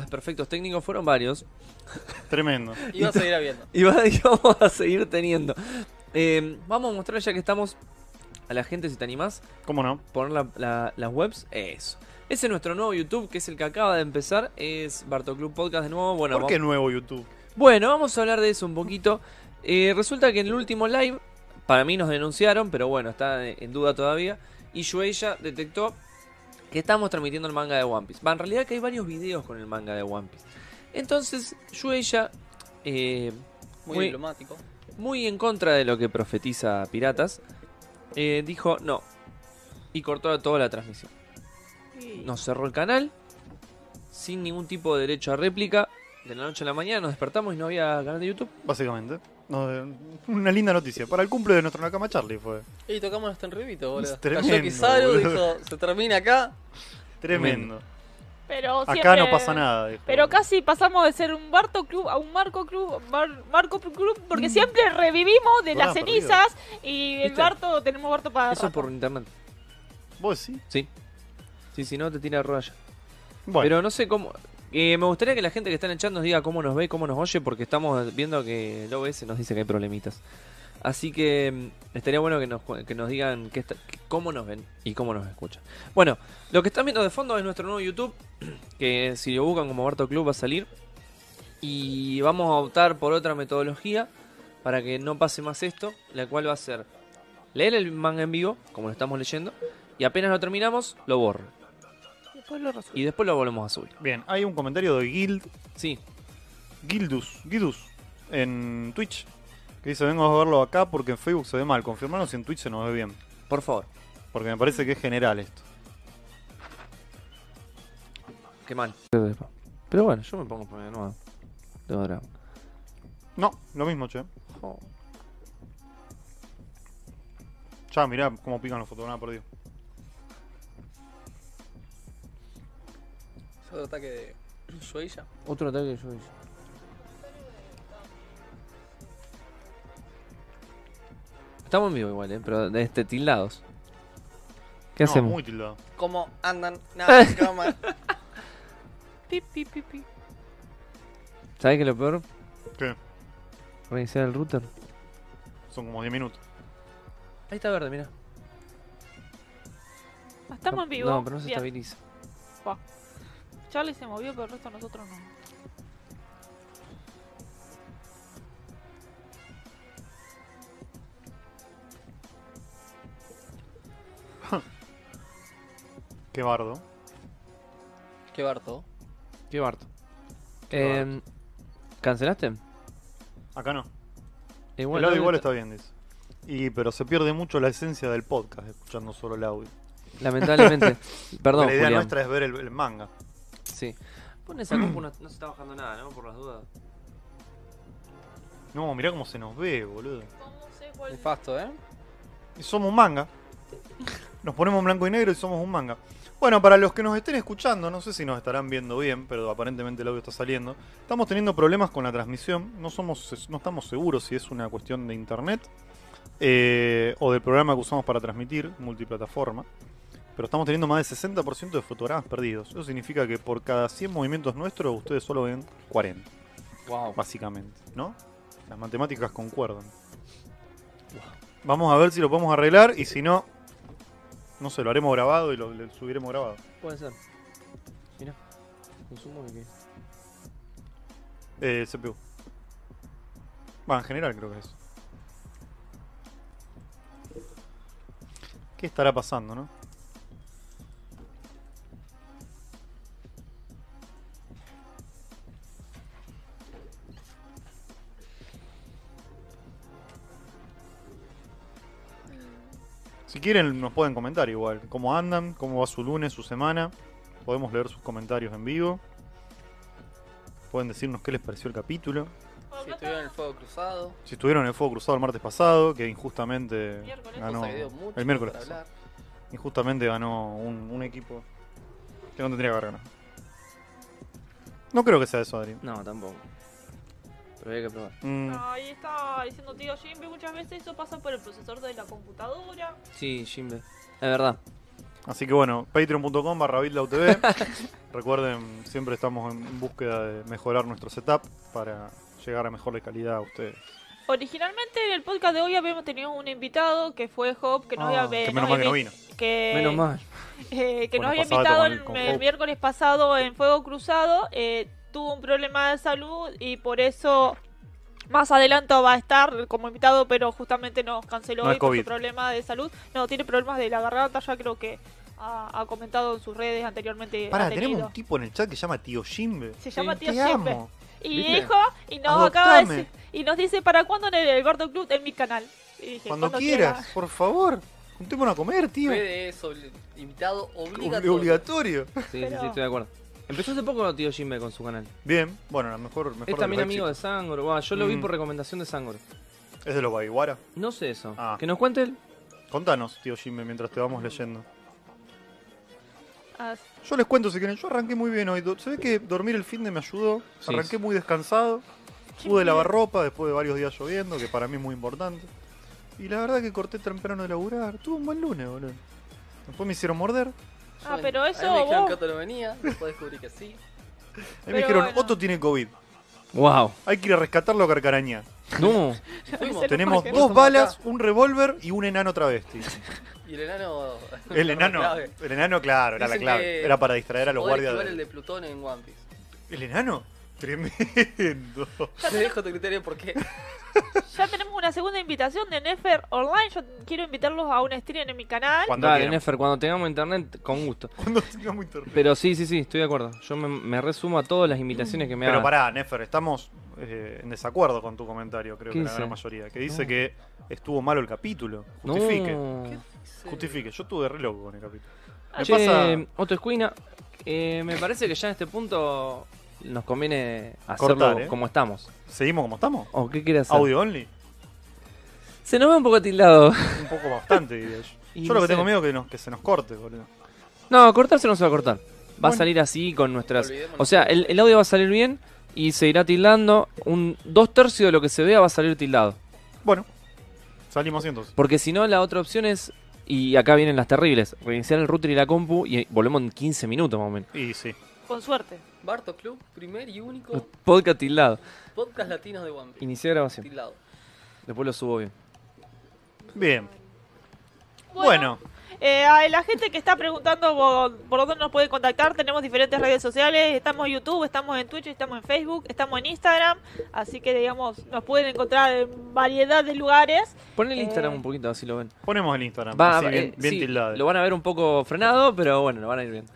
desperfectos técnicos fueron varios. Tremendo. Y va a seguir habiendo. Y, va- y vamos a seguir teniendo. Eh, vamos a mostrar ya que estamos a la gente, si te animás, ¿Cómo no? poner la- la- las webs. Eso. Ese es nuestro nuevo YouTube, que es el que acaba de empezar. Es Barto Club Podcast de nuevo. Bueno, ¿Por vamos- qué nuevo YouTube? Bueno, vamos a hablar de eso un poquito. Eh, resulta que en el último live, para mí nos denunciaron, pero bueno, está en duda todavía. Y Shueisha detectó que estamos transmitiendo el manga de One Piece. Va, en realidad que hay varios videos con el manga de One Piece. Entonces, Shueisha, eh, Muy, Muy- diplomático. muy en contra de lo que profetiza Piratas, eh, dijo no. Y cortó toda la transmisión. Nos cerró el canal, sin ningún tipo de derecho a réplica. De la noche a la mañana nos despertamos y no había canal de YouTube. Básicamente. No, eh, una linda noticia. Para el cumple de nuestro Nakama Charlie fue. Y tocamos los tenribitos, boludo. Es tremendo, Cayó Kizaru, boludo. dijo, se termina acá. Tremendo. Pero Acá siempre- no pasa nada. dijo. eh, Pero casi pasamos de ser un Barto Club a un Marco Club, Mar- Marco Club, Mm. porque siempre revivimos de Hola, las perdido. cenizas y el ¿Viste? Barto, tenemos Barto para... Eso rato. por internet. Vos sí. Sí. Sí, si no te tira roya. Bueno, Pero no sé cómo. eh, me gustaría que la gente que está en el chat nos diga cómo nos ve, cómo nos oye, porque estamos viendo que el OBS nos dice que hay problemitas. Así que mm, estaría bueno que nos, cu- que nos digan qué está- qué- cómo nos ven y cómo nos escuchan. Bueno, lo que están viendo de fondo es nuestro nuevo YouTube, que si lo buscan como Barto Club va a salir. Y vamos a optar por otra metodología para que no pase más esto, la cual va a ser leer el manga en vivo, como lo estamos leyendo, y apenas lo terminamos, lo borro. Y después lo volvemos a subir. bien. Hay un comentario de Guild, Sí, Guildus, Guidus en Twitch. Que dice, vengo a verlo acá porque en Facebook se ve mal. Confirmaron si en Twitch se nos ve bien. por favor. Porque me parece que es general esto. Qué mal. Pero bueno, yo me pongo por de nuevo. De drama. No, lo mismo, che. Ya, mirá cómo pican los fotogramas perdidos. Es otro ataque de Shueisha. Otro ataque yo hice. Estamos en vivo igual, ¿eh? pero de este tildados. ¿Qué No, hacemos? muy tildado. ¿Cómo andan? Nada, cama. Pi, pi, pi, pi. ¿Sabes qué es lo peor? ¿Qué? Reiniciar el router. Son como 10 minutos. Ahí está verde, mira. Estamos en vivo. No, pero no se Bien. estabiliza. Charlie se movió, pero el resto de nosotros no. Qué bardo. Qué barto. Qué barto. Qué Eh, ¿Cancelaste? Acá no. Eh, El bueno, audio igual está bien, dice. Y pero se pierde mucho la esencia del podcast escuchando solo el audio. Lamentablemente. Perdón, la idea Julián. nuestra es ver el, el manga. Sí. Pon esa compu, no, no se está bajando nada, ¿no? Por las dudas. No, mirá cómo se nos ve, boludo. Nefasto, ¿eh? Y somos un manga. Nos ponemos en blanco y negro y somos un manga. Bueno, para los que nos estén escuchando, no sé si nos estarán viendo bien, pero aparentemente el audio está saliendo. Estamos teniendo problemas con la transmisión. No, somos, no estamos seguros si es una cuestión de internet eh, o del programa que usamos para transmitir, multiplataforma. Pero estamos teniendo más de 60% de fotogramas perdidos. Eso significa que por cada 100 movimientos nuestros, ustedes solo ven 40, Wow. básicamente. ¿No? Las matemáticas concuerdan. Vamos a ver si lo podemos arreglar y si no, no sé, lo haremos grabado y lo, lo subiremos grabado. Puede ser. Mira. Consumo de qué. Eh, CPU. Va, en general creo que es. ¿Qué estará pasando, no? Si quieren nos pueden comentar igual, cómo andan, cómo va su lunes, su semana. Podemos leer sus comentarios en vivo. Pueden decirnos qué les pareció el capítulo. Si estuvieron en el fuego cruzado. Si estuvieron en el fuego cruzado el martes pasado, que injustamente Miércoles. ganó. cosa que dio mucho Ah, el miércoles. para hablar. Injustamente ganó un, un equipo que no tendría que haber ganado. No creo que sea eso, Adri. No, tampoco. Pero hay que probar. Mm, Ahí está diciendo tío Jimbe, muchas veces eso pasa por el procesador de la computadora. Sí, Jimbe. Es verdad. Así que bueno, patreon.com barra BitLauTV. Recuerden, siempre estamos en búsqueda de mejorar nuestro setup para llegar a mejor de calidad a ustedes. Originalmente en el podcast de hoy habíamos tenido un invitado que fue Hop, que nos Ah, había, que nos menos mal que no había- vino. que- Menos mal. eh, que Bueno, nos había pasaba invitado con el- el, con el Hope. miércoles pasado en Fuego Cruzado. eh, tuvo un problema de salud y por eso más adelante va a estar como invitado, pero justamente nos canceló No hoy es por su COVID. problema de salud. No, tiene problemas de la garganta, ya creo que ha, ha comentado en sus redes anteriormente. ha Pará, tenemos tenido. un tipo en el chat que se llama Tío Jimbe. Se llama Te Tío Siempre. amo. Y ¿Viste? dijo, y nos acaba de Adoptame. decir- y nos dice, ¿para cuándo en el, el Gordo Club? En mi canal. Y dije, Cuando, quieras, por favor. Juntémonos a comer, tío. Fede es obli- invitado Obli- obligatorio. Obligatorio. Sí, sí, Pero- sí, estoy de acuerdo. Empezó hace poco Tío Jimbe con su canal. Bien, bueno, a lo mejor. mejor Es también del amigo de Sangro. Va, yo lo vi Mm. por recomendación de Sangro. Pepsi. Es de los Baiguara. No sé eso. Ah. Que nos cuente él. Contanos, tío Jimbe, mientras te vamos leyendo. Ah, Yo les cuento si quieren. Yo arranqué muy bien hoy. Do- Se ve que dormir el fin de me ayudó. Sí, sí. arranqué muy descansado. Qué Pude bien. lavar ropa después de varios días lloviendo, que para mí es muy importante. Y la verdad que corté temprano de laburar. Tuve un buen lunes, boludo. Después me hicieron morder. Ahí Ah, pero eso A mí me dijeron vos- que otro no venía, después descubrí que sí. me Pero dijeron, bueno. Otto tiene COVID. Wow. Hay que ir a rescatarlo a Carcarañá. No. Y fuimos. Pero Tenemos porque- dos Estamos acá. balas, un revólver y un enano travesti. Y el enano. El enano, Clave. el enano, claro, era la Dicen clave. que Era para distraer a los Podés guardias. jugar de- el de Plutón en One Piece. ¿El enano? Tremendo. Te dejo a tu criterio porque Ya tenemos una segunda invitación de Nefer Online. Yo quiero invitarlos a un stream en mi canal. Cuando Dale, quieran. Nefer, cuando tengamos internet, con gusto. Cuando tengamos internet. Pero sí, sí, sí, estoy de acuerdo. Yo me, me resumo a todas las invitaciones que me Pero hagan. pará, Nefer, estamos eh, en desacuerdo con tu comentario, creo ¿Qué que la dice? gran mayoría. Que dice No. que estuvo malo el capítulo. No. Justifique. Sí. Justifique. Yo estuve re loco con el capítulo. Me Che, pasa- Otto Escuina, eh, me parece que ya en este punto nos conviene hacerlo Cortar, ¿eh? como estamos. ¿Seguimos como estamos? ¿O Oh, qué quiere hacer? Audio only. Se nos ve un poco tildado. Un poco bastante, diría yo. Y Yo lo no que sé. tengo miedo es que, nos- que se nos corte, boludo. No, cortarse no se va a cortar. Va Bueno. a salir así con nuestras. Olvidémonos. O sea, el, el audio va a salir bien y se irá tildando. Un dos tercios de lo que se vea va a salir tildado. Bueno, salimos así entonces. Porque si no, la otra opción es. Y acá vienen las terribles. Reiniciar el router y la compu y volvemos en 15 minutos más o menos. Y sí. Con suerte. Barto Club, primer y único Podcast tildado. podcast latino de One Piece. Iniciar grabación. Tildado. Después lo subo bien. Bien. Bueno, Eh, a la gente que está preguntando por, por dónde nos puede contactar, tenemos diferentes redes sociales, estamos en YouTube, estamos en Twitch, estamos en Facebook, estamos en Instagram, así que digamos, nos pueden encontrar en variedad de lugares. Pon el Eh. Instagram un poquito, así lo ven. ponemos el Instagram. Va, Ah, así, va, bien, eh, bien sí, tildado. Lo van a ver un poco frenado, pero bueno, lo van a ir viendo.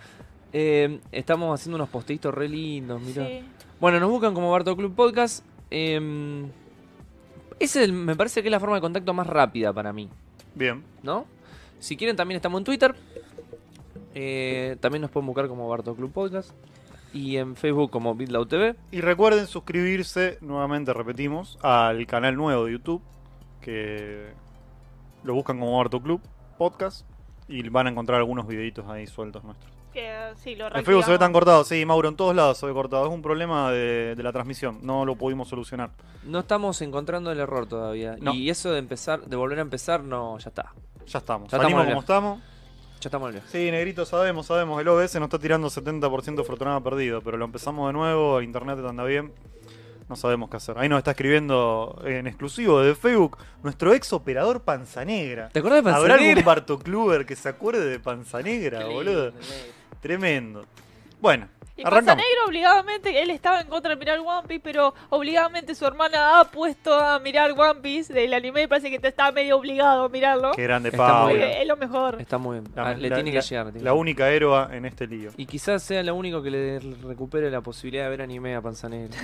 Eh, estamos haciendo unos posteitos re lindos, mirá. Sí. Bueno, nos buscan como Barto Club Podcast. eh, ese es el- me parece que es la forma de contacto más rápida para mí, Bien. ¿no? Si quieren, también estamos en Twitter. Eh, también nos pueden buscar como Barto Club Podcast. Y en Facebook como BitLoud TV. Y recuerden suscribirse, nuevamente repetimos, al canal nuevo de YouTube, que lo buscan como Harto Club Podcast y van a encontrar algunos videitos ahí sueltos nuestros. Que, sí, lo El Facebook se ve reactivamos. tan cortado, sí, Mauro, en todos lados se ve cortado. Es un problema de, de la transmisión, no lo pudimos solucionar. No estamos encontrando el error todavía. No. Y eso de empezar, de volver a empezar, no, ya está. Ya estamos, Ya salimos estamos en como estamos. Ya estamos en el viaje. Sí, negrito, sabemos, sabemos, el OBS nos está tirando 70% fortunada perdido, pero lo empezamos de nuevo, el internet anda bien. No sabemos qué hacer. Ahí nos está escribiendo en exclusivo de Facebook nuestro ex operador Panza Negra. ¿Te acordás de ¿Habrá Panzanera? algún Barto Kluber que se acuerde de Panza Qué Negra, lindo, boludo? negro. Tremendo. Bueno, Y Panza arrancamos. Negro obligadamente, él estaba en contra de mirar One Piece, pero obligadamente su hermana ha puesto a mirar One Piece del anime y parece que te está medio obligado a mirarlo. Qué grande Está muy Paula. bien. Porque es lo mejor. Está muy bien. La- Ah, le la- tiene que llegar. tiene que La llegar. única héroa en este lío. Y quizás sea la única que le recupere la posibilidad de ver anime a Panzanera.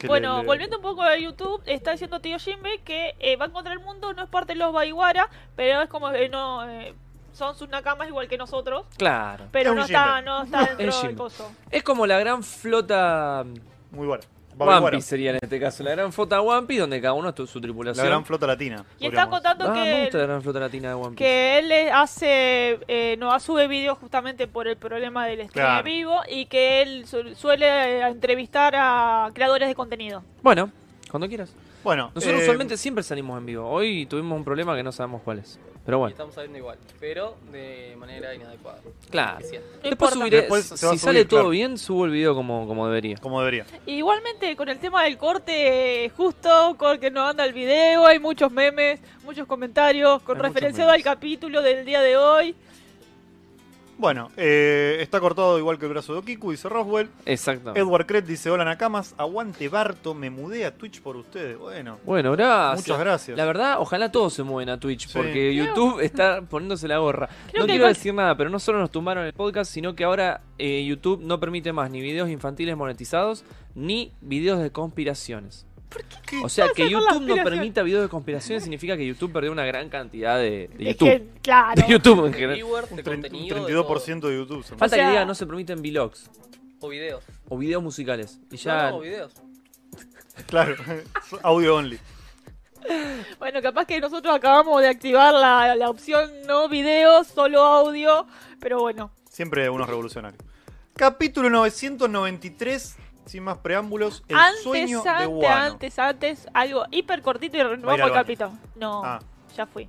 Que bueno, le- le- volviendo un poco a YouTube, está diciendo Tío Jimbe que eh, va contra el mundo, no es parte de los Baiwara, pero es como eh, no eh, son sus nakamas igual que nosotros, claro. Es pero un no está, Jinbe. no está dentro Es del Jinbe. coso. Es como la gran flota um, Muy buena. Babi One Guara, Piece sería en este caso. La gran flota One Piece donde cada uno es tu- su La tripulación. gran flota latina. Y está podríamos contando Ah, me gusta que, la gran flota latina de One Piece. que él eh, hace eh, no sube videos justamente por el problema del stream Claro. en vivo y que él su- suele eh, entrevistar a creadores de contenido. Bueno, cuando quieras. decir. Bueno, Nosotros eh, usualmente siempre salimos en vivo. Hoy tuvimos un problema que no sabemos cuál es. Pero Y bueno. estamos saliendo igual, pero de manera inadecuada. Claro. Es cierto. No Después importa. subiré, Después si se va a subir, sale todo claro. bien, subo el video como, como debería. Como debería. Igualmente con el tema del corte justo, porque no anda el video, hay muchos memes, muchos comentarios con Hay muchos referenciado al memes. capítulo del día de hoy. Bueno, eh, está cortado igual que el brazo de Okiku, dice Roswell. Exactamente. Edward Kret dice: Hola Nakamas, aguante Barto, me mudé a Twitch por ustedes. Bueno, Bueno, gracias. muchas gracias. Ah, La verdad, ojalá todos se mueven a Twitch, Sí. porque YouTube está poniéndose la gorra. Creo no que quiero igual- decir nada, pero no solo nos tumbaron el podcast, sino que ahora eh, YouTube no permite más ni videos infantiles monetizados, ni videos de conspiraciones. ¿Qué? O sea, que con las YouTube no conspiraciones? permita videos de conspiraciones significa que YouTube perdió una gran cantidad de, de Es YouTube. que, claro. De YouTube en De general. viewers, Un, de tre- un ¿Este contenido, de 32% de YouTube. se me- Falta O sea- que diga no se permiten vlogs todo. O videos. o videos musicales. Y ya. Ya. No, no, videos. Claro, audio only. Bueno, capaz que nosotros acabamos de activar la, la opción no video, solo audio, pero bueno. Siempre unos revolucionarios. Capítulo 993, sin más preámbulos, El sueño antes, de antes, Wano. antes, antes, algo hiper cortito y Va a ir renovamos al el baño. capítulo. No, Ah. ya fui.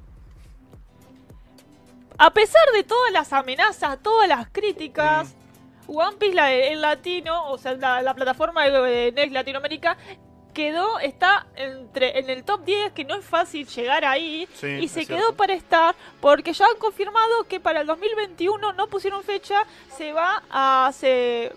A pesar de todas las amenazas, todas las críticas, One Piece la, en latino, o sea, la, la plataforma de Next Latinoamérica, quedó, está entre, en el top 10, que no es fácil llegar ahí. Sí, y es se cierto. quedó para estar porque ya han confirmado que para el 2021 no pusieron fecha, se va a se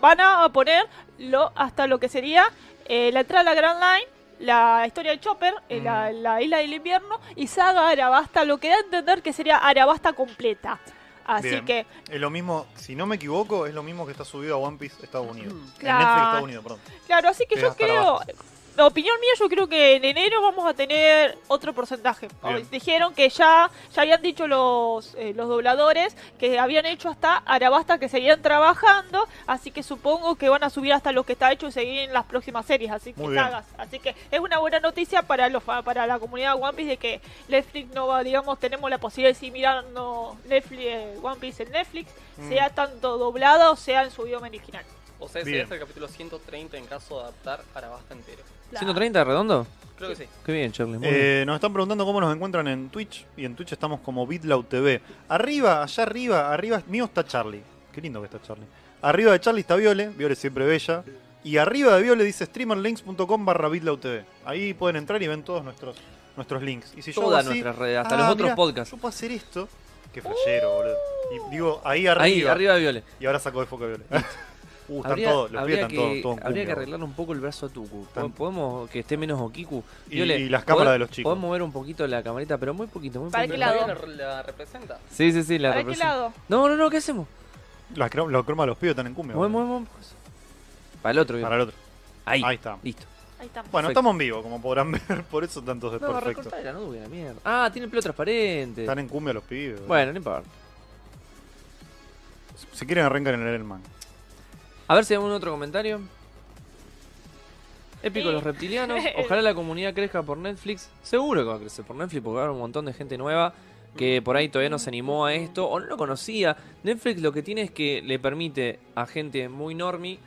van a poner lo hasta lo que sería eh, la entrada a la Grand Line, la historia de Chopper, eh, la, Mm. la isla del invierno y Saga Arabasta, lo que da a entender que sería Arabasta completa. Así Bien. que Es lo mismo, si no me equivoco, es lo mismo que está subido a One Piece Estados Unidos. En Netflix Mm. Claro. Estados Unidos, perdón. Claro, así que Te yo vas para creo, abajo. la opinión mía, yo creo que en enero vamos a tener otro porcentaje. Bien. Dijeron que ya, ya habían dicho los, eh, los dobladores que habían hecho hasta Arabasta que seguían trabajando, así que supongo que van a subir hasta lo que está hecho y seguir en las próximas series, así que Muy bien. sagas. Así que es una buena noticia para los fa- para la comunidad One Piece de que Netflix no va, digamos, tenemos la posibilidad de seguir mirando Netflix, eh, One Piece en Netflix, Mm. sea tanto doblada o sea en su idioma original. O sea, ese Bien. es el capítulo 130 en caso de adaptar Arabasta entero. Claro. ¿130 redondo? Creo que sí. Qué bien, Charlie. muy bien. Eh, nos están preguntando cómo nos encuentran en Twitch. Y en Twitch estamos como BitLoud TV. Arriba, allá arriba, arriba mío está Charlie. Qué lindo que está Charlie. Arriba de Charlie está Viole. Viole siempre bella. Y arriba de Viole dice streamerlinks.com barra BitLoud TV. Ahí pueden entrar y ven todos nuestros, nuestros links. Y si yo hago Todas así, nuestras redes, hasta ah, los otros mirá, podcasts. Yo puedo hacer esto. Qué flashero, boludo. Y digo, ahí Ahí, arriba. arriba de Violet. Y ahora saco de foco a Viole. uh, están habría, todos, los pibes habría están que, todos, todos en habría que cumbia, arreglar un poco el brazo a Tuku. Po- Tan- Podemos que esté menos Okiku. Y- Viole, y las ¿pod- cámaras de los chicos. Podemos mover un poquito la camarita, pero muy poquito, muy ¿Para poquito. qué Pero lado? todavía la, la representa. Sí, sí, sí, la ¿Para qué represento. lado? No, no, no, ¿qué hacemos? Las cro- Los cromas de los pibes están en cumbia. Movemos, boludo. movemos. Para el otro, bien. Para el otro. Ahí. Ahí está. Listo. Ahí estamos. Bueno, Perfecto. estamos en vivo, como podrán ver, por eso tantos No, desperfectos. recortá la nube, la mierda. Ah, tiene el pelo transparente. Están en cumbia los pibes. Bueno, no importa. Se quieren arrancar en el man. A ver si hay algún otro comentario. Épico Sí. los reptilianos. Ojalá la comunidad crezca por Netflix. Seguro que va a crecer por Netflix porque va a haber un montón de gente nueva que por ahí todavía no se animó a esto o no lo conocía. Netflix lo que tiene es que le permite a gente muy normie,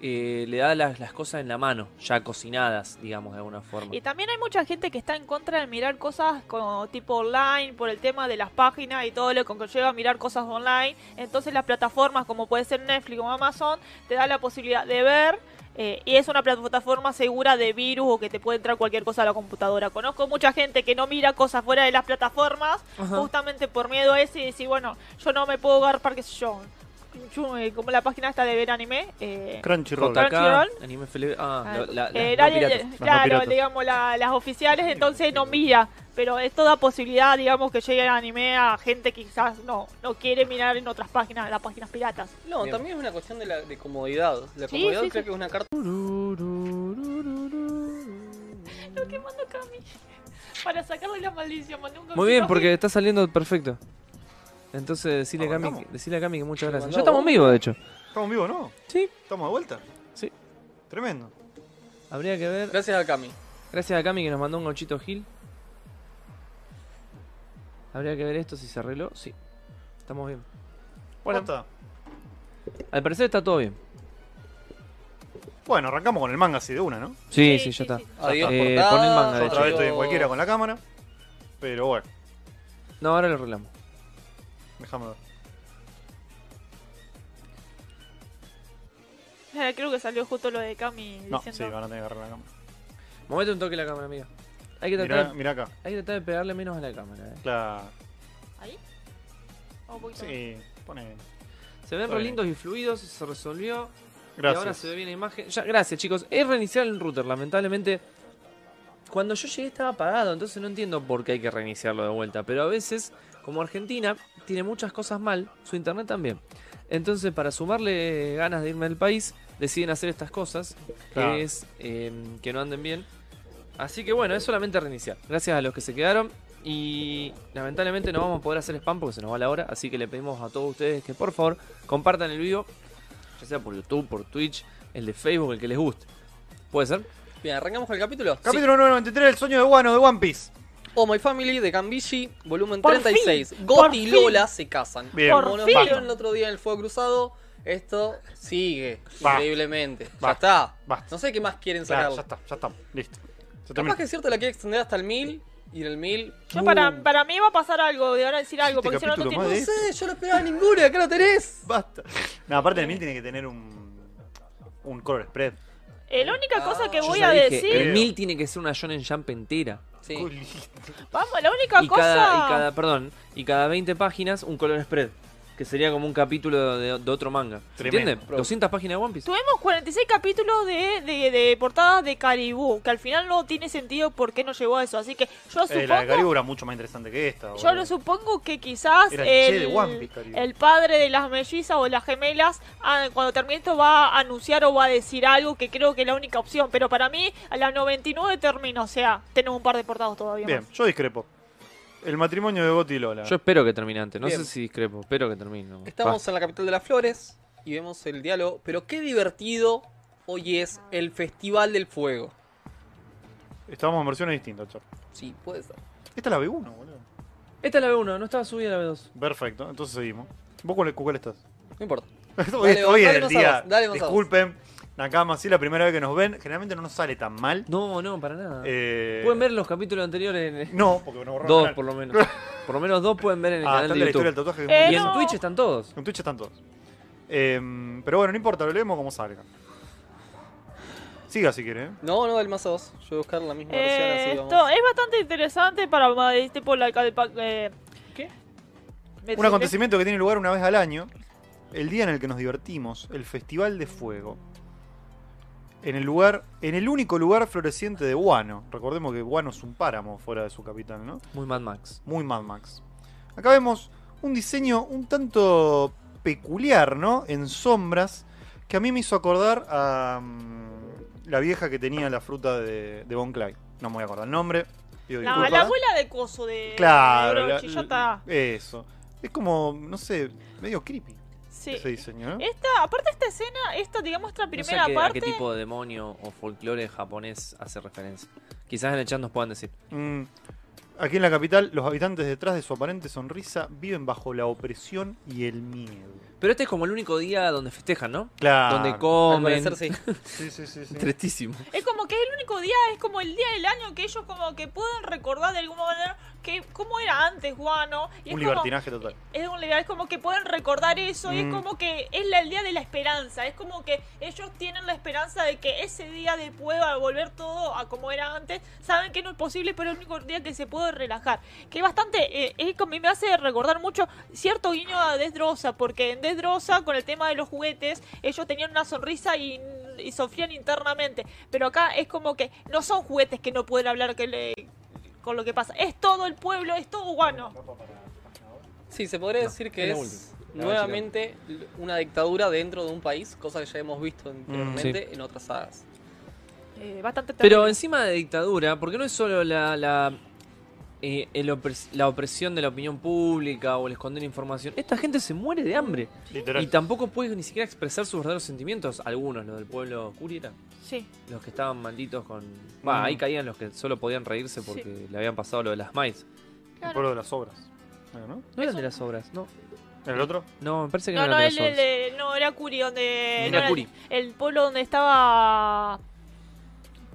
eh, le da las, las cosas en la mano, ya cocinadas, digamos, de alguna forma. Y también hay mucha gente que está en contra de mirar cosas como tipo online por el tema de las páginas y todo lo que llega a mirar cosas online. Entonces las plataformas como puede ser Netflix o Amazon te da la posibilidad de ver eh, y es una plataforma segura de virus o que te puede entrar cualquier cosa a la computadora. Conozco mucha gente que no mira cosas fuera de las plataformas Ajá. justamente por miedo a ese y decir, bueno, yo no me puedo garpar, qué sé yo. Yo, eh, Como la página esta de ver anime. eh, Crunchyroll. JK, Crunchyroll. Anime FL, ah, Ah, lo- la- las eh, no nadie- piratas. no claro, piratas. digamos, la- las oficiales entonces no mira, pero es toda posibilidad, digamos, que llegue el anime a gente que quizás no, no quiere mirar en otras páginas, las páginas piratas. No, Bien. también es una cuestión de, la, de comodidad. La Sí, comodidad sí, creo sí. que es una carta. Lo que mando Cami para sacarle la maldición, mandé un Muy bien, corazoncito. porque está saliendo perfecto. Entonces, decirle a Cami, Arrancamos. decirle a Cami que muchas Sí, gracias. mandá Ya estamos vos. vivos, de hecho. ¿Estamos en vivo, no? Sí, ¿Estamos de vuelta? Sí. Tremendo. habría que ver. Gracias a Cami. Gracias a Cami que nos mandó un gauchito Gil. Habría que ver esto si se arregló. Sí, estamos bien. Bueno. Bueno, al parecer está todo bien. Bueno, arrancamos con el manga así de una, ¿no? Sí, sí, ya está. Adiós, Eh, portada. pon el manga, Yo de otra vez hecho. estoy en cualquiera con la cámara. Pero bueno. No, ahora lo arreglamos. Déjame ver. Eh, Creo que salió justo lo de Cami No, sí, diciendo. van a tener que agarrar la cámara. Momento un toque la cámara, amiga. Hay que, tratar, Mirá, mirá acá. hay que tratar de pegarle menos a la cámara. eh. Claro. ¿Ahí? O un poquito Sí, pone. Se ven Está re bien. lindos y fluidos, se resolvió. Y ahora Gracias. se ve bien la imagen. Ya, gracias, chicos. Es reiniciar el router, lamentablemente. Cuando yo llegué estaba apagado, entonces no entiendo por qué hay que reiniciarlo de vuelta. Pero a veces, como Argentina tiene muchas cosas mal, su internet también. Entonces, para sumarle ganas de irme del país, deciden hacer estas cosas, Claro. que es eh, que no anden bien. Así que bueno, es solamente reiniciar. Gracias a los que se quedaron. Y lamentablemente no vamos a poder hacer spam porque se nos va la hora. Así que le pedimos a todos ustedes que por favor compartan el video. Ya sea por YouTube, por Twitch, el de Facebook, el que les guste. ¿Puede ser? Bien, arrancamos con el capítulo. Capítulo 993, El sueño de Wano de One Piece. Oh My Family de Gambishi, volumen Por 36. fin, por Gotti y fin. Lola se casan. Bien. Por Como nos fin. dijeron el otro día en el Fuego Cruzado, esto sigue Va. increíblemente. Ya Basta. está. Basta. No sé qué más quieren Claro, sacarlo. ya está, ya está. Listo. Se terminó. Capaz que es cierto la quiere extender hasta el 1000 y en el 1000. Yo ¡pum! para, para mí va a pasar algo, de ahora decir algo, Este porque si no, no capítulo tiene... más No de- sé, yo no esperaba ninguna, acá lo tenés. Basta. No, aparte de mí tiene que tener un. Un color spread. Eh, la única cosa que Yo voy Ah, ya a dije, eh, decir... El 1000 tiene que ser una Shonen Jump entera. Sí. Cool. Vamos, la única y cosa... cada, y cada, perdón, y cada 20 páginas un color spread. Que sería como un capítulo de, de otro manga. ¿Se Tremendo. entiende? 200 páginas de One Piece. Tuvimos 46 capítulos de, de, de portadas de Caribú, que al final no tiene sentido por qué nos llevó a eso. Así que yo Eh, la de supongo, Caribou era mucho más interesante que esta. yo boludo. lo supongo que quizás Era el che de el, One Piece, Caribú. el padre de las mellizas o las gemelas, ah, cuando termine esto, va a anunciar o va a decir algo que creo que es la única opción. Pero para mí, a las 99 termina. O sea, tenemos un par de portados todavía. Bien, más. yo discrepo. El matrimonio de Gotti y Lola. Yo espero que termine antes. No Bien. sé si discrepo. Espero que termine. Estamos en la capital de las flores y vemos el diálogo. Pero qué divertido hoy es el Festival del Fuego. Estábamos en versiones distintas, chao. Sí, puede ser. Esta es la B1, boludo. Esta es la B1, no estaba subida la B2. Perfecto, entonces seguimos. ¿Vos cuál, con cuál estás? No importa. hoy es- Dale, hoy es dale el vos a día. vos, dale vos a vos. Disculpen, Nakama, sí, la primera vez que nos ven. Generalmente no nos sale tan mal. No, no, para nada. Eh, Pueden ver los capítulos anteriores. En... No, porque nos borraron. Dos, el canal. por lo menos. Por lo menos dos pueden ver en el Ah, canal está de la historia YouTube. del tatuaje. Eh, Y que es muy- en no. Twitch están todos. En Twitch están todos. Em, pero bueno, no importa, lo leemos como salga. Siga si quiere. ¿eh? No, no, del más a dos. Yo voy a buscar la misma versión Eh, así esto vamos. es bastante interesante para más, eh, tipo la cal- pa- eh, ¿Qué? me- Un acontecimiento que tiene lugar una vez al año, el día en el que nos divertimos, el Festival de Fuego. En el lugar, en el único lugar floreciente de Guano. Recordemos que Guano es un páramo fuera de su capital, ¿no? Muy Mad Max. Muy Mad Max. Acá vemos un diseño un tanto peculiar, ¿no? En sombras, que a mí me hizo acordar a mm, la vieja que tenía la fruta de, de Bon Clyde. No me voy a acordar el nombre. pido La, disculpas. la abuela de coso de... Claro, de la- Orochi, ya está. eso. Es como, no sé, medio creepy Sí. ese diseño, ¿no? Esta, aparte esta escena, esta digamos esta No sé primera a qué, a parte, qué tipo de demonio o folclore japonés hace referencia. Quizás en el chat nos puedan decir. Mm. Aquí en la capital, los habitantes detrás de su aparente sonrisa viven bajo la opresión y el miedo. Pero este es como el único día donde festejan, ¿no? Claro. Donde Al comen. parecer, sí. Sí, sí, sí, sí. Tristísimo. es como que es el único día, es como el día del año que ellos como que pueden recordar de alguna manera que cómo era antes Guano. Un Y es como, libertinaje total. es un liberal, es como que pueden recordar eso, y Mm. es como que es la, el día de la esperanza, es como que ellos tienen la esperanza de que ese día después va a volver todo a como era antes, saben que no es posible, pero es el único día que se puede relajar, que bastante, eh, es, como- me hace recordar mucho cierto guiño a Desdrosa, porque en Desdrosa con el tema de los juguetes, ellos tenían una sonrisa y, y sofrían internamente, pero acá es como que no son juguetes que no pueden hablar que le- con lo que pasa, es todo el pueblo, es todo guano. Sí, se podría No, decir es que la es última. La voy a nuevamente l- una dictadura dentro de un país, cosa que ya hemos visto anteriormente en otras sagas. Eh, bastante Pero terrible. encima de dictadura, porque no es solo la, la, eh, el opres- la opresión de la opinión pública o el esconder información. Esta gente se muere de hambre. Literal. Y tampoco puede ni siquiera expresar sus verdaderos sentimientos. Algunos, los del pueblo Kurira, Sí. los que estaban malditos con. Va, Mm. ahí caían los que solo podían reírse porque le habían pasado lo de las mais. El pueblo de las obras. Bueno, ¿no? No eran de las obras, no. ¿El otro? No, me parece que No, no no, eran el, de las obras. el- no, era Curi, donde. Era no, el- Curi. El, pueblo donde estaba.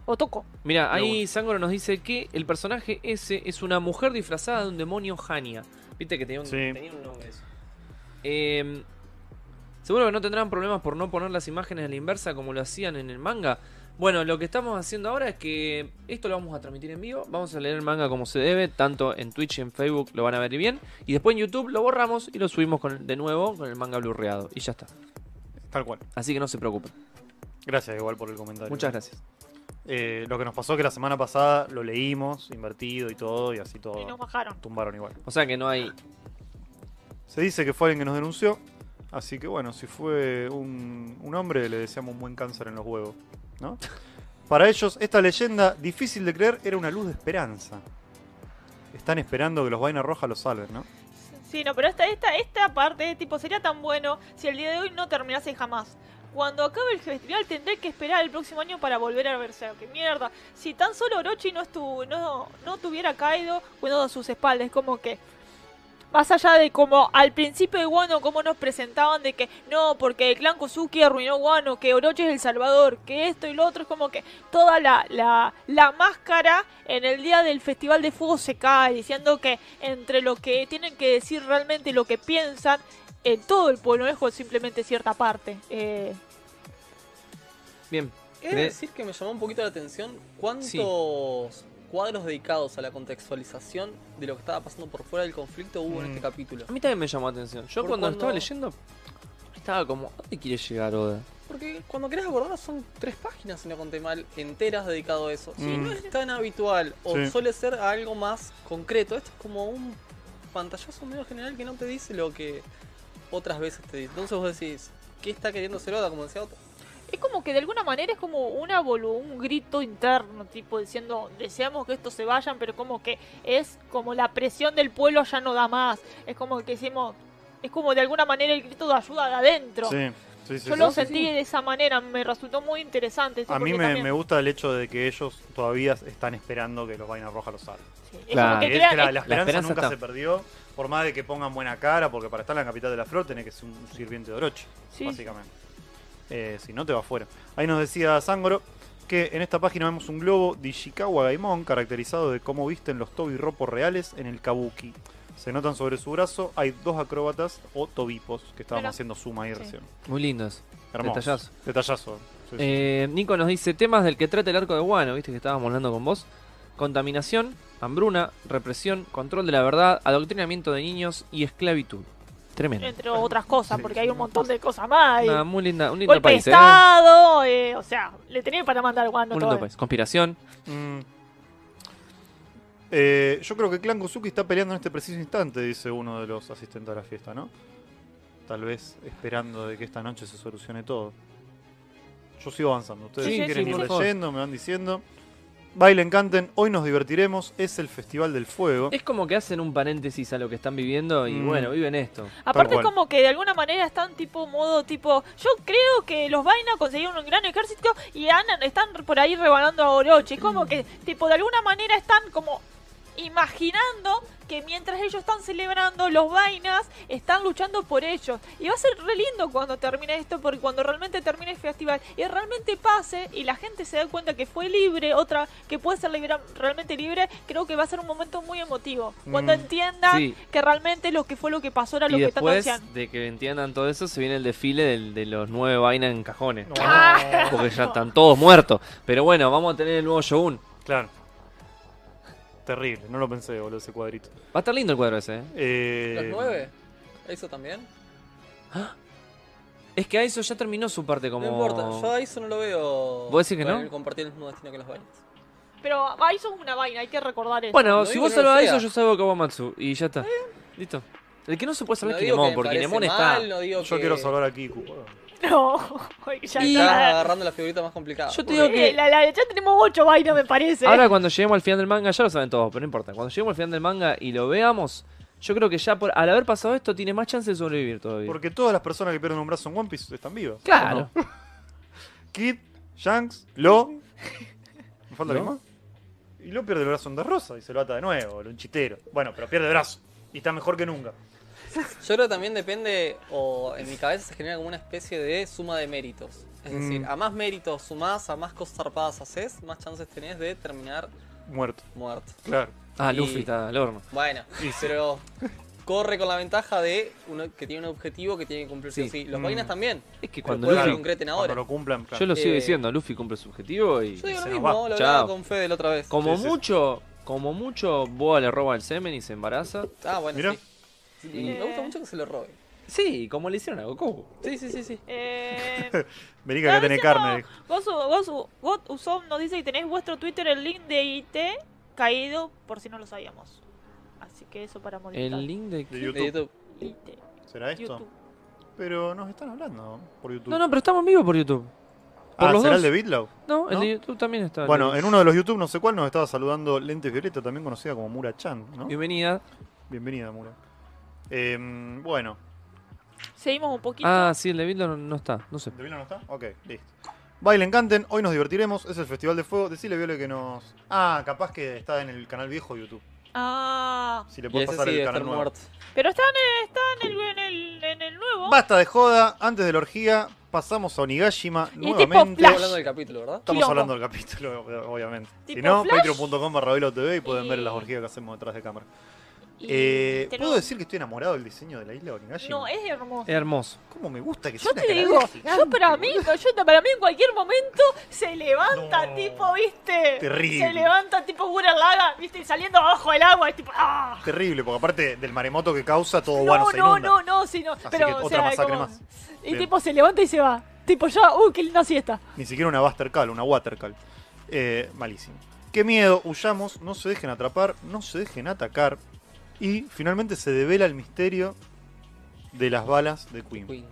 O toco. Mira, ahí bueno. Sangoro nos dice que el personaje ese es una mujer disfrazada de un demonio Hania. Viste que tenía un, Sí. tenía un nombre eso. Eh, Seguro que no tendrán problemas por no poner las imágenes a la inversa como lo hacían en el manga. Bueno, lo que estamos haciendo ahora es que esto lo vamos a transmitir en vivo, vamos a leer el manga como se debe, tanto en Twitch y en Facebook lo van a ver bien, y después en YouTube lo borramos y lo subimos con- de nuevo con el manga blurreado, y ya está. Tal cual. Así que no se preocupen. Gracias igual por el comentario. Muchas gracias. Eh, lo que nos pasó que la semana pasada lo leímos, invertido y todo, y así Y nos todo. bajaron. Tumbaron igual. O sea que no hay... Se dice que fue alguien que nos denunció. Así que bueno, si fue un, un hombre, le deseamos un buen cáncer en los huevos. ¿no? Para ellos, esta leyenda, difícil de creer, era una luz de esperanza. Están esperando que los vainas rojas los salven, ¿no? Sí, no, pero esta, esta, esta parte, tipo, sería tan bueno si el día de hoy no terminase jamás. Cuando acabe el festival tendré que esperar el próximo año para volver a verse. ¡Qué mierda! Si tan solo Orochi no, estuvo, no, no tuviera caído cuidado a sus espaldas, como que... Más allá de como al principio de Wano, como nos presentaban de que no, porque el clan Kosuki arruinó Wano, que Orochi es el salvador, que esto y lo otro, es como que toda la, la, la máscara en el día del Festival de Fuego se cae, diciendo que entre lo que tienen que decir realmente y lo que piensan, en todo el pueblo es simplemente cierta parte. Eh, Bien. He de Cre- decir que me llamó un poquito la atención cuántos cuadros dedicados a la contextualización de lo que estaba pasando por fuera del conflicto hubo en Mm. este capítulo. A mí también me llamó la atención. Yo Por cuando, cuando- estaba leyendo, estaba como, ¿a dónde quiere llegar Oda? Porque cuando querés abordar son tres páginas, si no conté mal, enteras dedicado a eso. Si Mm. no es tan habitual o Sí. suele ser algo más concreto, esto es como un pantallazo medio general que no te dice lo que otras veces te dice. Entonces vos decís, ¿qué está queriendo hacer Oda? Como decía otro. es como que de alguna manera es como una volu- un grito interno, tipo diciendo, deseamos que estos se vayan, pero como que es como la presión del pueblo ya no da más. Es como que decimos, es como de alguna manera el grito de ayuda de adentro. Sí, sí, sí. Yo sí. lo sentí de esa manera, me resultó muy interesante. sí, A mí porque me, también- me gusta el hecho de que ellos todavía están esperando que los vainas rojas los salven. sí, es como Claro. que Que es crean- que la, la es- esperanza esperanza nunca está. se perdió, por más de que pongan buena cara, porque para estar en la capital de la flor tenés que ser un sirviente de Orochi. sí, básicamente. Eh, si no, te va afuera. Ahí nos decía Sangoro que en esta página vemos un globo de Ishikawa Gaimon caracterizado de cómo visten los tobi ropos reales en el kabuki. Se notan sobre su brazo, hay dos acróbatas o tobipos que estábamos Mira. haciendo suma ahí Sí. recién. Muy lindos. Hermoso. Detallazo. Detallazo. Sí, sí. Eh, Nico nos dice temas del que trata el arco de Guano, viste que estábamos hablando con vos. Contaminación, hambruna, represión, control de la verdad, adoctrinamiento de niños y esclavitud. Tremendo. entre otras cosas, Sí, porque sí, hay un no. montón de cosas más. y Nada, muy linda, un lindo golpe país, de ¿eh? Estado, eh, o sea, le tenía para mandar guano Un lindo todo. país. Conspiración. Mm. Eh, yo creo que Clan Kozuki está peleando en este preciso instante, dice uno de los asistentes a la fiesta, ¿no? Tal vez esperando de que esta noche se solucione todo. Yo sigo avanzando. Ustedes Sí, si sí, quieren sí, ir sí. leyendo, me van diciendo. Bailen, canten, hoy nos divertiremos, es el Festival del Fuego. Es como que hacen un paréntesis a lo que están viviendo y Mm. bueno, viven esto. Aparte es cual. como que de alguna manera están tipo modo tipo, yo creo que los Vaina consiguieron un gran ejército y andan- están por ahí rebanando a Orochi. Es Como que tipo de alguna manera están como imaginando que mientras ellos están celebrando, los vainas están luchando por ellos. Y va a ser re lindo cuando termine esto, porque cuando realmente termine el festival y realmente pase y la gente se da cuenta que fue libre, otra que puede ser libera- realmente libre, creo que va a ser un momento muy emotivo. Cuando Mm. entiendan Sí. que realmente lo que fue lo que pasó era lo Y que tanto después decían. de que entiendan todo eso, se viene el desfile del- de los nueve vainas en cajones. No, Ah. Porque ya están todos muertos. Pero bueno, vamos a tener el nuevo Shogun. Claro. Terrible, no lo pensé, boludo, ese cuadrito. Va a estar lindo el cuadro ese, ¿eh? Eh, ¿Los nueve? ¿Eso también? Es que Aizo ya terminó su parte como... No importa, yo a eso no lo veo. ¿Vos decís que con no? el Compartir el mismo destino que los vainas. Pero ah, eso es una vaina, hay que recordar eso. Bueno, No si digo vos que no lo salvas a Aizo, yo sea. salvo a Kawamatsu. Y ya está. Listo. El que no se puede salvar Eh. No es Kinemon, digo que me porque parece Kinemon está... mal, no digo Yo que quiero salvar a Kiku. No, ya Y- Estás está. agarrando la figurita más complicada. Yo te Eh, digo que... la- la- ya tenemos ocho vainas, me parece. Ahora cuando lleguemos al final del manga, ya lo saben todos, pero no importa. Cuando lleguemos al final del manga y lo veamos, yo creo que ya por, al haber pasado esto tiene más chance de sobrevivir todavía. Porque todas las personas que pierden un brazo en One Piece están vivas. Claro. Kid, Shanks, Lo. ¿Me falta Lo. alguien más? Y Lo pierde el brazo en de rosa y se lo ata de nuevo, lo un chitero. Bueno, pero pierde el brazo. Y está mejor que nunca. Yo creo que también depende, o en mi cabeza se genera como una especie de suma de méritos. Es decir, Mm. a más méritos sumás, a más cosas zarpadas haces, más chances tenés de terminar Muerto, muerto. claro. Ah, Y- Luffy está al horno. Bueno, pero corre con la ventaja de uno que tiene un objetivo que tiene que cumplir sí. o Sí. sí. Los Mm. vainas también. Es que Pero cuando puede que Luffy. lo concreten Cuando ahora. lo cumplan, claro. Yo lo sigo Eh, diciendo, Luffy cumple su objetivo y. Yo digo se lo nos mismo, va. lo hablaba Chao. con Fede la otra vez. Como Sí, sí, sí. mucho, como mucho, Boa le roba el semen y se embaraza. Ah, bueno, Mirá. sí. Y- Me gusta mucho que se lo robe. Sí, como le hicieron a Goku. Sí, sí, sí, sí. Eh, Vení que acá tenés estaba carne. dijo. diciendo, Gosu, Gosu, Got Usom nos dice que tenés vuestro Twitter el link de IT caído por si no lo sabíamos. Así que eso para modificar. El link de. De qué? YouTube. De YouTube. IT, ¿Será esto? YouTube. Pero nos están hablando por YouTube. No, no, pero estamos en vivo por YouTube. por ah, los ¿será dos. el de BitLow? No, el ¿No? de YouTube también está. Bueno, en uno de los YouTube, no sé cuál, nos estaba saludando Lentes Violeta, también conocida como Mura Chan, ¿no? Bienvenida. Bienvenida, Mura. Em, bueno, Seguimos un poquito. Ah, sí, el de Bildo no, no está, no sé. ¿De Vila no está? Ok, listo. Bailen, canten, hoy nos divertiremos, es el Festival de Fuego. Decile, Viole, que nos... Ah, capaz que está en el canal viejo de YouTube. Ah, Si le Y puedes ese sí pasar debe el estar canal nuevo. muerto. pero está en el, está en el, en el, en el nuevo. Basta de joda, antes de la orgía, pasamos a Onigashima Y tipo nuevamente. Flash. Estamos hablando del capítulo, ¿verdad? Estamos Quilombo. hablando del capítulo, obviamente. Si Tipo no, Flash. patreon.com barra Velo TV y pueden ver Y- las orgías que hacemos detrás de cámara. Y Eh, tenemos- ¿Puedo decir que estoy enamorado del diseño de la isla de Onigashima? No, es hermoso. Es hermoso. ¿Cómo me gusta que sea Yo una te digo, calavera gigante, yo para mí, boludo? yo para mí en cualquier momento se levanta, No. tipo, ¿viste? Terrible. Se levanta tipo Gurren Laga, ¿viste? Y saliendo abajo del agua, es tipo, ¡ah! Terrible, porque aparte del maremoto que causa, todo No, Oh, bueno se no, inunda. no, no, sí, no. Así pero, que o otra sea, masacre como- más. Y Bien. tipo se levanta y se va. Tipo ya, uh, qué linda siesta. Ni siquiera una Buster Call, una Water Call. Eh, malísimo. Qué miedo, huyamos, no se dejen atrapar, no se dejen atacar. Y finalmente se devela el misterio de las balas de Queen. Queen.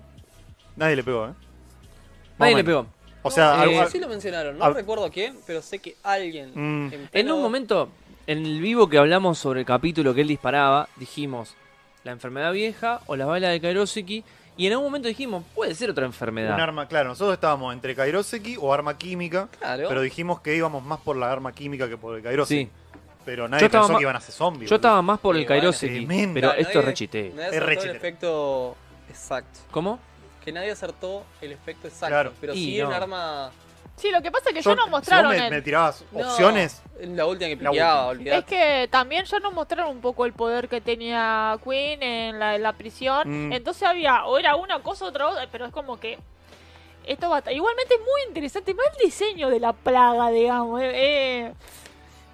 Nadie le pegó, ¿eh? Más Nadie o le menos. pegó. O sea, No, algo- eh, al- sí lo mencionaron, a- no recuerdo quién, pero sé que alguien. Mm. En pleno- un momento, en el vivo que hablamos sobre el capítulo que él disparaba, dijimos la enfermedad vieja o las balas de Kairoseki. Y en algún momento dijimos, puede ser otra un enfermedad. arma, claro, nosotros estábamos entre Kairoseki o arma química, Claro. pero dijimos que íbamos más por la arma química que por el Kairoseki. Sí, Pero nadie Yo estaba pensó ma- que iban a ser zombies. yo estaba más por Sí, el bueno, Kairoseki, tremendo. pero Claro, esto es nadie- rechite. Nadie Es acertó re el chileno. efecto exacto. ¿Cómo? Que nadie acertó el efecto exacto. Claro. Pero Y sí era un no. arma. Sí, lo que pasa es que boludo. Yo- ya nos mostraron Si vos me, me el- tirabas No, opciones, la última que La piqueaba, última. olvidate. Es que también ya nos mostraron un poco el poder que tenía Queen en la, en la prisión. Mm. Entonces había, o era una cosa, otra otra, pero es como que. Esto va a- Igualmente es muy interesante, más el diseño de la plaga, digamos. eh, eh,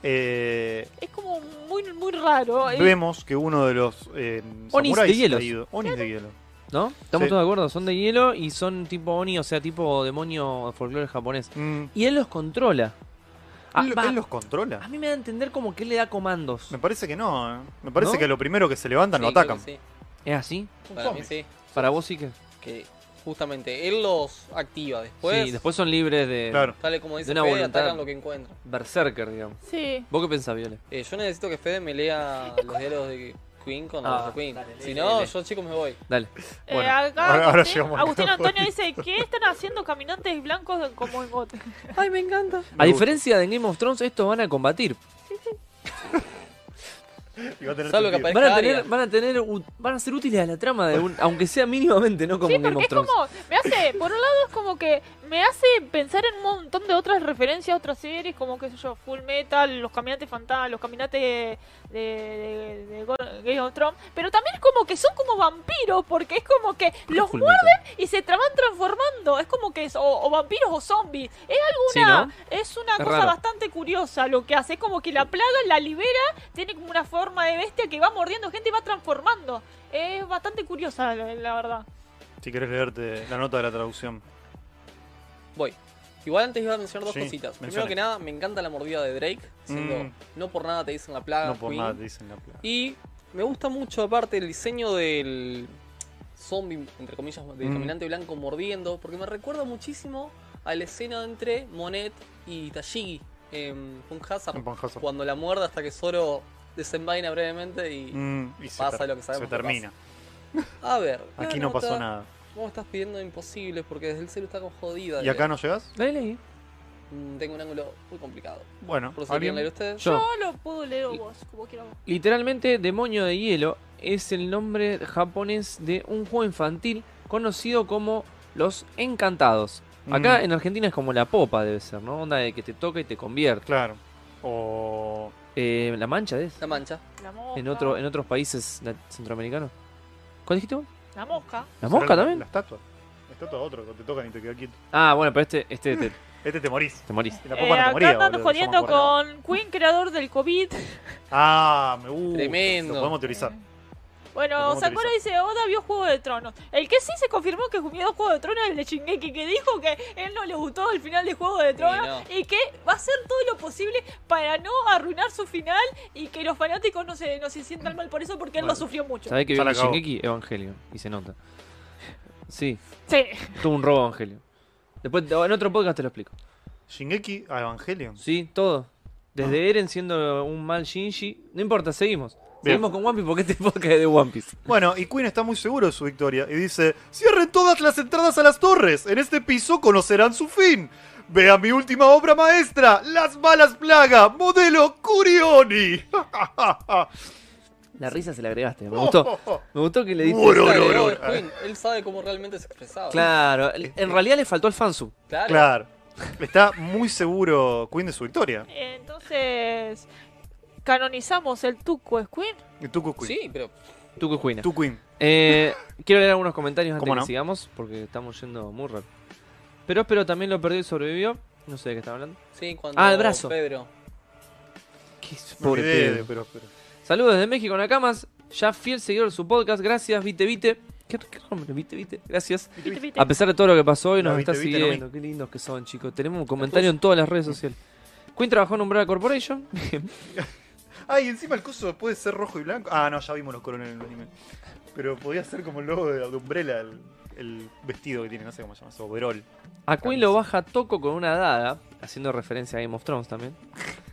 eh, es como muy, muy raro. eh. vemos que uno de los eh, Onis de samuráis hielos. caído- Onis de hielo. ¿No? ¿Estamos Sí. todos de acuerdo? Son de hielo y son tipo Oni, o sea, tipo demonio de folclore japonés. Mm. Y él los controla. Ah, ¿Él, va, él los A controla? mí me da a entender como que él le da comandos. Me parece que no. ¿eh? Me parece ¿No? que lo primero que se levantan Sí, lo creo atacan. que sí. ¿Es así? Son Para mí zombies. sí. Para vos sí que. Que justamente él los activa después. sí, después son libres de Pues- Claro. Tal y como dice De una Fede, voluntad. atacan lo que encuentran. Berserker, digamos. Sí. ¿Vos qué pensás, Viola? Eh, yo necesito que Fede me lea los diálogos de Queen con Ah, los de Queen. dale, si lee, no, lee. yo chicos me voy. Dale. Eh, Bueno, acá ahora- ahora Agustín, llegamos al Agustín campo. Antonio dice: ¿Qué están haciendo caminantes blancos como en Got? Ay, me encanta. A Me diferencia de Game of Thrones, estos van a combatir. gusta. Y va a tener Salvo que sentido. aparezca Van a Arya. tener, van a tener, ut- van a ser útiles a la trama de un, aunque sea mínimamente, no como Sí, Game porque of es Thrones. como, me hace, por un lado es como que me hace pensar en un montón de otras referencias a otras series, como qué sé yo, Full Metal, Los Caminantes Fantasmas, Los Caminantes de, de- de- de Go- Game of Thrones, pero también es como que son como vampiros, porque es como que los Full muerden Metal. y se tra- van transformando, es como que es o, o vampiros o zombies, es Sí, una, ¿no? es una cosa raro. bastante curiosa lo que hace, es como que la plaga la libera, tiene como una forma de bestia que va mordiendo gente y va transformando, es bastante curiosa la- la verdad. Si querés leerte la nota de la traducción. Voy. Igual antes iba a mencionar dos Sí, cositas. Primero mencione. que nada, me encanta la mordida de Drake. Diciendo, Mm. no por nada te dicen la plaga. no por Ah, Queen". nada te dicen la plaga. Y me gusta mucho, aparte, el diseño del zombie, entre comillas, del Mm. caminante blanco mordiendo, porque me recuerda muchísimo a la escena entre Monet y Tashigi en Punk Hazard, En Panjazo. cuando la muerde hasta que Zoro desenvaina brevemente y... Mm, y se, Pasa ter- lo que sabemos se que termina. A ver, Aquí la no pasó nota, nada. Vos me estás pidiendo imposibles porque desde el celu está como jodida. ¿Y acá no llegás? Dale, leí. Mm, Tengo un ángulo muy complicado. Bueno, ¿Por si ¿alguien? quieren leer ustedes? Yo. Yo lo puedo leer o vos, como quieras. vos. Literalmente, Demonio de Hielo es el nombre japonés de un juego infantil conocido como Los Encantados, Acá Mm, en Argentina es como la popa, debe ser, ¿no? Onda de que te toca y te convierte. Claro. O. Eh, la mancha es. La mancha. La mosca. En, otro, en otros países la- centroamericanos. ¿Cuál dijiste vos? La mosca. ¿La mosca la- también? La estatua. La estatua de otro, que te tocan y te quedas quieto. Ah, bueno, pero este, este te, Este te morís. te morís. Y la Eh, popa no te acá moría, boludo, andan yo me jodiendo acuerdo. con Queen, creador del COVID. Ah, me gusta. Tremendo. Lo podemos teorizar. Bueno, Podemos Sakura dice, Oda vio Juego de Tronos. El que sí se confirmó que vio Juego de Tronos es el de Shingeki, que dijo que él no le gustó el final de Juego de Tronos y que va a hacer todo lo posible para no arruinar su final y que los fanáticos no se, no se sientan mal por eso porque él lo Bueno. sufrió mucho. ¿Sabés que Ya vio la acabó. Shingeki? Evangelio. Y se nota. Sí, Sí. tuvo un robo Evangelio. Después, en otro podcast te lo explico. Shingeki a Evangelion. Sí, todo. Ah. Desde Eren siendo un mal Shinji. No importa, seguimos. Bien. Seguimos con One Piece porque este podcast es de One Piece. Bueno, y Queen está muy seguro de su victoria y dice: ¡Cierren todas las entradas a las torres! En este piso conocerán su fin. Vean mi última obra maestra, Las Malas Plagas, modelo Curioni. La risa se la agregaste. Me gustó. Me gustó que le diste. Bueno. Claro, no, no, Robert no. Queen, Él sabe cómo realmente se expresaba. Claro, en realidad le faltó el fansub. Claro. Claro. Está muy seguro Queen de su victoria. Entonces, canonizamos el Tuco es Queen. Y tú, Queen. Sí, pero Tú que juina. Tú, Queen. Eh, quiero leer algunos comentarios antes ¿Cómo que no? sigamos, porque estamos yendo muy rápido. Pero pero también lo perdió y sobrevivió. No sé de qué estaba hablando. sí, cuando Ah, el brazo. Pedro. Qué es- Me pobre olvidé Pedro. de- pero- pero- Saludos desde México, Nakamas. Ya fiel seguidor de su podcast. Gracias, Vite Vite. ¿Qué, qué nombre? Vite Vite. Gracias. Viste, viste. A pesar de todo lo que pasó hoy, nos No, Vite está Vite no siguiendo. Qué lindos que son, chicos. Tenemos un comentario en todas las redes sociales. Quinn trabajó en Umbrella Corporation. Ay, encima el coso puede ser rojo y blanco. Ah, no, ya vimos los colores en el anime. Pero podía ser como el logo de, de Umbrella, el, el vestido que tiene, no sé cómo se llama, eso, overol. A Quinn lo baja Toco con una dada, haciendo referencia a Game of Thrones también.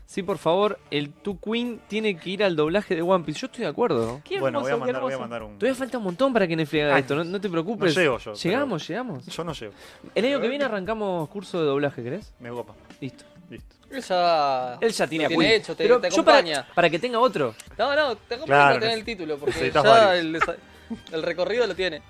Sí, por favor, el Tu Queen tiene que ir al doblaje de One Piece. Yo estoy de acuerdo. Qué bueno, voy a hermoso, qué mandar, voy a hermoso. mandar un. Todavía falta un montón para que Netflix haga Ay, esto, no, no te Ah, No preocupes. llego yo. llegamos, llegamos. pero- Yo no llego. El año que viene arrancamos curso de doblaje, ¿querés? Me copa. Listo. Listo. Él ya. Él ya tiene a Lo tiene Queen. hecho, te- Pero te yo para- acompaña. Para, que tenga otro. No, no, te acompaño Claro, a tener neces- el título porque necesitas ya varios. el, desa- el recorrido lo tiene.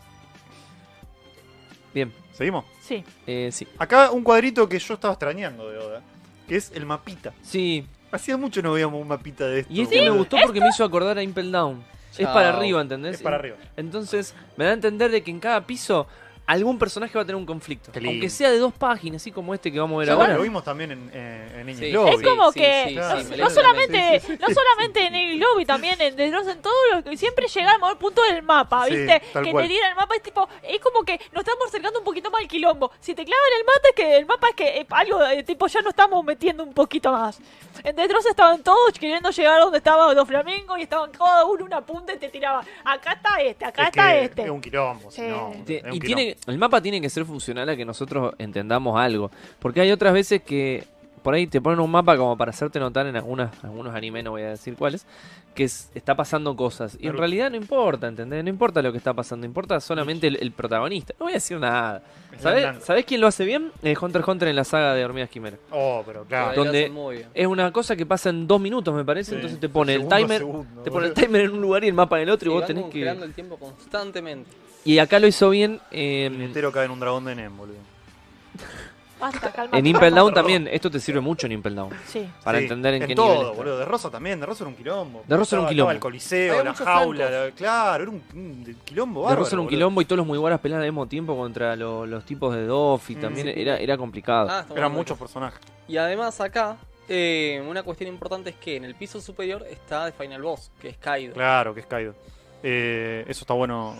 Bien, ¿Seguimos? Sí. eh, sí. Acá un cuadrito que yo estaba extrañando de Oda, que es el mapita. Sí. Hacía mucho no veíamos un mapita de esto. Y este me boludo. gustó porque me hizo acordar a Impel Down. Es Chao. para arriba, ¿entendés? Es para arriba. Entonces, me da a entender de que en cada piso algún personaje va a tener un conflicto. Qué lindo. Aunque sea de dos páginas, así como este que vamos a ver Ya ahora. Lo vimos también en, eh, en Niños Sí. Lobby. Es como sí, que sí, no, sí, no me lo- solamente, no solamente en el lobby, también en The Dross, en todo lo que siempre llegamos al punto del mapa, Sí, ¿viste? tal que cual. te tiran el mapa, es tipo, es como que nos estamos acercando un poquito más al quilombo. Si te clavan el mapa es que el mapa es que eh, algo eh, tipo ya nos estamos metiendo un poquito más. En The Dross estaban todos queriendo llegar donde estaba los flamingos y estaban cada uno una punta y te tiraban. Acá está este, acá Es está que este. Es un quilombo. si Sí. no, Te- es un y quilombo. tiene, el mapa tiene que ser funcional a que nosotros entendamos algo. Porque hay otras veces que por ahí te ponen un mapa como para hacerte notar en algunas, algunos animes, no voy a decir cuáles, que es- está pasando cosas. Y en Claro. realidad no importa, ¿entendés? No importa lo que está pasando, importa solamente el, el protagonista. No voy a decir nada. Es ¿Sabés, blanco. sabés quién lo hace bien? Eh, Hunter x Hunter en la saga de Hormigas Quimera. Oh, pero Pero claro. ahí lo donde- hacen muy bien. Es una cosa que pasa en dos minutos, me parece. Sí. Entonces te pone Segundo a el timer. segundo, Te pone el boludo. timer en un lugar y el mapa en el otro y, Y vos van tenés congelando que... el tiempo constantemente. Y acá lo hizo bien eh, El entero cae en un dragón de Nen, boludo. Basta, calmate. en Impel Down también. Esto te sirve mucho en Impel Down. Sí. Para Sí, entender en, qué todo, nivel está. boludo. De Rosa también, de Rosa era un quilombo. De Rosa era un Estaba- quilombo. Estaba el coliseo, Había la muchos jaula, flancos. la- claro, era un, un quilombo De bárbaro. Russo era un boludo. quilombo y todos los muy buenas pelean al mismo tiempo contra lo- los tipos de Doff y Mm. también era, era complicado. Ah, estamos Eran muy muchos personajes. Y además acá, eh, una cuestión importante es que en el piso superior está The Final Boss, que es Kaido. Claro, que es Kaido. Eh, eso está bueno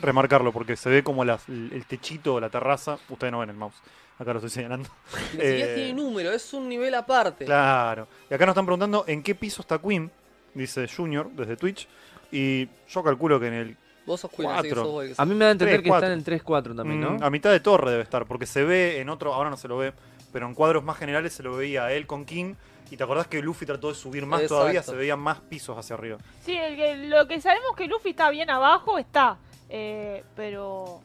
remarcarlo porque se ve como las- el techito, la terraza. Ustedes no ven el mouse. Acá lo estoy señalando. Ni siquiera Eh, tiene número, es un nivel aparte. Claro. Y acá nos están preguntando en qué piso está Queen, dice Junior desde Twitch. Y yo calculo que en el. Vos sos Queen, así que Cuatro. sos vos el que A mí me da a entender Tres, que está cuatro. en el 3-4 también, ¿no? mm, A mitad de torre debe estar, porque se ve en otro. Ahora no se lo ve, pero en cuadros más generales se lo veía a él con King. Y te acordás que Luffy trató de subir más Exacto. todavía, se veían más pisos hacia arriba. Sí, el que- lo que sabemos que Luffy está bien abajo, está. Eh, pero.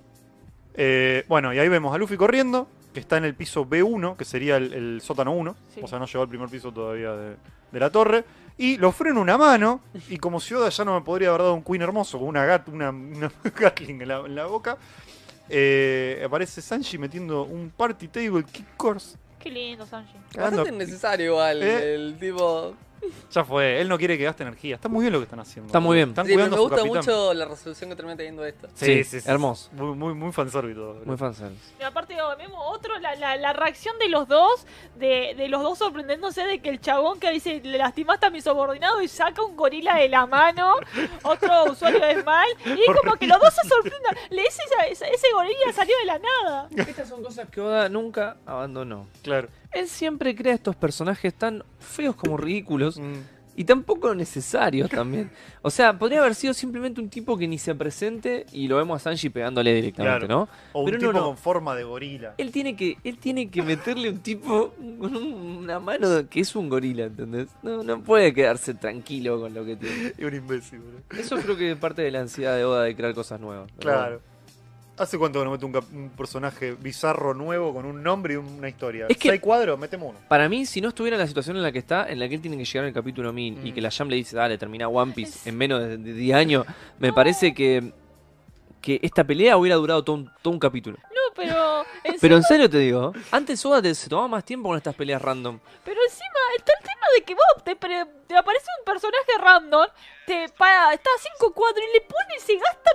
Eh, bueno, y ahí vemos a Luffy corriendo, que está en el piso B1, que sería el, el sótano 1. Sí. O sea, no llegó al primer piso todavía de, de la torre. Y lo frena una mano. Y como si Oda ya no me podría haber dado un Queen hermoso, con una, gat, una, una Gatling en la, en la boca, Eh, aparece Sanji metiendo un party table kick course. Qué lindo, Sanji. cagando Bastante innecesario igual, ¿Eh? el tipo... a- Ya fue, él no quiere que gaste energía. Está muy bien lo que están haciendo. Está muy bien. Están Sí, me cuidando me a su gusta capitán. mucho la resolución que termina teniendo esto. Sí, hermoso. Muy, muy, muy fanservice todo. Muy fanservice. Y aparte vemos otro, la, la, la reacción de los dos, de, de los dos sorprendiéndose de que el chabón que dice le lastimaste a mi subordinado y saca un gorila de la mano, otro usuario de mal, y es como que los dos se sorprenden, le dice esa- esa- ese gorila salió de la nada. Estas son cosas que Oda nunca abandonó. Claro. Él siempre crea estos personajes tan feos como ridículos Mm. y tan poco necesarios también. O sea, podría haber sido simplemente un tipo que ni se presente y lo vemos a Sanji pegándole directamente, Claro. ¿no? O un Pero no, tipo no. con forma de gorila. Él tiene que él tiene que meterle un tipo con un- una mano que es un gorila, ¿entendés? No, no puede quedarse tranquilo con lo que tiene. Y un imbécil, bro. Eso creo que es parte de la ansiedad de Oda de crear cosas nuevas. pero Claro. bueno. ¿Hace cuánto que no mete un, cap- un personaje bizarro nuevo con un nombre y una historia? Es que- ¿Seis cuadros? Metemos uno. Para mí, si no estuviera en la situación en la que está, en la que él tiene que llegar al capítulo 1000 y Mm. que la Jam le dice, dale, termina One Piece en menos de de 10 años, me parece que, que esta pelea hubiera durado todo un, todo un capítulo. No, pero encima, Pero pero, en serio te digo, antes Oda te- se tomaba más tiempo con estas peleas random. encima está el tema de que vos te, pre- te aparece un personaje random, te para, está a 5 cuadros y le pone, se gasta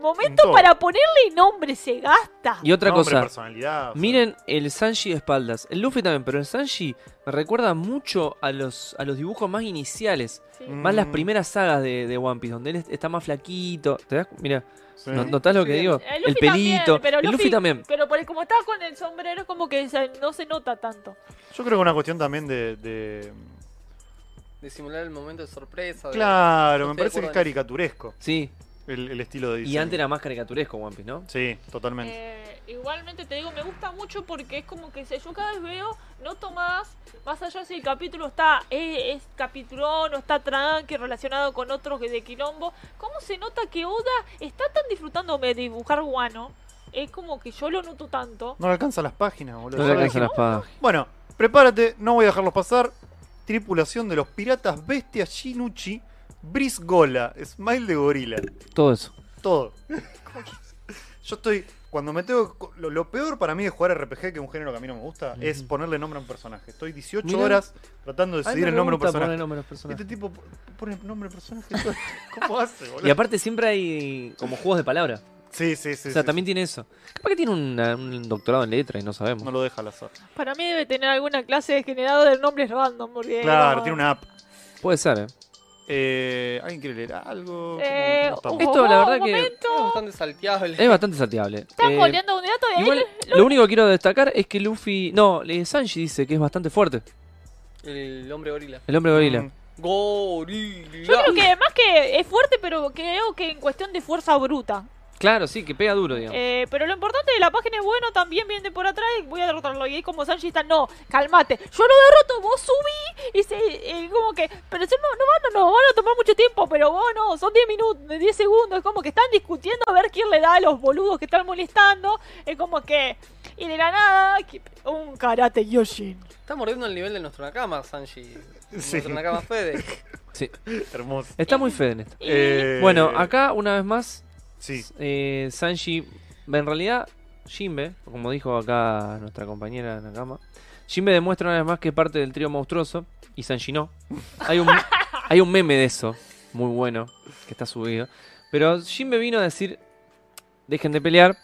momento todo. para ponerle nombre, se gasta. Y otra Nombre, cosa, personalidad. o sea, miren el Sanji de espaldas. El Luffy también, pero el Sanji me recuerda mucho a los, a los dibujos más iniciales, Sí. Mm. más las primeras sagas de, de One Piece, donde él es- está más flaquito. ¿Te das? cu- Mira, sí. ¿no- ¿notás lo que Sí. digo? El El Luffy también, pelito. pero el Luffy Luffy- también. Pero por el- como está con el sombrero es como que se- no se nota tanto. Yo creo que una cuestión también de. de- Disimular el momento de sorpresa. de- Claro, Estoy me parece de que es acuerdo en caricaturesco Sí, el, el estilo de y diseño. antes era más caricaturesco One Piece, ¿no? Sí, totalmente. Eh, igualmente te digo, me gusta mucho porque es como que se- yo cada vez veo, no tomás, más allá si el capítulo está, eh, es capitulón o está tranqui relacionado con otros que de quilombo, ¿cómo se nota que Oda está tan disfrutándome de dibujar guano? Es como que yo lo noto tanto. No le alcanzan las páginas, boludo. No le Yo alcanza dije, la espada. Bueno, prepárate, no voy a dejarlos pasar. Tripulación de los piratas bestias Shinuchi, Brisgola, Smile de Gorila. Todo eso. Todo. Yo estoy. Cuando me tengo. que- Lo, lo peor para mí de jugar RPG, que es un género que a mí no me gusta, es Ujú. ponerle nombre a un personaje. Estoy 18 Mirá. horas tratando de decidir el nombre a un personaje. Este personaje. tipo po- pone nombre a personaje. ¿Cómo hace, boludo? Y aparte siempre hay como juegos de palabras. Sí, sí, sí. o sea, sí, también tiene eso. Capaz que tiene una- un doctorado en letras y no sí. sabemos. No lo deja al azar. Para mí debe tener alguna clase de generado de nombres random. Porque, eh, Claro, no, tiene una app. Puede ser, ¿eh? Eh, ¿Alguien quiere leer algo? ¿Cómo- Eh, cómo estamos? un Esto, la verdad momento, que- Es Ah, bastante Eh. salteable. Es bastante salteable. Estás Eh, goleando un dato y ahí igual, lo único que quiero destacar es que Luffy... No, eh, Sanji dice que es bastante fuerte. El hombre gorila. El hombre gorila. Mm, Gorila. Yo creo que además que es fuerte, pero creo que en cuestión de fuerza bruta. Claro, sí, que pega duro, digamos. Eh, pero lo importante de la página es bueno, también viene por atrás y voy a derrotarlo. Y ahí como Sanji está, no, calmate, yo lo derroto, vos subí y se, y como que, pero se- no, no, van, a- no van a tomar mucho tiempo, pero vos no, son 10 minutos, 10 segundos, es como que están discutiendo a ver quién le da a los boludos que están molestando, es como que, y de la nada, que- un karate Yoshin. Está mordiendo el nivel de nuestro Nakama, Sanji. Sí. Nuestro Nakama Fede. Sí. Hermoso. Está muy fede en esto. Y- Eh, Bueno, acá una vez más Sí. eh, Sanji, en realidad, Jimbe, como dijo acá nuestra compañera Nakama, Jimbe demuestra una vez más que es parte del trío monstruoso y Sanji no. Hay un, hay un meme de eso, muy bueno, que está subido. Pero Jimbe vino a decir, dejen de pelear,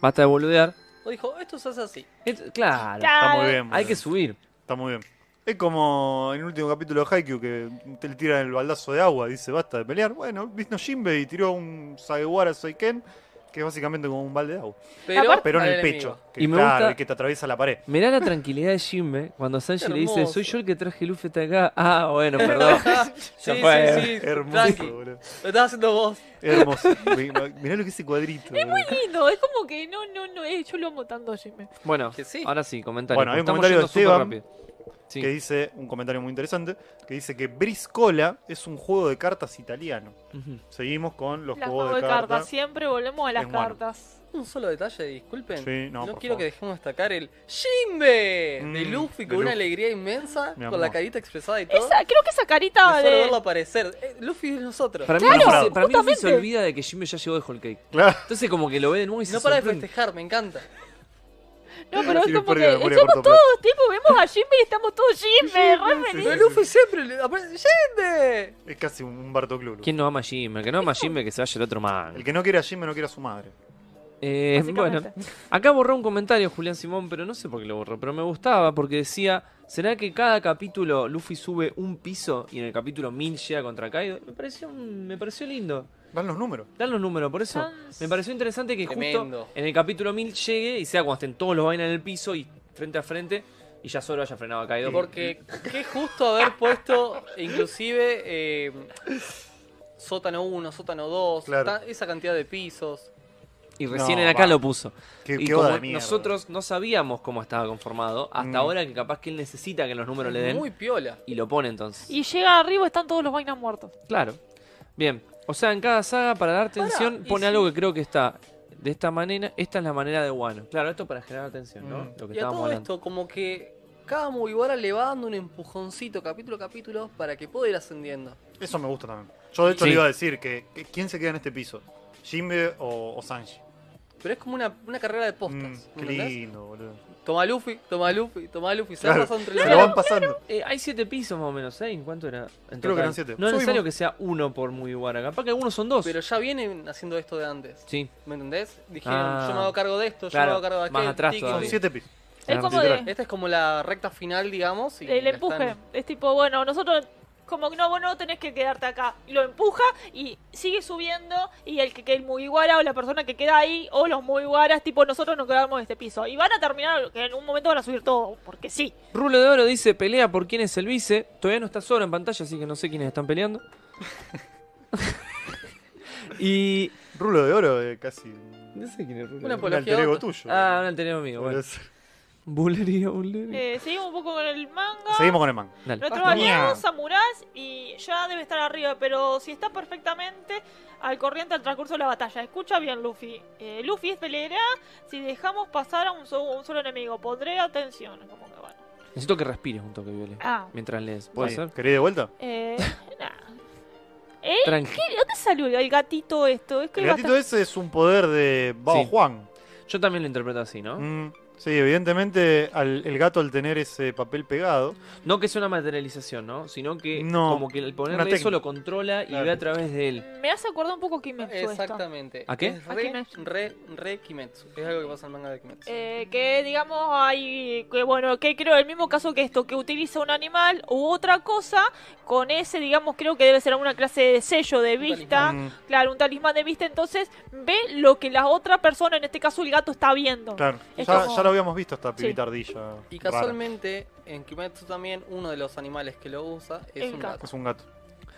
basta de boludear. O dijo, esto se hace así. Es- claro, Está muy Claro. bien. muy hay que bien. subir. Está muy bien. Es como en el último capítulo de Haikyuu que te le tiran el baldazo de agua, dice basta de pelear. Bueno, vino Jinbei y tiró un Sagewara Seiken, que es básicamente como un balde de agua. Pero, Pero en al el enemigo. pecho, que, Y me claro, gusta- que te atraviesa la pared. Mirá la tranquilidad de Jimbe cuando Sanji le dice, Hermoso. soy yo el que traje Luffy hasta acá. Ah, bueno, perdón. sí, fue. sí, sí. Hermoso, Tranqui. boludo. Lo estás haciendo vos. Hermoso. Mi- Mirá lo que ese cuadrito. boludo. lindo, es como que no, no, no, eh, yo lo amo tanto, Jimmy. Bueno, Que sí. ahora sí, comentarios. Bueno, hay un Estamos comentario de yendo súper Esteban, rápido. Sí. Que dice, un comentario muy interesante, que dice que Briscola es un juego de cartas italiano. Ujú. Seguimos con los Las juegos juegos de cartas, siempre volvemos a las Es bueno. cartas. Un solo detalle, disculpen. Sí, no, por quiero favor. que dejemos destacar el Jimbe de Mm, Luffy de con una Luffy. alegría inmensa, Mi con la amor. carita expresada y todo. Esa, creo que esa carita De solo verlo de. aparecer. Eh, Luffy es nosotros. Para mí, Claro, Luffy se- para mí Luffy se justamente. olvida de que Jimmy ya llegó de Whole Cake. Claro. Entonces como que lo ve de nuevo y se No para de sorprende. festejar, me encanta. No, pero es Sí, como por que. ahí, por ahí, Estamos corto plazo. todos, tipo, vemos a Jimmy y estamos todos Jimmy, re felices. Pero Luffy siempre le aparece. ¡Jimbe! Es casi un Bartoclulu. ¿Quién no ama a Jimmy? El que no ama a Jimmy que se vaya el otro man. El que no quiere a Jimmy no quiere a su madre. Eh, bueno, Básicamente. acá borró un comentario Julián Simón, pero no sé por qué lo borró, pero me gustaba porque decía, ¿será que cada capítulo Luffy sube un piso y en el capítulo 1000 llega contra Kaido? Me pareció, un- me pareció lindo. Dan los números. Dan los números, por eso. Sans. Me pareció interesante que Tremendo. justo en el capítulo 1000 llegue y sea cuando estén todos los vainas en el piso y frente a frente y ya solo haya frenado a Kaido. Porque qué justo haber puesto, inclusive, eh, sótano 1, sótano 2, Claro. ta- esa cantidad de pisos. Y recién No, en acá va. lo puso. Qué, y qué como boda de mierda. nosotros no sabíamos cómo estaba conformado, hasta Mm. ahora que capaz que él necesita que los números le den Muy piola. y lo pone entonces. Y llega arriba, están todos los vainas muertos. Claro. Bien. O sea, en cada saga, para dar tensión, y pone si- algo que creo que está. De esta manera, esta es la manera de Wano. Claro, esto para generar tensión, ¿no? Mm. Lo que Y a estábamos todo hablando. esto, como que cada Mugiwara le va dando un empujoncito capítulo a capítulo para que pueda ir ascendiendo. Eso me gusta también. Yo de hecho Sí. le iba a decir que, que- ¿quién se queda en este piso? ¿Jimbe o, o Sanji? Pero es como una, una carrera de postas. Mm, qué ¿entendés? lindo, boludo. Toma Luffy, toma Luffy, toma Luffy. Se Claro, va pasando entre Se los lo van dedos. pasando. Eh, hay siete pisos más o menos, ¿eh? ¿Cuánto era? En Creo que total? eran siete. No es Subimos. necesario que sea uno por Mugiwara. Capaz que algunos son dos. Pero ya vienen haciendo esto de antes. Sí, ¿Me entendés? Dijeron, Ah. yo me hago cargo de esto, Claro, yo me hago cargo de más aquello. atrás tiki, todavía. Son tiki. siete pisos. Es como Literal. de. Esta es como la recta final, digamos. Y El la empuje. están- Es tipo, bueno, nosotros. Como que no, vos no tenés que quedarte acá. Y lo empuja y sigue subiendo. Y el que, que el Mugiwara o la persona que queda ahí, o los Mugiwaras, tipo, nosotros nos quedamos en este piso. Y van a terminar, que en un momento van a subir todo, porque sí. Rulo de Oro dice, pelea por quién es el vice. Todavía no está solo en pantalla, así que no sé quiénes están peleando. y... Rulo de oro, eh, casi. No sé quién es Rulo. Una de Oro. Un apología alter a ego otro. tuyo. Ah, un anterior mío. Bueno. Boludo. Bulería, bulería. Eh, seguimos un poco con el manga. Seguimos con el man. Dale. Nuestro Basta. aliado, Miau. Samuráis, y ya debe estar arriba, pero si está perfectamente al corriente al transcurso de la batalla. Escucha bien, Luffy. Eh, Luffy es peleará si dejamos pasar a un, so- un solo enemigo. Pondré atención. Como que bueno. Necesito que respires un toque, Viole. Ah, Mientras lees. ¿Puede Oye, ser? ¿Querés ir de vuelta? eh, nada. ¿Eh? Tranqui. ¿Qué- ¿Dónde salió el gatito esto? Es que El el gatito ese es un poder de Bao Sí. Ah. Juan. Yo también lo interpreto así, ¿no? Mm, sí, evidentemente al- el gato al tener ese papel pegado. No que sea una materialización, ¿no? Sino que No, como que el una ponerle técnica. eso lo controla y Claro. ve a través de él. Me hace acordar un poco a Kimetsu esto. Exactamente. ¿A qué? Es A re, Kimetsu. re, re Kimetsu. Es algo que pasa en el manga de Kimetsu. Eh, que digamos hay que bueno que creo el mismo caso que esto que utiliza un animal u otra cosa con ese digamos creo que debe ser alguna clase de sello de vista Mm, claro un talismán de vista entonces ve lo que la otra persona en este caso el gato está viendo claro. Es Ya, como- ya lo habíamos visto esta pibita Sí. ardilla. Y rara. casualmente, en Kimetsu también, uno de los animales que lo usa es El un gato. gato. Es un gato.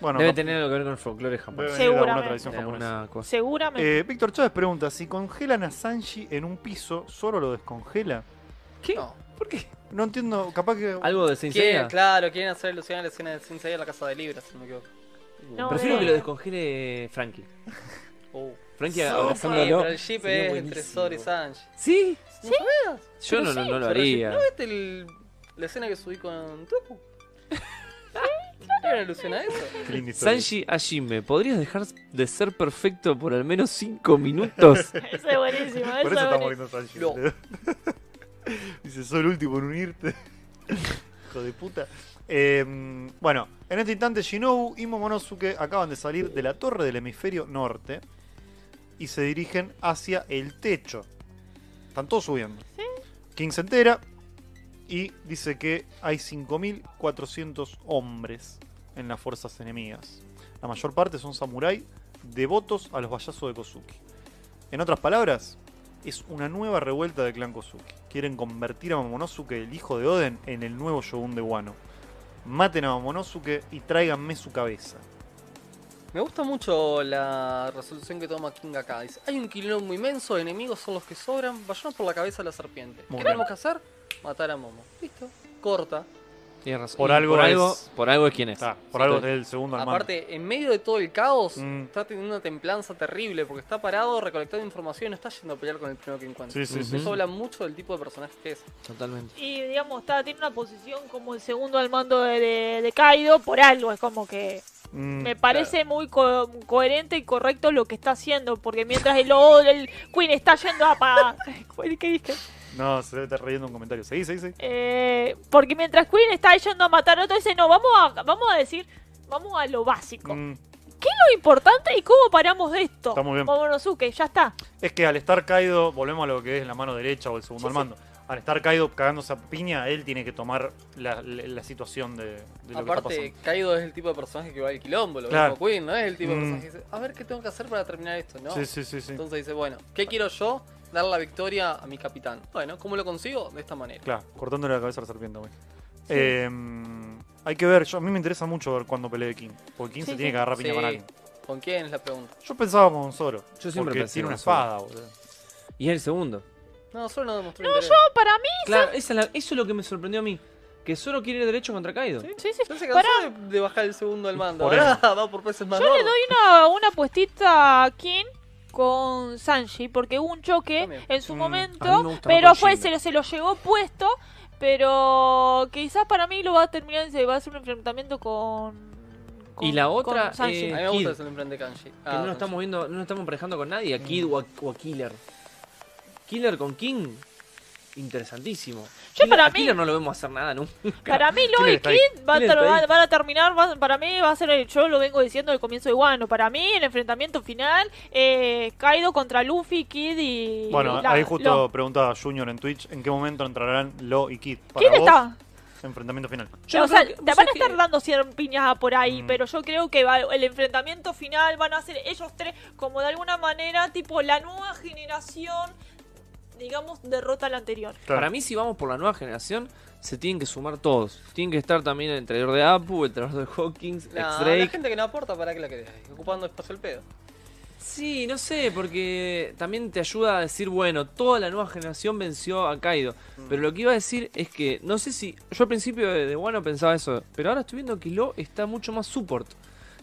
Bueno, Debe cap- tener algo que ver con el folclore debe japonés. venir de alguna Seguramente. tradición De japonesa. alguna cosa. seguramente Eh, Víctor Chávez pregunta, si congelan a Sanji en un piso, ¿solo lo descongela? ¿Qué? No. ¿Por qué? No entiendo, capaz que... ¿Algo de Quieren, Sensei? claro, quieren hacer alusión a la escena de Sensei en la casa de Libra, si no me equivoco. No, Prefiero de- que lo descongele Frankie. Oh. Frankie Sí, Sí, abrazándolo. pero el jeep Sería es entre buenísimo. Zoro y Sanji. ¿Sí? ¿No sabías? Yo Pero no, no, sí, no lo Pero el jeep- haría. ¿No viste el- la escena que subí con Tupu? Era una alusión a eso. Qué linda historia. Sanji Ajime, ¿podrías dejar de ser perfecto por al menos 5 minutos? Ese es buenísimo ese Eh, Por eso es está buenísimo. muriendo Sanji. No. boludo. Dice, soy el último en unirte. Hijo de puta. Eh, bueno, en este instante Shinobu y Momonosuke acaban de salir de la torre del hemisferio norte y se dirigen hacia el techo. Están todos subiendo. King se entera y dice que hay 5.400 hombres en las fuerzas enemigas. La mayor parte son samurái devotos a los vallazos de Kozuki. En otras palabras, es una nueva revuelta del clan Kozuki. Quieren convertir a Momonosuke, el hijo de Oden, en el nuevo Shogun de Wano. Maten a Momonosuke y tráiganme su cabeza. Me gusta mucho la resolución que toma King acá. Dice, hay un quilombo inmenso, enemigos son los que sobran, vayamos por la cabeza de la serpiente. Muy ¿Qué bien. tenemos que hacer? Matar a Momo. Listo. Corta. Tienes razón. Por Y algo por algo, es- por algo es quien es. Está, Ah, por Sí, algo es estoy- el segundo hermano. Aparte, en medio de todo el caos, Mm. está teniendo una templanza terrible porque está parado, recolectando información y no está yendo a pelear con el primero que encuentra. Sí, sí, sí. Ujú. Eso habla mucho del tipo de personaje que es. Totalmente. Y digamos, está, tiene una posición como el segundo al mando de, de- de Kaido por algo. Es como que Mm, me parece muy co- coherente y correcto lo que está haciendo. Porque mientras el, o- el Queen está yendo a pa- ¿Qué dije? No, se debe estar riendo un comentario. Seguí, seguí, seguí. Eh, porque mientras Queen está yendo a matar a otro, dice, no, vamos a, vamos a decir, vamos a lo básico. Mm, Lo importante y cómo paramos de esto. Está muy bien. Momonosuke, ya está. Es que al estar caído, volvemos a lo que es la mano derecha o el segundo Sí, al mando. Al estar caído cagándose a piña, él tiene que tomar la, la- la situación de, de lo que Aparte, está Kaido es el tipo de personaje que va al quilombo, lo Claro. mismo Queen, ¿no? Es el tipo Mm. de personaje que dice, a ver qué tengo que hacer para terminar esto, ¿no? pasando. Sí, sí, sí, sí. Entonces dice, bueno, ¿qué quiero yo? Dar la victoria a mi capitán. Bueno, ¿cómo lo consigo? De esta manera. Claro, cortándole la cabeza a la serpiente, güey. Eh, hay que ver, yo, a mí me interesa mucho ver cuándo pelee King. Porque King Sí, se tiene sí. que agarrar piña Sí. con alguien. ¿Con quién es la pregunta? Yo pensaba con Zoro. Yo siempre porque pensé tiene una con Zoro. espada, boludo. Y es el segundo. No, solo no demostró No, interés. yo para mí... Claro, esa es la- eso es lo que me sorprendió a mí. Que solo quiere ir derecho contra Kaido. Sí, sí. Ya se Pará. cansó de, de bajar el segundo al mando. Por Ahora va por peces más Yo le gordos. doy una, Ah, una puestita a King con Sanji, porque hubo un choque También. en su Mm, a mí momento, me gusta más pero con fue, Jinbe. se, lo- se lo llevó puesto, pero quizás para mí lo va a terminar, se va a hacer un enfrentamiento con... con- Y la otra, con Sanji. eh, A mí me gusta Kid. el emprende de Kanji. Que Ah, Mm. no nos Kanji. estamos viendo, no nos estamos emparejando con nadie, a Kid o a, o a Killer. Killer con King, interesantísimo. Yo Killer- para a mí- Killer no lo vemos hacer nada nunca. Para mí Killer Law y está ahí. Kid van, a Killer ter- está ahí. van a terminar, van- para mí va a ser, el, yo lo vengo diciendo al comienzo de Wano, para mí el enfrentamiento final, eh, Kaido contra Luffy, Kid y... Bueno, y la- ahí justo Law. preguntaba Junior en Twitch en qué momento entrarán Lo y Kid. Para ¿Quién vos, está? Enfrentamiento final. Yo o creo sea, que- te vos van a sabés estar que- dando 100 piñas por ahí, Mm. pero yo creo que va- el enfrentamiento final van a ser ellos tres, como de alguna manera, tipo la nueva generación, digamos, derrota a la anterior. Claro. Para mí, si vamos por la nueva generación, se tienen que sumar todos. Tienen que estar también el entrenador de Apu, el entrenador de Hawkins, Nah, la X-Drake. gente que no aporta, ¿para qué la querés? Ocupando espacio el pedo. Sí, no sé, porque también te ayuda a decir, bueno, toda la nueva generación venció a Kaido. Mm. Pero lo que iba a decir es que, no sé si. Yo al principio de, de Wano pensaba eso, pero ahora estoy viendo que Lo está mucho más support.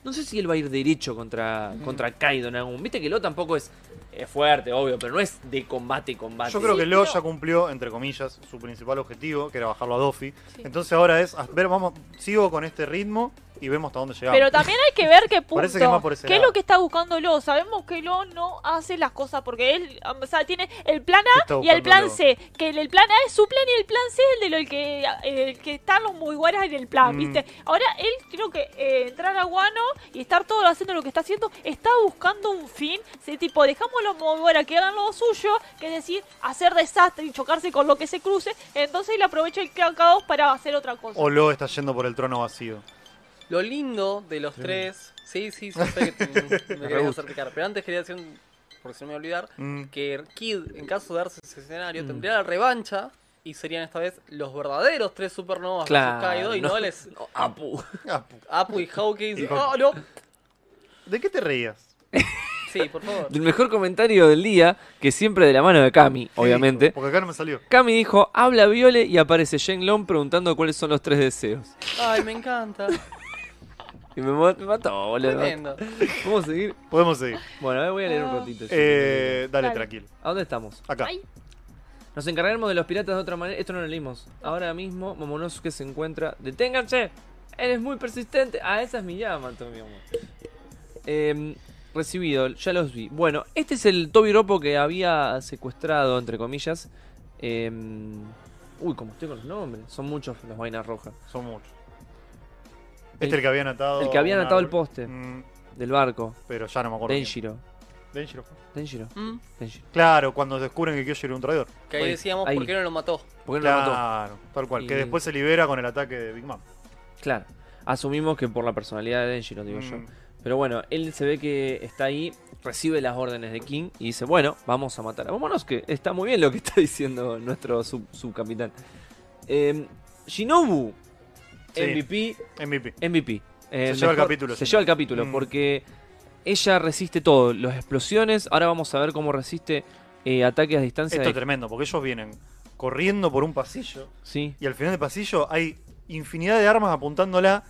No sé si él va a ir derecho contra, Mm. contra Kaido en algún. Viste que Lo tampoco es, es fuerte, obvio, pero no es de combate, combate. Yo creo Sí, que Leo pero- ya cumplió, entre comillas, su principal objetivo, que era bajarlo a Doffy. Sí. Entonces ahora es, a ver, vamos, sigo con este ritmo y vemos hasta dónde llegamos. Pero también hay que ver qué punto, Parece que es más por ese qué es lado. lo que está buscando Lo. Sabemos que Lo no hace las cosas porque él, o sea, tiene el plan ¿Qué A está y el buscando plan Lo? C. Que el plan A es su plan y el plan C es el de lo que, el que están los muy guaras en el plan, Mm. ¿viste? Ahora él creo que eh, entrar a Guano y estar todo haciendo lo que está haciendo, está buscando un fin, ¿sí? tipo, dejamos los muy guaras que hagan lo suyo, que es decir, hacer desastre y chocarse con lo que se cruce, entonces él aprovecha el ca- caos para hacer otra cosa. O Lo está yendo por el trono vacío. Lo lindo de los tres. Sí, sí, sí, sé que te- me querías gusta. hacer picar. Pero antes quería decir, un- porque si no me voy a olvidar, Mm. que Kid, en caso de darse ese escenario, Mm. tendría la revancha. Y serían esta vez los verdaderos tres supernovas versus Claro, Kaido y no. no, les Apu. Ah, pu- Apu y Hawkins. Y ¡Oh, no! ¿De qué te reías? Sí, por favor. Del mejor comentario del día, que siempre de la mano de Cami, obviamente. Porque acá no me salió. Cami dijo, habla Viole y aparece Shane Long preguntando cuáles son los tres deseos. Ay, me encanta. Y me, mo- me mató, boludo. Tremendo. Vamos a seguir. Podemos seguir. Bueno, a ver, voy a leer un ratito. yo. Eh, dale, Dale. tranquilo. ¿A dónde estamos? Acá. Ay. Nos encargaremos de los piratas de otra manera. Esto no lo leímos. Ahora mismo Momonosuke se encuentra. ¡Deténganse! Eres muy persistente. Ah, esa es mi llama, todo mi amor. Em, recibido, ya los vi. Bueno, este es el Toby Ropo que había secuestrado, entre comillas. Em, uy, como estoy con los nombres. Son muchos los vainas rojas. Son muchos. Este El- es el que habían atado. el que habían a un atado el árbol. poste. Mm, Del barco. pero ya no me acuerdo. quién. Denjiro. Denjiro. Denjiro. Mm, Denjiro. Claro, cuando descubren que Kyoshi era un traidor. Que ahí Ahí, decíamos ahí. por qué no lo mató. ¿Por qué no lo mató? Claro, tal cual. Que Y- después se libera con el ataque de Big Mom. Claro. Asumimos que por la personalidad de Denjiro, digo yo. Mm, Pero bueno, él se ve que está ahí, recibe las órdenes de King y dice, bueno, vamos a matar a Vámonos, que está muy bien lo que está diciendo nuestro sub- subcapitán. Eh, Shinobu, Sí. MVP, MVP. MVP. Eh, Se lleva el capítulo, Se Shinobu. lleva el capítulo, Mm. porque ella resiste todo, las explosiones, ahora vamos a ver cómo resiste eh, ataques a distancia. Esto es de- tremendo, porque ellos vienen corriendo por un pasillo Sí, y al final del pasillo hay infinidad de armas apuntándola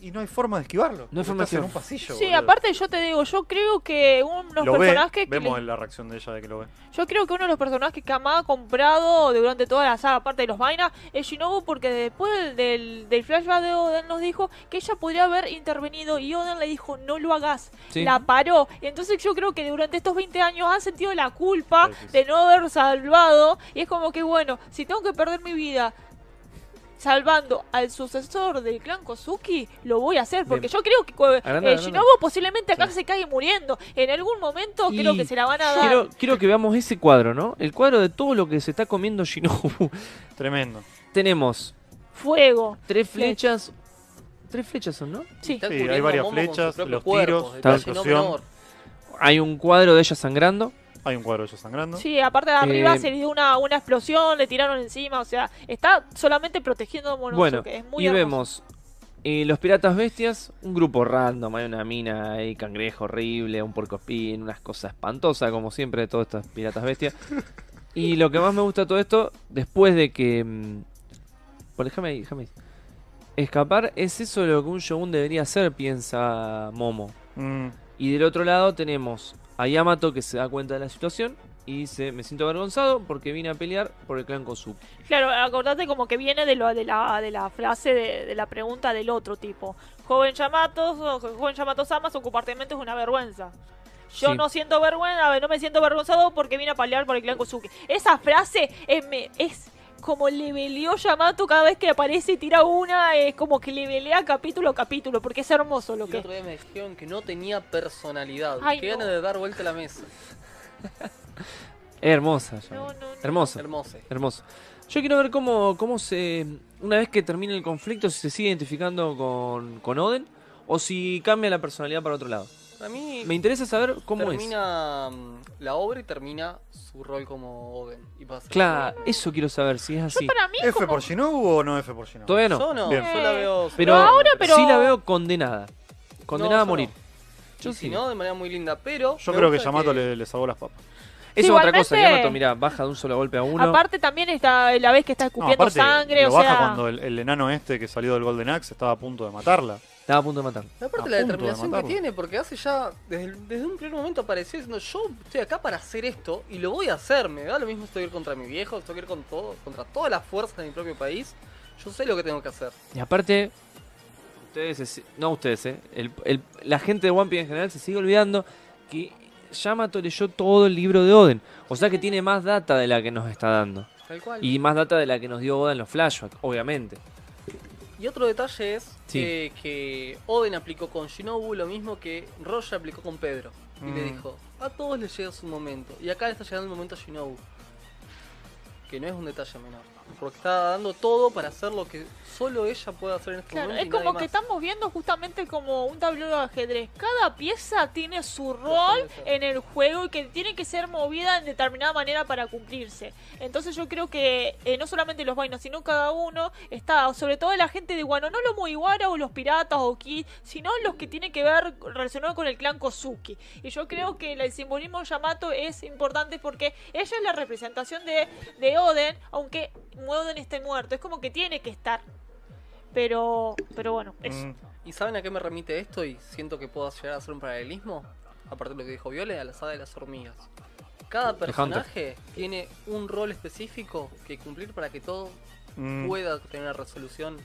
y no hay forma de esquivarlo. No hay porque forma de estás en esquivar. un pasillo. Sí, boludo. aparte yo te digo, yo creo que unos lo ve, personajes que vemos le- la reacción de ella de que lo ve. yo creo que uno de los personajes que más ha comprado durante toda la saga, aparte de los vainas, es Shinobu porque después del, del flashback de Oden nos dijo que ella podría haber intervenido y Oden le dijo no lo hagas, Sí. la paró. Y entonces yo creo que durante estos 20 años han sentido la culpa Sí, sí, sí. de no haber salvado. Y es como que, bueno, si tengo que perder mi vida salvando al sucesor del clan Kozuki, lo voy a hacer. Porque Bien. yo creo que cua- Agranda, eh, agranda. Shinobu posiblemente acá Sí. se caiga muriendo. En algún momento Y creo que se la van a dar. Quiero, quiero que veamos ese cuadro, ¿no? El cuadro de todo lo que se está comiendo Shinobu. Tremendo. Tenemos Fuego. tres Sí. flechas. Tres flechas son, ¿no? Sí, Sí. hay varias flechas, los tiros, la explosión. Hay un cuadro de ella sangrando. Hay un cuadro de ella sangrando. Sí, aparte de arriba Eh, se le dio una, una explosión, le tiraron encima, o sea, está solamente protegiendo a Monosuke, Bueno, es muy y hermoso. vemos eh, los piratas bestias, un grupo random, hay una mina, hay cangrejo horrible, un porcospín, unas cosas espantosas como siempre de todos estos piratas bestias. y lo que más me gusta de todo esto, después de que... mm, Bueno, déjame ahí, déjame ahí. Escapar es eso lo que un shogun debería hacer, piensa Momo. Mm, Y del otro lado tenemos a Yamato que se da cuenta de la situación y dice, me siento avergonzado porque vine a pelear por el clan Kozuki. Claro, acordate como que viene de, lo, de, la, de la frase de, de la pregunta del otro tipo. Joven Yamato, jo- joven Yamato Sama, su compartimento es una vergüenza. Yo Sí. no siento vergüenza, no me siento avergonzado porque vine a pelear por el clan Kosuke. Esa frase es, me- es como leveleó Yamato cada vez que aparece y tira una, es como que levelea capítulo a capítulo, porque es hermoso lo El que otro día me dijeron que no tenía personalidad. Ay, que no. ganas de dar vuelta a la mesa. Hermosa. No, Yamato. no, no. Hermosa. Hermoso. Hermoso. Yo quiero ver cómo, cómo se. Una vez que termine el conflicto, si se sigue identificando con, con Oden o si cambia la personalidad para otro lado. A mí Me interesa saber cómo es. termina mm, la obra y termina su rol como Oden. Y pasa. Claro, eso quiero saber si es Yo así. para mí es ¿F como- por Shinobu o no F por Shinobu? Todavía no. Yo no, Bien. yo la veo. Pero, No, ahora, pero- sí la veo condenada. Condenada No, a yo morir. Y Yo si sí. no, de manera muy linda. Pero. Yo me creo que gusta Yamato Le, le salvó las papas. Eso Sí, es otra cosa. igualmente- Yamato, mirá, baja de un solo golpe a uno. Aparte también está la vez que está No, escupiendo aparte, sangre, lo o baja sea... cuando el, el enano este que salió del Golden Axe estaba a punto de matarla. Estaba a punto de matar. Y Aparte A la punto de determinación que matarlo. tiene, porque hace ya, desde, el- desde un primer momento apareció diciendo, yo estoy acá para hacer esto y lo voy a hacer, me da lo mismo estoy ir contra mi viejo, estoy ir con todo, contra todas las fuerzas de mi propio país, yo sé lo que tengo que hacer. Y aparte, ustedes, se si- no ustedes, eh, el- el- la gente de One Piece en general se sigue olvidando que Yamato leyó todo el libro de Oden. O sea que tiene más data de la que nos está dando. Tal cual. Y, Y más data de la que nos dio Oden en los flashbacks, obviamente. otro detalle es Sí. eh, que Oden aplicó con Shinobu lo mismo que Roger aplicó con Pedro. Y le Mm. dijo, a todos les llega su momento, y acá le está llegando el momento a Shinobu. Que no es un detalle menor, porque está dando todo para hacer lo que solo ella puede hacer en este Claro, momento. es y como nadie que más. estamos viendo justamente como un tablero de ajedrez. Cada pieza tiene su rol en el juego y que tiene que ser movida en determinada manera para cumplirse. Entonces yo creo que eh, no solamente los vainos, sino cada uno está, sobre todo la gente de Guano, no los Mugiwara o los piratas o Ki, sino los que tienen que ver relacionado con el clan Kozuki. Y yo creo que el simbolismo de Yamato es importante porque ella es la representación de, de Oden, aunque Oden esté muerto. Es como que tiene que estar. Pero, pero bueno, eso. Mm. ¿Y saben a qué me remite esto? Y siento que puedo llegar a hacer un paralelismo, aparte de lo que dijo Viole, a la saga de las hormigas. Cada personaje tiene un rol específico que cumplir para que todo Mm. pueda tener una resolución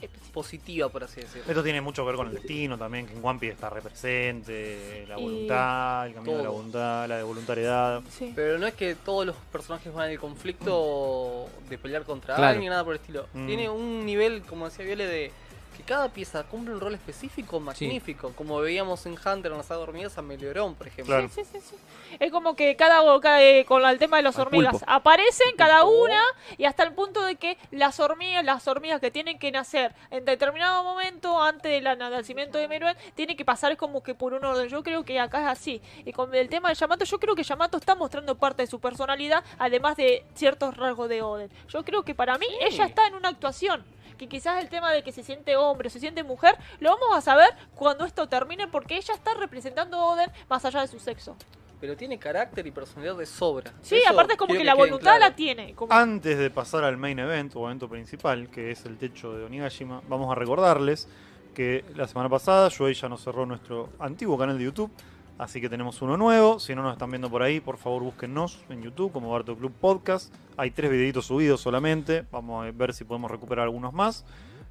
Eh, pues positiva, por así decirlo. Esto tiene mucho que ver con el destino también, que en One Piece está represente, la Y- voluntad, el camino de la Todo. voluntad, la de voluntariedad. Sí. Pero no es que todos los personajes van al conflicto de pelear contra Claro. alguien ni nada por el estilo. Mm. Tiene un nivel, como decía Viole, de que cada pieza cumple un rol específico magnífico. Como veíamos en Hunter en la saga de hormigas a Meleorón, por ejemplo. Claro. Sí, sí, sí. Es como que cada, cada- eh, con el tema de las Al hormigas, pulpo. aparecen cada Oh. una y hasta el punto de que las hormigas, las hormigas que tienen que nacer en determinado momento antes del na- nacimiento de Meruem, tienen que pasar como que por un orden. Yo creo que acá es así. Y con el tema de Yamato, yo creo que Yamato está mostrando parte de su personalidad, además de ciertos rasgos de Oden. Yo creo que para mí ella está en una actuación. Que quizás el tema de que se siente hombre o se siente mujer, lo vamos a saber cuando esto termine, porque ella está representando a Oden más allá de su sexo. pero tiene carácter y personalidad de sobra. Sí, Eso aparte es como quiero que, la queden voluntad claro. la tiene. Como... Antes de pasar al main event o evento principal, que es el techo de Onigashima, vamos a recordarles que la semana pasada Joey ya nos cerró nuestro antiguo canal de YouTube, así que tenemos uno nuevo. Si no nos están viendo por ahí, por favor búsquennos en YouTube como Barto Club Podcast. Hay tres videitos subidos solamente, vamos a ver si podemos recuperar algunos más.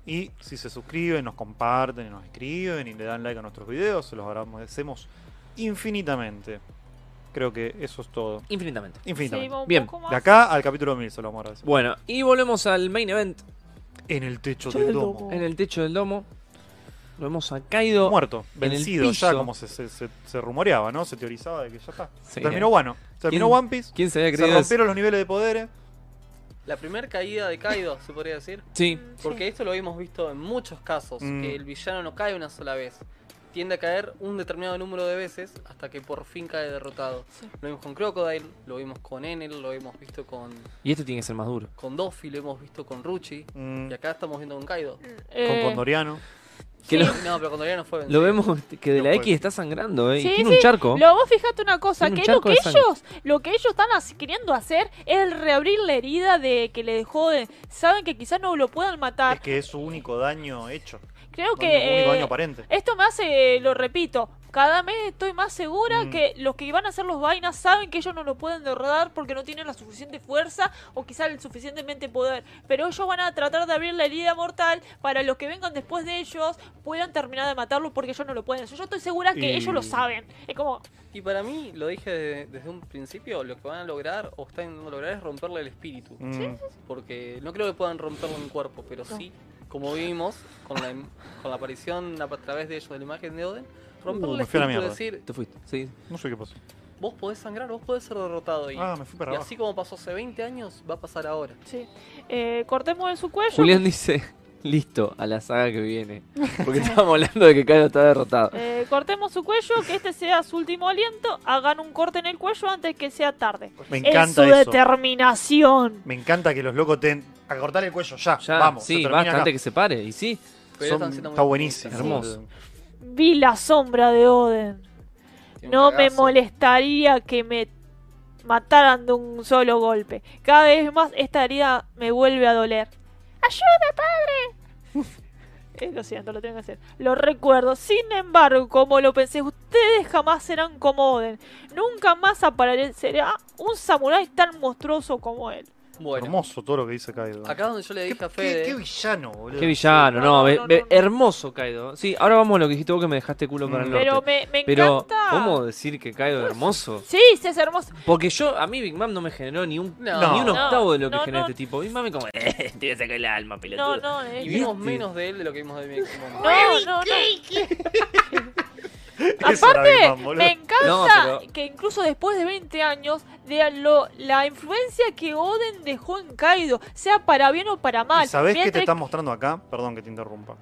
Y si se suscriben, nos comparten, y nos escriben y le dan like a nuestros videos, se los agradecemos infinitamente. Creo que eso es todo. Infinitamente. Infinitamente. Sí, un Bien, poco más. De acá al capítulo 1000 se lo vamos a agradecer. Bueno, y volvemos al main event En el techo Yo del del domo. domo. en el techo del domo. Lo hemos caído. Muerto, el vencido, ya piso. como se, se- se- se rumoreaba, ¿no? Se teorizaba de que ya está. Sí. Terminó bueno. Terminó ¿Quién- One Piece. ¿Quién se había Se creído? eso? rompieron los niveles de poderes. La primera caída de Kaido, se podría decir. Sí, Mm, sí. Porque esto lo hemos visto en muchos casos, Mm. que el villano no cae una sola vez. Tiende a caer un determinado número de veces hasta que por fin cae derrotado. Sí. Lo vimos con Crocodile, lo vimos con Enel, lo hemos visto con, y este tiene que ser más duro. con Doffy, lo hemos visto con Ruchi. Mm, Y acá estamos viendo con Kaido. Eh, Con Condoriano. Que Sí. lo, No, pero con Doriano fue vencido. lo vemos que de la No X puede. está sangrando, ¿eh? y Sí, tiene un sí, charco. Luego vos fijate una cosa, Tiene un que lo charco que de sangre. ellos, lo que ellos están así queriendo hacer es reabrir la herida de que le dejó de, saben que quizás no lo puedan matar. Es que es su único daño hecho. Creo Daño- que único ah. eh, daño aparente. esto me hace, lo repito, cada mes estoy más segura Mm. que los que van a hacer los vainas saben que ellos no lo pueden derrotar porque no tienen la suficiente fuerza o quizás el suficientemente poder. Pero ellos van a tratar de abrir la herida mortal para los que vengan después de ellos puedan terminar de matarlo porque ellos no lo pueden. hacer. Yo estoy segura que Y- ellos lo saben. Es como, Y para mí, lo dije desde, desde un principio, lo que van a lograr o están intentando lograr es romperle el espíritu. Mm, Porque no creo que puedan romperlo en cuerpo, pero sí, como vimos con la, im- con la aparición a a través de ellos de la imagen de Oden, romperle Uh, el me fui a la espíritu, mierda. decir, Te fuiste. Sí. No sé qué pasó. vos podés sangrar, vos podés ser derrotado. Y, Ah, me fui para y abajo. así como pasó hace 20 años, va a pasar ahora. sí, eh, cortemos en su cuello. Julián dice, listo, a la saga que viene. Porque estábamos hablando de que Kaido está derrotado. Eh, cortemos su cuello, que este sea su último aliento. Hagan un corte en el cuello antes que sea tarde. Me Es su encanta eso. determinación. Me encanta que los locos ten. A cortar el cuello, ya. Ya, Vamos. se sí, termina bastante acá. que se pare. Y sí, Pero Son- están siendo muy Está buenísimo. optimistas. boludo. Vi la sombra de Oden. Tiene un No me cagazo. molestaría que me mataran de un solo golpe. Cada vez más esta herida me vuelve a doler. ¡Ayuda, padre! Eh, lo siento, lo tengo que hacer. Lo recuerdo. Sin embargo, como lo pensé, ustedes jamás serán como Oden. Nunca más aparecerá un samurái tan monstruoso como él. Bueno, Hermoso todo lo que dice Kaido. acá es donde yo le ¿Qué, dije a qué- Fede, qué villano, boludo. qué villano, No, no, no, ve- no, ve- no. hermoso Kaido. Sí, ahora vamos a lo que dijiste vos que me dejaste culo para el Mm. norte. Pero me, me Pero, encanta. ¿cómo decir que Kaido es hermoso? Sí, sí, es hermoso. Porque yo, a mí Big Mom no me generó ni un, No. ni un No, octavo de lo que no, genera no. este tipo. Big Mom es como, eh, te voy a sacar el alma, pelotudo. No, no, eh. y ¿Y vimos este? menos de él de lo que vimos de Big Mom. No, no, no. Eso era Big Mom, Aparte, boludo. me encanta No, pero- que incluso después de 20 años, de lo, la influencia que Oden dejó en Kaido, sea para bien o para mal. ¿Y sabés qué te Ah, mientras- están mostrando acá? Perdón que te interrumpa.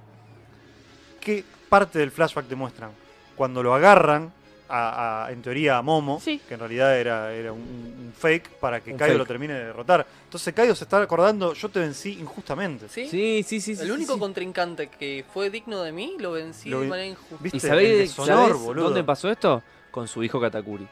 ¿Qué parte del flashback te muestran? Cuando lo agarran, a, a- en teoría a Momo, Sí. que en realidad era, era un, un fake para que Un Kaido fake. lo termine de derrotar. Entonces Kaido se está acordando, yo te vencí injustamente. ¿Sí? Sí, sí, sí. sí, El único sí. contrincante que fue digno de mí lo vencí Lo de vi- manera injusta. ¿Viste? ¿Y El sabés, deshonor, sabés boludo. dónde pasó esto? Con su hijo Katakuri.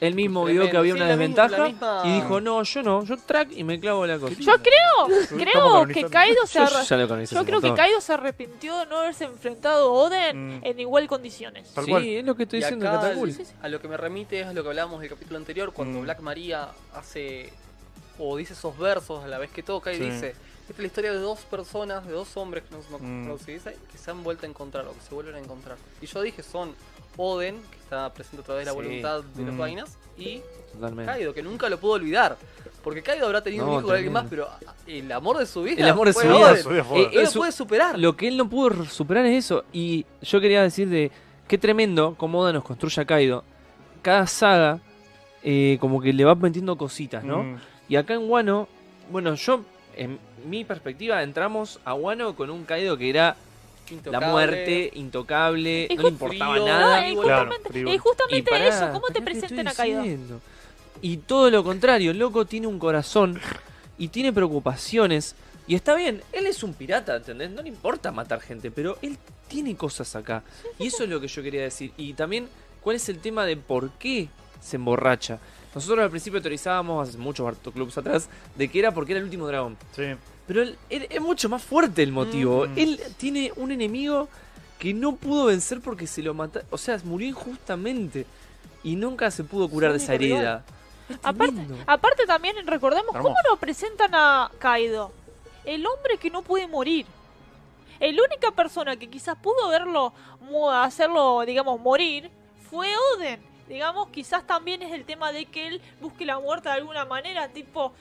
Él mismo vio que Tremendo. había Sí, una la misma- desventaja la misma- y dijo, no, yo no, yo track y me clavo la cosa. Yo creo, creo que colonizando. Kaido se Yo- arra- yo ya lo conocí Yo hace creo un que montón. Kaido se arrepintió de no haberse enfrentado a Oden Mm. en igual condiciones. Tal Sí, cual. es lo que estoy Y diciendo, acá, Katakuri. Sí, sí, sí. A lo que me remite es a lo que hablábamos del capítulo anterior, cuando Mm. Black Maria hace o dice esos versos a la vez que toca y Sí. dice, esta es la historia de dos personas, de dos hombres que no, no- Mm. no se dice, que se han vuelto a encontrar o que se vuelven a encontrar. Y yo dije, son Oden, que está presente a través de la Sí. voluntad de las Mm. vainas, y Totalmente. Kaido, que nunca lo pudo olvidar. Porque Kaido habrá tenido un No, hijo con alguien más, tremendo. pero el amor de su vida. El amor de fue su vida. Oden. Su vida fue Eh, Oden. no lo Eso- puede superar. Lo que él no pudo r- superar es eso. Y yo quería decir de qué tremendo cómo Oda nos construye a Kaido. Cada saga, eh, como que le va metiendo cositas, ¿no? Mm, Y acá en Wano, bueno, yo, en mi perspectiva, entramos a Wano con un Kaido que era la Intocable. muerte, intocable, Y no le justo- importaba Frío. nada. No, y Claro, justamente, frívolo. y justamente Y pará, eso, ¿cómo te pará que presentan estoy a Kaido? diciendo. Y todo lo contrario, el loco tiene un corazón y tiene preocupaciones. Y está bien, él es un pirata, ¿entendés? No le importa matar gente, pero él tiene cosas acá. Y eso es lo que yo quería decir. Y también, ¿cuál es el tema de por qué se emborracha? Nosotros al principio teorizábamos, hace muchos Barto Clubs atrás, de que era porque era el último dragón. Sí. Pero él- él- es mucho más fuerte el motivo. Mm. Él tiene un enemigo que no pudo vencer porque se lo mató. O sea, murió injustamente. Y nunca se pudo curar de único esa herida. Es Aparte, tremendo. aparte también recordemos cómo Hermoso. lo presentan a Kaido. El hombre que no puede morir. El única persona que quizás pudo verlo mu- hacerlo, digamos, morir fue Oden. Digamos, quizás también es el tema de que él busque la muerte de alguna manera, tipo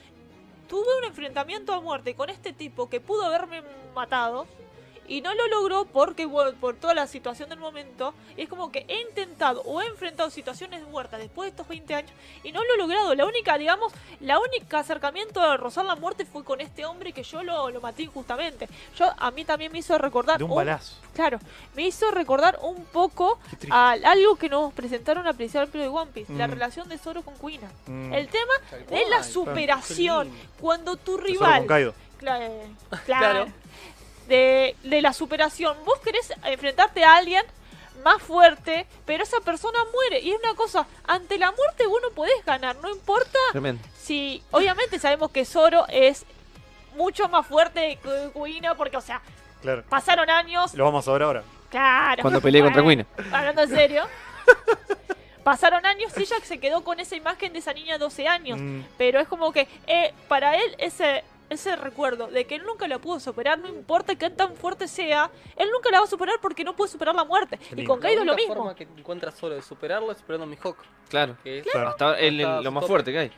tuve un enfrentamiento a muerte con este tipo que pudo haberme matado y no lo logró porque bueno, por toda la situación del momento y es como que he intentado o he enfrentado situaciones de muerte después de estos 20 años y no lo he logrado la única digamos la única acercamiento a rozar la muerte fue con este hombre que yo lo, lo maté injustamente yo a mí también me hizo recordar De un un- balazo. claro me hizo recordar un poco Qué triste. a algo que nos presentaron al principio de One Piece la Mm. relación de Zoro con Kuina Mm. el tema Tal cual. de la superación Qué lindo. cuando tu Tesoro rival con Kaido. Cla- eh, Claro. Claro. De, de la superación. Vos querés enfrentarte a alguien más fuerte, pero esa persona muere. Y es una cosa, ante la muerte vos no podés ganar. No importa ah, Tremendo. si... Obviamente sabemos que Zoro es mucho más fuerte que Kuina porque, o sea, Claro. pasaron años. Lo vamos a ver ahora. Claro. Cuando peleé contra Bueno, Queen. Hablando en serio. Pasaron años y ella se quedó con esa imagen de esa niña de 12 años. Mm. Pero es como que eh, para él ese, ese recuerdo de que él nunca la pudo superar, no importa qué tan fuerte sea, él nunca la va a superar porque no puede superar la muerte. Y lindo. con Kaido es lo La única mismo. forma que encuentra solo de superarlo es superando a Mihawk. Claro. Que es Claro. Hasta ahora él es Hasta lo su más tope. fuerte que hay.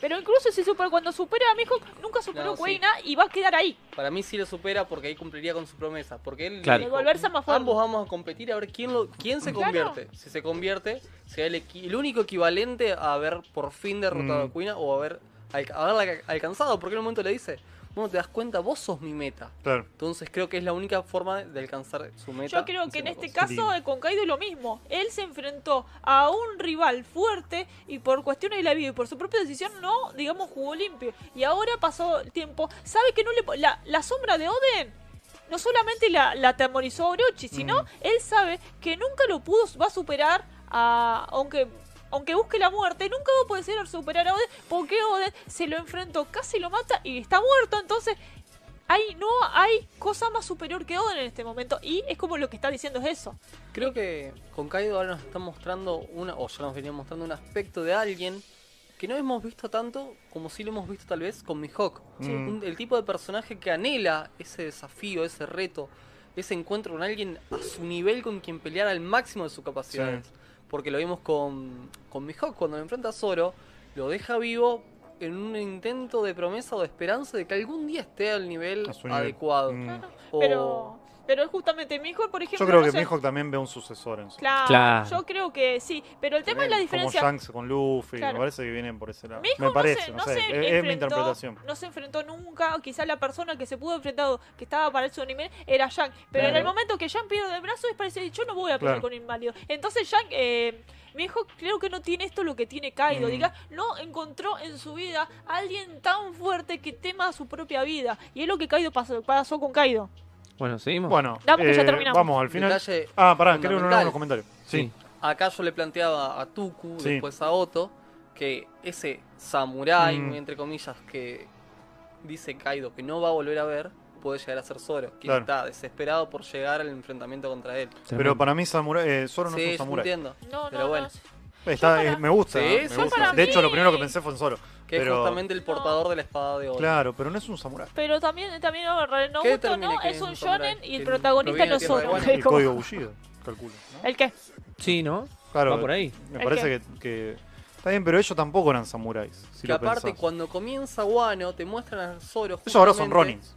Pero incluso si supera, cuando supera a Mihawk, nunca superó No, a sí. Kueina y va a quedar ahí. Para mí sí lo supera porque ahí cumpliría con su promesa. Porque él Claro. De volverse más fuerte. ambos vamos a competir a ver quién, lo, quién se Claro. convierte. Si se convierte, será el, equi- el único equivalente a haber por fin derrotado Mm. a Quina o haber, al- haberla alcanzado. Porque en un momento le dice, bueno, te das cuenta, vos sos mi meta. Claro. Entonces creo que es la única forma de alcanzar su meta. Yo creo que en haciendo este cosas. caso eh, con Kaido es lo mismo. Él se enfrentó a un rival fuerte y por cuestiones de la vida y por su propia decisión no, digamos, jugó limpio. Y ahora pasó el tiempo. Sabe que no le... po- La, la sombra de Oden no solamente la, la atemorizó a Orochi, sino Mm. él sabe que nunca lo pudo, va a superar a... Aunque... Aunque busque la muerte, nunca va a poder ser- superar a Oden porque Oden se lo enfrentó, casi lo mata y está muerto. Entonces, hay, no hay cosa más superior que Oden en este momento. Y es como lo que está diciendo es eso. Creo que con Kaido ahora nos está mostrando una, o ya nos venía mostrando un aspecto de alguien que no hemos visto tanto como sí lo hemos visto tal vez con Mihawk. Sí. Un- el tipo de personaje que anhela ese desafío, ese reto, ese encuentro con alguien a su nivel con quien pelear al máximo de sus capacidades. Porque lo vimos con, con Mihawk cuando lo enfrenta a Zoro, lo deja vivo en un intento de promesa o de esperanza de que algún día esté al nivel, A su nivel. adecuado. Mm. O- Pero, pero es justamente mi hijo, por ejemplo. Yo creo no que sé, Mihawk también ve un sucesor en su. Claro, Claro. Yo creo que sí. Pero el tema es la Como diferencia. Shanks con Luffy. Claro. Me parece que vienen por ese lado. Mihawk Me parece, no no, se, sé. no se Es- enfrentó, es mi interpretación. No se enfrentó nunca. o Quizá la persona que se pudo enfrentar, que estaba para el su anime, era Yang. Pero en Claro. el momento que Yang pierde el brazo, es parece, yo no voy a pelear Claro. con inválido. Entonces Yang, eh, mi hijo creo que no tiene esto lo que tiene Kaido. Mm. Diga, no encontró en su vida a alguien tan fuerte que tema su propia vida. Y es lo que Kaido pasó, pasó con Kaido. Bueno, seguimos. Bueno, Damos que ya eh, terminamos. vamos al final. Detalle Ah, pará, creo que no leemos fundamental. los comentarios. Sí. Acá yo le planteaba a Tuku, Sí. después a Otto, que ese samurái, Mm. muy entre comillas, que dice Kaido que no va a volver a ver, puede llegar a ser Zoro, que Claro. está desesperado por llegar al enfrentamiento contra él. Pero para mí, samurai, eh, Zoro no sí, es un yo samurái. entiendo. No, Pero no, bueno. no. Está- para- eh, me gusta. Sí, me yo gusta. para De hecho, mí- lo primero que pensé fue en Zoro. Que Pero- es justamente el No. portador de la espada de Oro. Claro, pero no es un samurái. Pero también, también no, no ¿Qué gusta, determina no, que es es un un samurái? shonen y el Que protagonista proviene no de es Tierra de otro. Guano. Es El como- código Bushido, calculo. ¿no? ¿El qué? Sí, ¿no? Claro, Va por ahí. me ¿El parece qué? que, que- Está bien, pero ellos tampoco eran samuráis. Si que lo aparte, pensás. cuando comienza Wano, te muestran a Zoro. Ellos ahora son justamente, Ronins.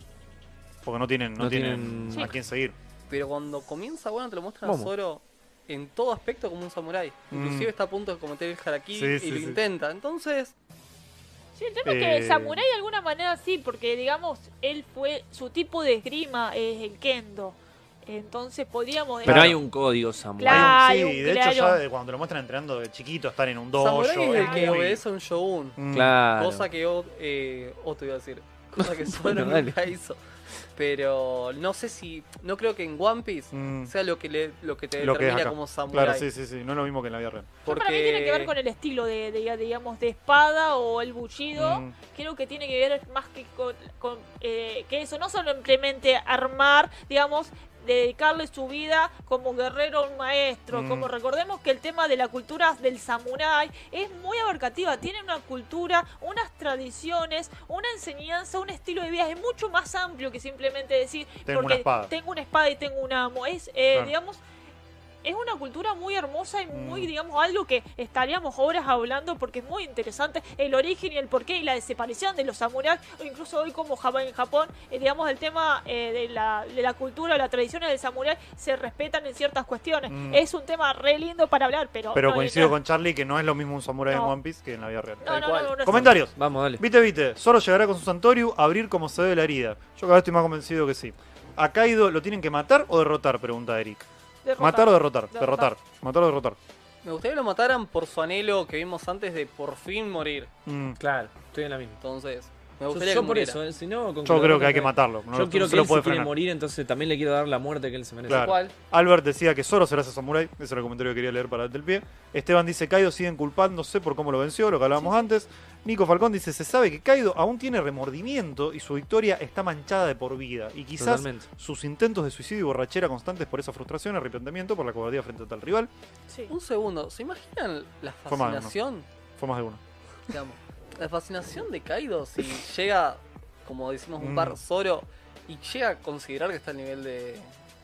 Porque no tienen, no No tienen, tienen- a quién seguir. Pero cuando comienza Wano, te lo muestran Momo. a Zoro en todo aspecto como un samurái. Mm. Inclusive está a punto de cometer el harakiri Sí, sí, y lo sí. intenta. Entonces, Sí, el tema es que el Eh. samurái de alguna manera sí, porque digamos, él fue, su tipo de esgrima es el kendo. Entonces podríamos... Pero Claro. hay un código, Samuel. Claro. Hay un- sí, de hecho claro. ya de cuando te lo muestran entrenando de chiquito, están en un dojo. samurái es el es que muy- obedece a un shogun. Mm, Claro. Cosa que yo, eh, Otto iba a decir. cosa que Zoro Bueno, nunca hizo. Pero no sé si. No creo que en One Piece Mm, sea lo que, le, lo que te lo que es determina acá. como samurai. Claro, sí, sí, sí. No es lo mismo que en la vida real. Yo Para mí tiene que ver con el estilo de, de- digamos, de espada o el bullido. Mm, Creo que tiene que ver más que con, con, eh, que eso, no solo simplemente armar, digamos, dedicarle su vida como guerrero a un maestro. Mm. Como recordemos que el tema de la cultura del samurái es muy abarcativa, tiene una cultura, unas tradiciones, una enseñanza, un estilo de vida, es mucho más amplio que simplemente decir, Tengo una porque espada. tengo una espada y tengo un amo. Es, eh, Claro. digamos, es una cultura muy hermosa y muy, Mm. digamos, algo que estaríamos horas hablando porque es muy interesante el origen y el porqué y la desaparición de los samuráis, o incluso hoy como Japón, en Japón, eh, digamos, el tema eh, de, la, de la cultura, las tradiciones del samurái se respetan en ciertas cuestiones. Mm. Es un tema re lindo para hablar, pero... Pero no, coincido no. con Charlie que no es lo mismo un samurái en No. One Piece que en la vida real. No, no, no, no, no. Comentarios. Vamos, dale. Vite, vite. Zoro llegará con su Santoriu a abrir como se ve la herida. Yo cada vez estoy más convencido que sí. ¿A Kaido lo tienen que matar o derrotar? Pregunta Eric. Derrotado. ¿Matar o derrotar? Derrotar. Derrotar. ¿Matar o derrotar? Me gustaría que lo mataran por su anhelo que vimos antes de por fin morir. Mm, Claro, estoy en la misma. Entonces, me Yo, gustaría yo que por muriera. eso, eh, si no, con Yo creo que hay no- que matarlo. No, yo quiero que no se lo él puede se quiere frenar. morir, entonces también le quiero dar la muerte que él se merece. Claro. Igual, Albert decía que Zoro será ese samurái. Ese era el comentario que quería leer para el pie. Esteban dice: Kaido siguen culpándose por cómo lo venció, lo que hablábamos antes. Nico Falcón dice: Se sabe que Kaido aún tiene remordimiento y su victoria está manchada de por vida. Y quizás Totalmente. sus intentos de suicidio y borrachera constantes por esa frustración, arrepentimiento, por la cobardía frente a tal rival. Sí. un segundo, ¿se imaginan la Fue mal, ¿no? fascinación? Fue más de uno. Digamos, la fascinación de Kaido si llega, como decimos un par, Mm. Zoro y llega a considerar que está al nivel de.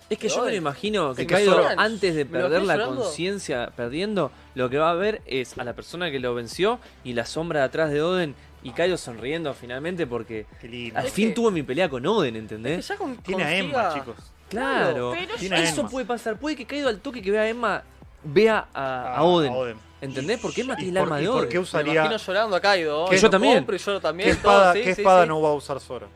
Es que yo me lo imagino que Sí, Kaido, me lloran. antes de Me lo perder estoy la llorando. conciencia, perdiendo, lo que va a ver es a la persona que lo venció y la sombra de atrás de Oden y Kaido sonriendo finalmente porque Qué lindo. al Es fin que- tuve mi pelea con Oden, Que ¿entendés? ya con, ¿Eh? Tiene a Emma, consiga- chicos. Claro. Pero Tiene a Eso Emma. puede pasar, puede que Kaido al toque que vea a Emma vea a, a Oden, ¿entendés? Porque Emma Ah, ¿Y tiene el por- arma y de por Oden. qué Me lo usaría.? imagino llorando a Kaido. Que "Ay, yo no también. compro y lloro también. ¿Qué todo". espada, Sí, qué sí, espada sí. no va a usar Zoro?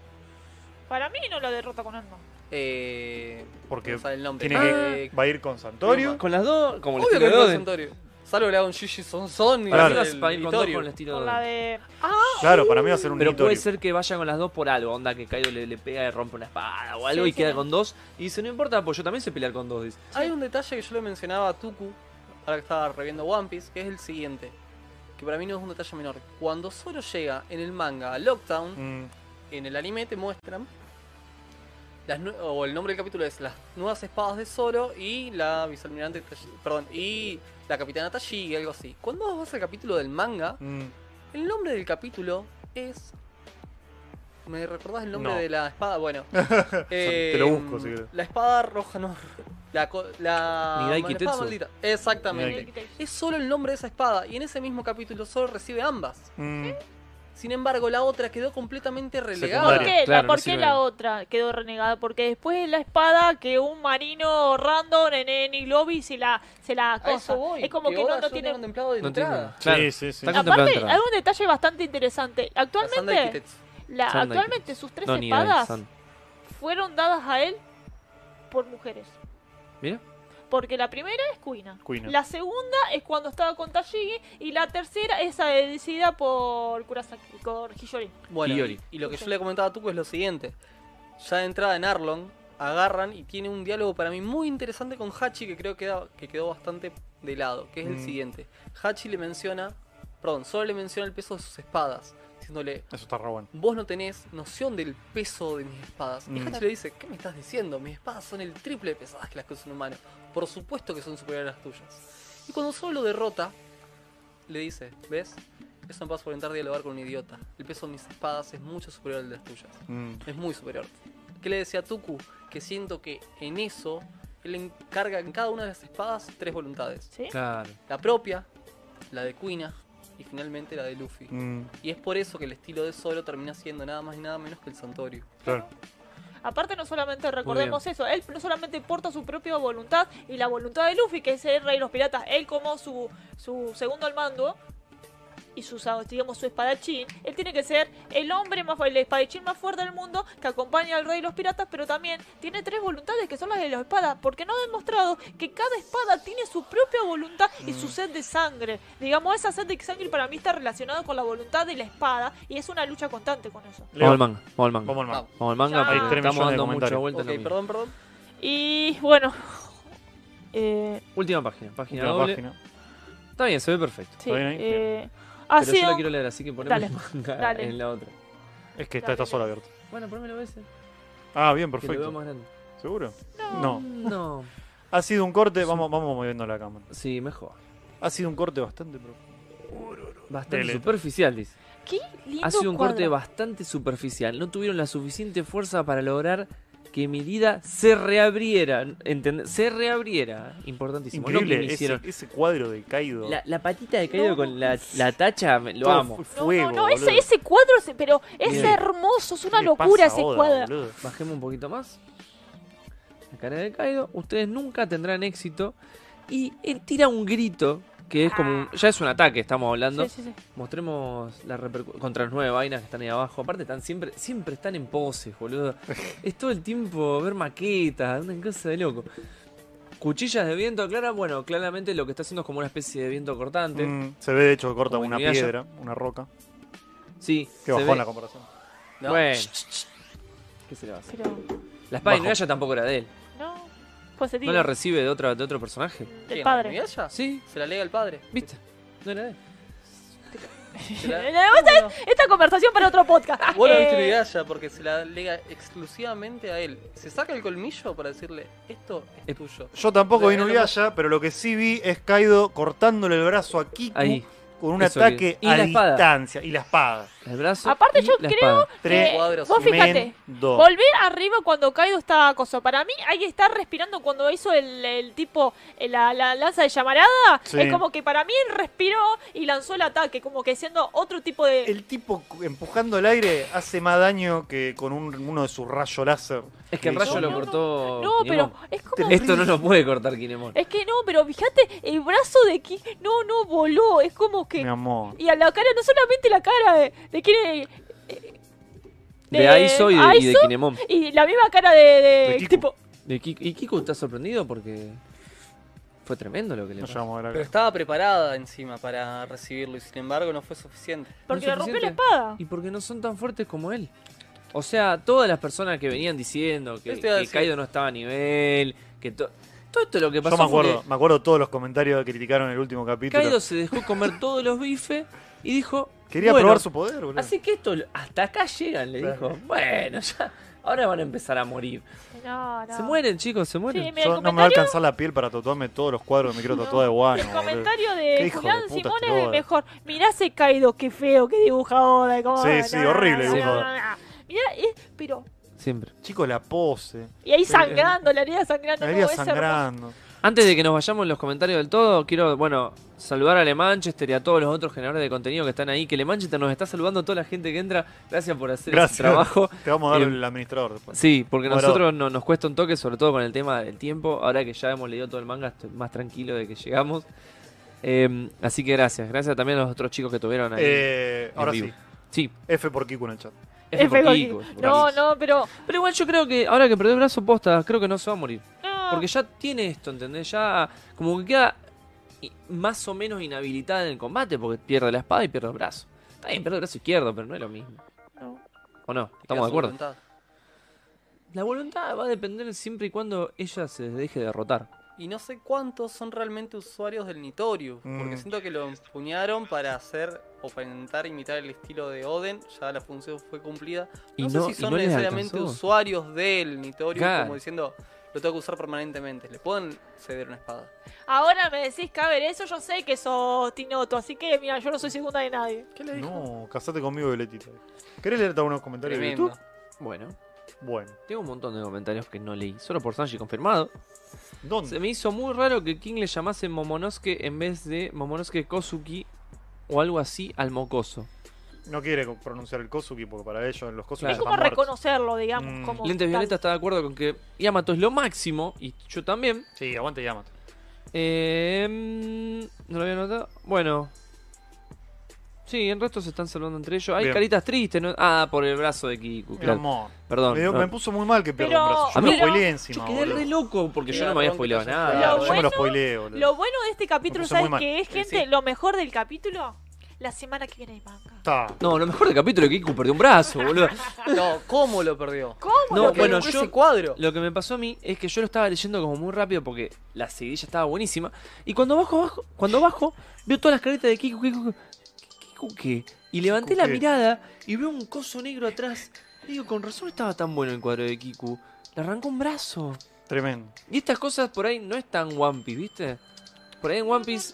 Para mí no lo derrota con arma. Eh, Porque no sabe el nombre. tiene que- Eh, Ah. va a ir con Santorio. Con las dos, como el Obvio que estilo de no es Oden. Santorio. Salvo que le haga un Gigi Sonson y Para mí Claro. vas a ir el con dos Vitorio. con el estilo Con de la Oden. de... Claro, para mí va a ser un Pero puede Nitori. ser que vaya con las dos por algo, onda que Kaido le, le pega y rompe una espada o algo Sí, y sí. queda con dos. Y dice, no importa, pues yo también sé pelear con dos. dice. Hay un detalle que yo le mencionaba a Tuku, ahora que estaba reviendo One Piece, que es el siguiente. Que para mí no es un detalle menor. Cuando Zoro llega en el manga a Lockdown, Mm, en el anime te muestran. Las nue- o el nombre del capítulo es Las nuevas espadas de Zoro y la vicealmirante. Tashi- Perdón, y la capitana Tashigi, algo así. Cuando vos vas al capítulo del manga, mm. el nombre del capítulo es. ¿Me recordás el nombre No. de la espada? Bueno, eh, Te lo busco, si querés. La espada roja, no. La. co- la Nidai la Kitetsu. espada maldita. Exactamente. Nidai Es solo el nombre de esa espada. Y en ese mismo capítulo solo recibe ambas. Mm, Sin embargo, la otra quedó completamente ¿Por relegada. Secundaria. Claro, qué, claro, la, no por qué sirve. la otra quedó renegada? Porque después la espada que un marino random en Any Lobby se la, se la A eso cosa. voy. Es como que ahora no, no yo tiene. tengo contemplado de No tiene entrada. nada. Claro. Sí, sí, Está sí. Está contemplado Aparte, entrada. hay un detalle bastante interesante. La Sandai Actualmente, Kitetsu. la, Sandai actualmente sus tres No, ni espadas ¿Eh? San. fueron dadas a él por mujeres. Mira. Porque la primera es Kuina. Kuina. La segunda es cuando estaba con Tashigi. Y la tercera es eh, decidida por Kurasaki, con Hiyori. Bueno, Iori. y, y lo que yo le comentaba a Tuco es lo siguiente. Ya de entrada en Arlong, agarran y tiene un diálogo para mí muy interesante con Hachi que creo que, da- que quedó bastante de lado, que es el Mm. siguiente. Hachi le menciona, perdón, solo le menciona el peso de sus espadas, diciéndole, Eso está re bueno. vos no tenés noción del peso de mis espadas. Y Mm. Hachi le dice, ¿qué me estás diciendo? Mis espadas son el triple de pesadas que las que usa un humano. Por supuesto que son superiores a las tuyas. Y cuando solo lo derrota, le dice, ¿ves? Eso me pasa por intentar dialogar con un idiota. El peso de mis espadas es mucho superior al de las tuyas. Mm. Es muy superior. ¿Qué le decía a Tuku? Que siento que en eso él encarga en cada una de las espadas tres voluntades. ¿Sí? Claro. La propia, la de Quina y finalmente la de Luffy. Mm, Y es por eso que el estilo de Zoro termina siendo nada más y nada menos que el Santorio. claro. Aparte no solamente recordemos eso, él no solamente porta su propia voluntad y la voluntad de Luffy, que es el rey de los piratas, él como su, su segundo al mando, y su, sa- digamos, su espadachín, él tiene que ser el hombre más fu- el espadachín más fuerte del mundo que acompaña al rey de los piratas, pero también tiene tres voluntades que son las de las espadas, porque no ha demostrado que cada espada tiene su propia voluntad y su sed de sangre. Digamos, esa sed de sangre para mí está relacionada con la voluntad de la espada y es una lucha constante con eso. Leo, Vamos al manga, vamos al manga. Vamos Vamos al al manga. manga Ya. Hay porque tres estamos millones de dando mucha comentarios. vuelta Ok, en lo mismo. perdón, perdón. Y bueno, eh, Última página, página Última doble. página. Está bien, se ve perfecto. sí, ¿Está bien ahí? eh, ha Pero yo sido- la quiero leer, así que poneme Dale, el manga dale. en la otra. Es que está, está solo abierto. Bueno, ponémelo ese. Ah, bien, Que lo veo perfecto. más grande. ¿Seguro? No. No. Ha sido un corte, vamos, vamos moviendo la cámara. Sí, mejor. Ha sido un corte bastante profundo. Bastante Dele. superficial, dice. Qué lindo Ha sido un corte cuadro. bastante superficial. No tuvieron la suficiente fuerza para lograr que mi vida se reabriera. ¿entendés? Se reabriera. Importantísimo. No que Increíble me ese, hicieron. ese cuadro de Kaido. La, la patita de Kaido No. con la, la tacha, me- lo Todo amo. fu- No, Fuego, no, no, boludo. ese, ese cuadro, es- pero es Bien. hermoso, es una ¿Qué le pasa locura a ese Oda, cuadro. boludo? Bajemos un poquito más. La cara de Kaido. Ustedes nunca tendrán éxito. Y él tira un grito. Que es como. un- ya es un ataque, estamos hablando. Ah. Sí, sí, sí. Mostremos la repercu- Contra las nueve vainas que están ahí abajo. Aparte, están siempre, siempre están en poses, boludo. es todo el tiempo ver maquetas, una cosa de loco. Cuchillas de viento, clara. Bueno, claramente lo que está haciendo es como una especie de viento cortante. Mm, se ve de hecho que corta Como una Inuyasha. piedra, una roca. Sí, Qué se bajón ve- la comparación. No. Bueno. ¿Qué se le va a hacer? Pero, La espada de Bajo. Inuyasha tampoco era de él. no. Pues se ¿No tira. la recibe de, otra, de otro personaje? del ¿Quién? padre. ¿Inuyasha? Sí, Se la alega el padre. viste. No era de él. Se la- Esta conversación para otro podcast. Vos lo Eh, viste Inuyasha porque se la alega exclusivamente a él. Se saca el colmillo para decirle, esto es Es- tuyo. Yo tampoco vi Dale, Nuyasha, pero lo que sí vi es Kaido cortándole el brazo a Kiku Ahí, Mm. con un Eso ataque vi. Y a la espada. distancia. Y la espada. el brazo. y Aparte yo la creo- espada. Tres eh, cuadros vos fíjate, Tremendo. volver arriba cuando Kaido está acoso. Para mí, ahí está respirando cuando hizo el, el tipo eh, la, la lanza de llamarada. Sí. Es como que para mí él respiró y lanzó el ataque, como que siendo otro tipo de. El tipo cu- empujando el aire hace más daño que con un- uno de sus rayos láser. Es que el Sí, rayo no, lo no, cortó. no, pero Kinemon. es como Esto no lo puede cortar Kinemon. Es que no, pero fíjate, el brazo de Ki no, no voló, es como que... Mi amor. Y a la cara, no solamente la cara de, de quién... eh, De Aizo y de, y de Aizo, Kinemon. y la misma cara de... de- De Kiku. tipo, De Ki- y Kiku está sorprendido porque fue tremendo lo que le No pasó. llegamos a ver acá. Pero estaba preparada encima para recibirlo y sin embargo no fue suficiente. No porque le es rompió la suficiente. espada. Y porque no son tan fuertes como él. O sea, todas las personas que venían diciendo que, Yo te iba a que decir- Kaido no estaba a nivel, que to- todo esto lo que pasó Yo me fue acuerdo, me acuerdo todos los comentarios que criticaron el último que capítulo. Kaido se dejó comer todos los bifes y dijo, Quería bueno, probar su poder, boludo. Así que esto, lo- hasta acá llegan, le Claro. dijo. Bueno, ya, ahora van a empezar a morir. No, no. Se mueren, chicos, se mueren. Sí, mira, Yo no el me va a comentario, alcanzar la piel para tatuarme todos los cuadros de micro tatuado de guano. el boludo. comentario Qué de hijo de Julián puta Simón este es el Oda. mejor. Mirá ese Kaido, qué feo, qué dibuja Oda. cómo- Sí, sí, horrible dibuja no. Mirá, eh, pero... Siempre. Chicos, la pose. Y ahí Sí, sangrando, la herida sangrando. La no, herida es hermoso. sangrando. Antes de que nos vayamos en los comentarios del todo, quiero, bueno, saludar a Le Manchester y a todos los otros generadores de contenido que están ahí. Que Le Manchester nos está saludando a toda la gente que entra. Gracias por hacer Gracias. ese trabajo. Te vamos a dar Eh, el administrador después. Sí, porque Bueno. nosotros no, nos cuesta un toque, sobre todo con el tema del tiempo. Ahora que ya hemos leído todo el manga, estoy más tranquilo de que llegamos. Eh, así que gracias. Gracias también a los otros chicos que tuvieron ahí. Eh, ahora vivo. sí. sí. F por Kiku en el chat. Es por feo, Kiko, Kiko. por No, Kiko. no, pero. Pero igual yo creo que ahora que perdió el brazo posta, creo que no se va a morir. No. Porque ya tiene esto, ¿entendés? Ya como que queda i- más o menos inhabilitada en el combate porque pierde la espada y pierde el brazo. Está bien, pierde el brazo izquierdo, pero no es lo mismo. No. ¿O no? Era ¿Estamos de su acuerdo? voluntad. La voluntad va a depender siempre y cuando ella se deje derrotar. Y no sé cuántos son realmente usuarios del Nitorio. Porque Mm. siento que lo empuñaron para hacer o para intentar imitar el estilo de Oden. Ya la función fue cumplida. Y No sé no- si y son no les necesariamente alcanzó. usuarios del Nitorio. Claro. Como diciendo, lo tengo que usar permanentemente. Le pueden ceder una espada. Ahora me decís, caber eso, yo sé que sos Tinoto, así que mira, yo no soy segunda de nadie. ¿Qué le dijo? No, casate conmigo, Violetita. ¿Querés leerte algunos comentarios Tremendo. de YouTube? Bueno, Bueno. tengo un montón de comentarios que no leí, solo por Sanji confirmado. ¿Dónde? Se me hizo muy raro que King le llamase Momonosuke en vez de Momonosuke Kosuki o algo así al mocoso. No quiere co- pronunciar el Kosuki porque para ellos los Kosuki Claro. Es ya como están muertos. reconocerlo, digamos. Mm. Como Lentes tal. Violeta está de acuerdo con que Yamato es lo máximo, y yo también, Sí, aguante y llámate. Em, Eh, no lo había notado. Bueno. Sí, el resto se están salvando entre ellos. Hay Bien. caritas tristes. ¿no? Ah, por el brazo de Kiku, Mi claro. amor. Perdón. Me, dio- no. me puso muy mal que pierda Pero- un brazo. Yo A me mí- lo spoileé encima, Yo quedé boludo. re loco porque yo Quedá no me había tonto, spoileado ya nada. Claro, Lo yo me lo bueno- spoileé, boludo. Lo bueno de este capítulo, Me puso ¿sabes muy mal. qué es, Sí, gente? sí. Lo mejor del capítulo, la semana que viene hay manga. Está. No, lo mejor del capítulo es que Kiku perdió un brazo, boludo. No, ¿cómo lo perdió? ¿Cómo? No, lo Porque bueno, ese yo- cuadro. Lo que me pasó a mí es que yo lo estaba leyendo como muy rápido porque la seguidilla estaba buenísima. Y cuando bajo, bajo, cuando bajo, veo todas las caretas de Kiku, Kiku, Kiku, Kiku, ¿qué? Y levanté Kiku, la ¿qué? mirada y veo un coso negro atrás. Y digo, con razón estaba tan bueno el cuadro de Kiku. Le arrancó un brazo. Tremendo. Y estas cosas por ahí no están One Piece, ¿viste? Por ahí en One Piece,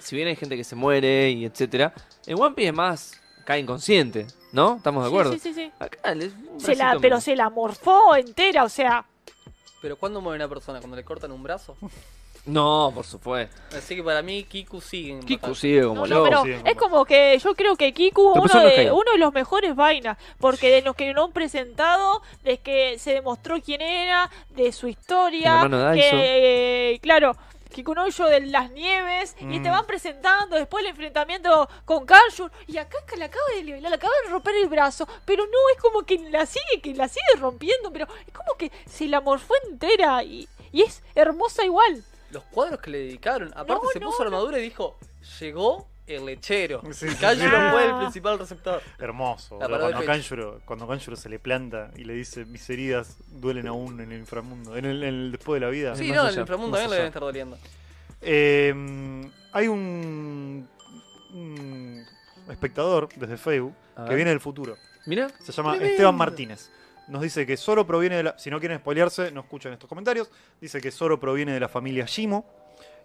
si bien hay gente que se muere y etcétera, en One Piece es más cae inconsciente, ¿no? ¿Estamos de acuerdo? Sí, sí, sí. sí. Acá les- un Se la, bracito pero menos. se la morfó entera, o sea, Pero ¿cuándo muere una persona? ¿Cuando le cortan un brazo? No, por supuesto. Así que para mí Kiku sigue. en Kiku batalla. sigue como no, no, loco. pero sí, es como que yo creo que Te Kiku uno puso en los de, haters. uno de los mejores vainas, porque de los que no han presentado, de que se demostró quién era, de su El historia, hermano de Daiso. que claro, Kikunoyo de las nieves, y Mm. te van presentando después el enfrentamiento con Karshur, y acá que le acaba de le acaba de romper el brazo, pero no es como que la sigue, que la sigue rompiendo, pero es como que se la morfó entera y, y es hermosa igual. Los cuadros que le dedicaron. Aparte No, se no, puso armadura y dijo, llegó el lechero. Sí, sí, Kanjuro sí. fue el Ah. principal receptor. Hermoso. boludo. La parada de Cuando pecho. Kanjuro, cuando Kanjuro se le planta y le dice mis heridas duelen aún en el inframundo, en el, en el después de la vida. Sí, más no, allá, el inframundo más también le allá. deben estar doliendo. Eh, hay un, un espectador desde Facebook A que ver. viene del futuro. Mira, Se llama Tremendo. Esteban Martínez. Nos dice que Zoro proviene de la. Si no quieren spoilearse, no escuchan estos comentarios. Dice que Zoro proviene de la familia Shimo.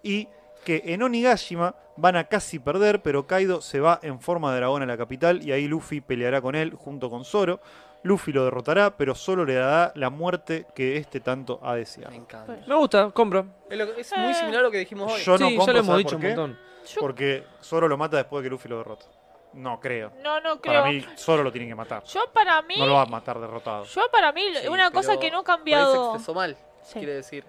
Y que en Onigashima van a casi perder, pero Kaido se va en forma de dragón a la capital. Y ahí Luffy peleará con él junto con Zoro. Luffy lo derrotará, pero Zoro le dará la muerte que este tanto ha Me deseado. encanta. me gusta, compro. Es, lo que- es muy similar a lo que dijimos hoy. Yo no sí, ya compro, lo hemos ¿sabes dicho por un qué? montón. Yo Porque Zoro lo mata después de que Luffy lo derrota. No creo. no, no creo. Para mí, Zoro lo tienen que matar. Yo para mí, No lo va a matar derrotado. yo para mí, Sí, una cosa pero que no ha por ahí Se cambiado. expresó mal, Sí. quiere decir.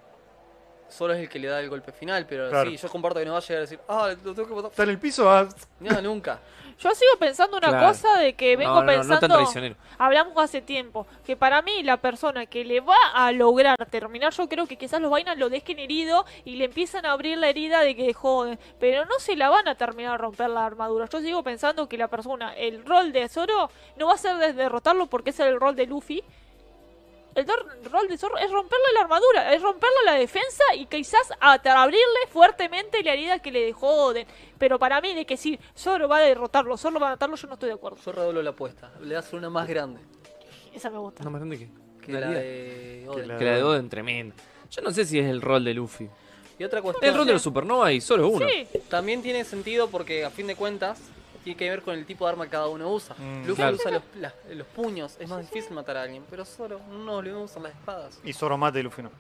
Solo es el que le da el golpe final, pero Claro. sí, yo comparto que no va a llegar a decir, ah, lo tengo que Está botar. en el piso, ah, va- No, nunca. Yo sigo pensando una Claro. cosa de que Eh, vengo no, no, no pensando, tan traicionero. hablamos hace tiempo, que para mí la persona que le va a lograr terminar, yo creo que quizás los vainas lo dejen herido y le empiezan a abrir la herida de que dejó, pero no se la van a terminar de romper la armadura. Yo sigo pensando que la persona, el rol de Zoro no va a ser de derrotarlo porque es el rol de Luffy. El dor- rol de Zoro es romperle la armadura, es romperle la defensa y quizás atra- abrirle fuertemente la herida que le dejó Oden. Pero para mí, de que si Zoro va a derrotarlo, Zoro va a matarlo, yo no estoy de acuerdo. Yo redoblo la apuesta. Le das una más grande Esa me gusta. No, más grande que. que Una la herida. de Oden. la- Que la de Oden tremenda. Yo no sé si es el rol de Luffy. Y otra El rol cuestión. eh, de los supernova y solo es uno. Sí, También tiene sentido porque a fin de cuentas tiene que ver con el tipo de arma que cada uno usa. Mm, Luffy claro. usa los, la- los puños, es más difícil matar a alguien, pero solo no le usan las espadas. Y Zoro mata y Luffy no.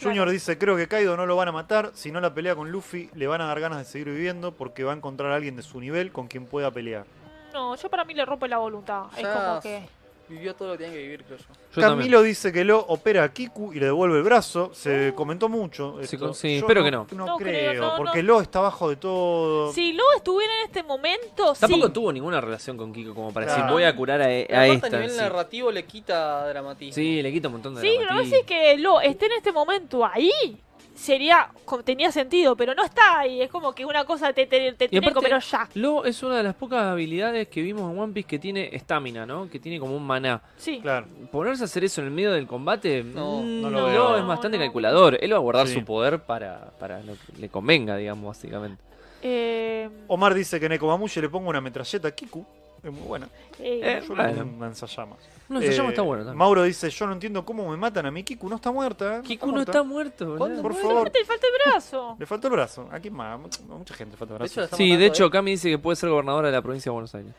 Junior dice, creo que Kaido no lo van a matar, si no la pelea con Luffy le van a dar ganas de seguir viviendo porque va a encontrar a alguien de su nivel con quien pueda pelear. no, yo para mí le rompe la voluntad. Es Ya como que. Vivió todo lo que tenía que vivir, creo yo. Yo también. Camilo dice que lo opera a Kiku y le devuelve el brazo, se comentó mucho. Sí, esto. con- sí, Yo espero que no. No, Uh. No creo, creo, no, porque lo está abajo de todo. Si Lo estuviera en este momento, Tampoco sí. tuvo ninguna relación con Kiko como para Claro. decir voy a curar a, e-, a Pero esta. aparte, a nivel sí. narrativo le quita dramatismo. Sí, le quita un montón de Sí, no dramatismo. decís que Lo esté en este momento ahí. Sería, como- tenía sentido, pero no está ahí. Es como que una cosa te, te, te tiene que aparte- pero ya. Lo es una de las pocas habilidades que vimos en One Piece que tiene estamina, ¿no? Que tiene como un maná. Sí. Claro. Ponerse a hacer eso en el medio del combate No, mm, no lo veo. es bastante No, no. calculador. Él va a guardar Sí. su poder para, para lo que le convenga, digamos, básicamente. Eh, Omar dice que Nekomamushi le ponga una metralleta a Kiku. Es muy buena. eh, Yo le Bueno. pongo un lanzallamas. No, se llama Eh, está bueno también. Mauro dice, yo no entiendo cómo me matan a mi Kiku, no está muerta. ¿eh? Kiku no está muerto. boludo. ¿Cuándo Por muere? favor. te falta el brazo. Le falta el brazo. ¿A quién más? A mucha- a mucha gente le falta el De hecho, la brazo. estamos Sí, de hablando, hecho, ¿eh? Cami dice que puede ser gobernadora de la provincia de Buenos Aires.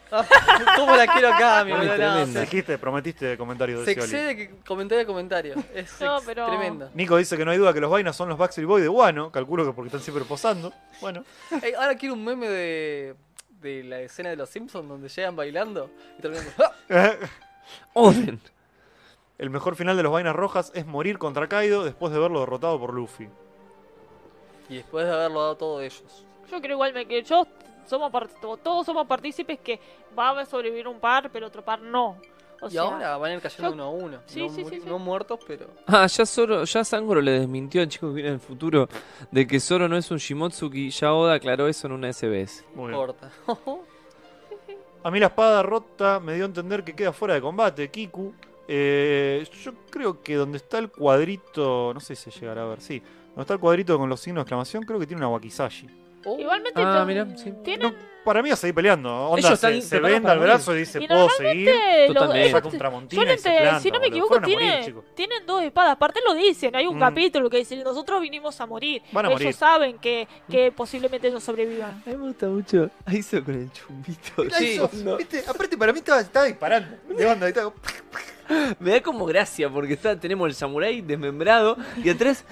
¿Cómo la quiero acá, mi Muy boludo? No, tremenda. se- Dijiste, prometiste comentarios Se de Scioli. excede que- comentario a comentario. Es No, ex- pero- tremendo. Nico dice que no hay duda que los vainas son los Backstreet Boys de Guano, calculo que porque están siempre posando. Bueno, Ey, ahora quiero un meme de, de la escena de los Simpsons donde llegan bailando y terminan. ¡Ah! Oden. el mejor final de los vainas rojas es morir contra Kaido después de verlo derrotado por Luffy. Y después de haberlo dado todo ellos. Yo creo igual me que yo somos par- to- todos somos partícipes que va a sobrevivir un par, pero otro par no. O y sea, ahora van a ir cayendo yo- uno a uno. Sí, no, sí, mu- sí, sí. no muertos, pero. Ah, ya Zoro, ya Sangoro le desmintió al chico que viene del futuro de que Zoro no es un Shimotsuki. Ya Oda aclaró eso en una SBS. Muy bien. Corta. Oh, A mí la espada rota me dio a entender que queda fuera de combate, Kiku. Eh, yo creo que donde está el cuadrito, no sé si llegará a ver, sí. Donde está el cuadrito con los signos de exclamación, creo que tiene una wakizashi. Oh, Igualmente, Ah, yo- mira, sí. tienen No, para mí a seguir peleando. Onda, Ellos están se, se preparados venda para al morir. brazo y dice, Y ¿puedo seguir? normalmente eh, los- Totalmente. ellos- Saca un tramontina suelen y se te- planta, si no me boludo. equivoco, Fueron a morir, tiene- chicos. tienen dos espadas. Aparte lo dicen, hay un Mm. capítulo que dice, nosotros vinimos a morir. Van a ellos morir. Mm. saben que, que posiblemente ellos sobrevivan. A mí me gusta mucho Aizo con el chumbito. Sí. ¿Viste? Aparte, para mí estaba, estaba disparando. De onda, y estaba- Me da como gracia porque está, tenemos el samurái desmembrado y atrás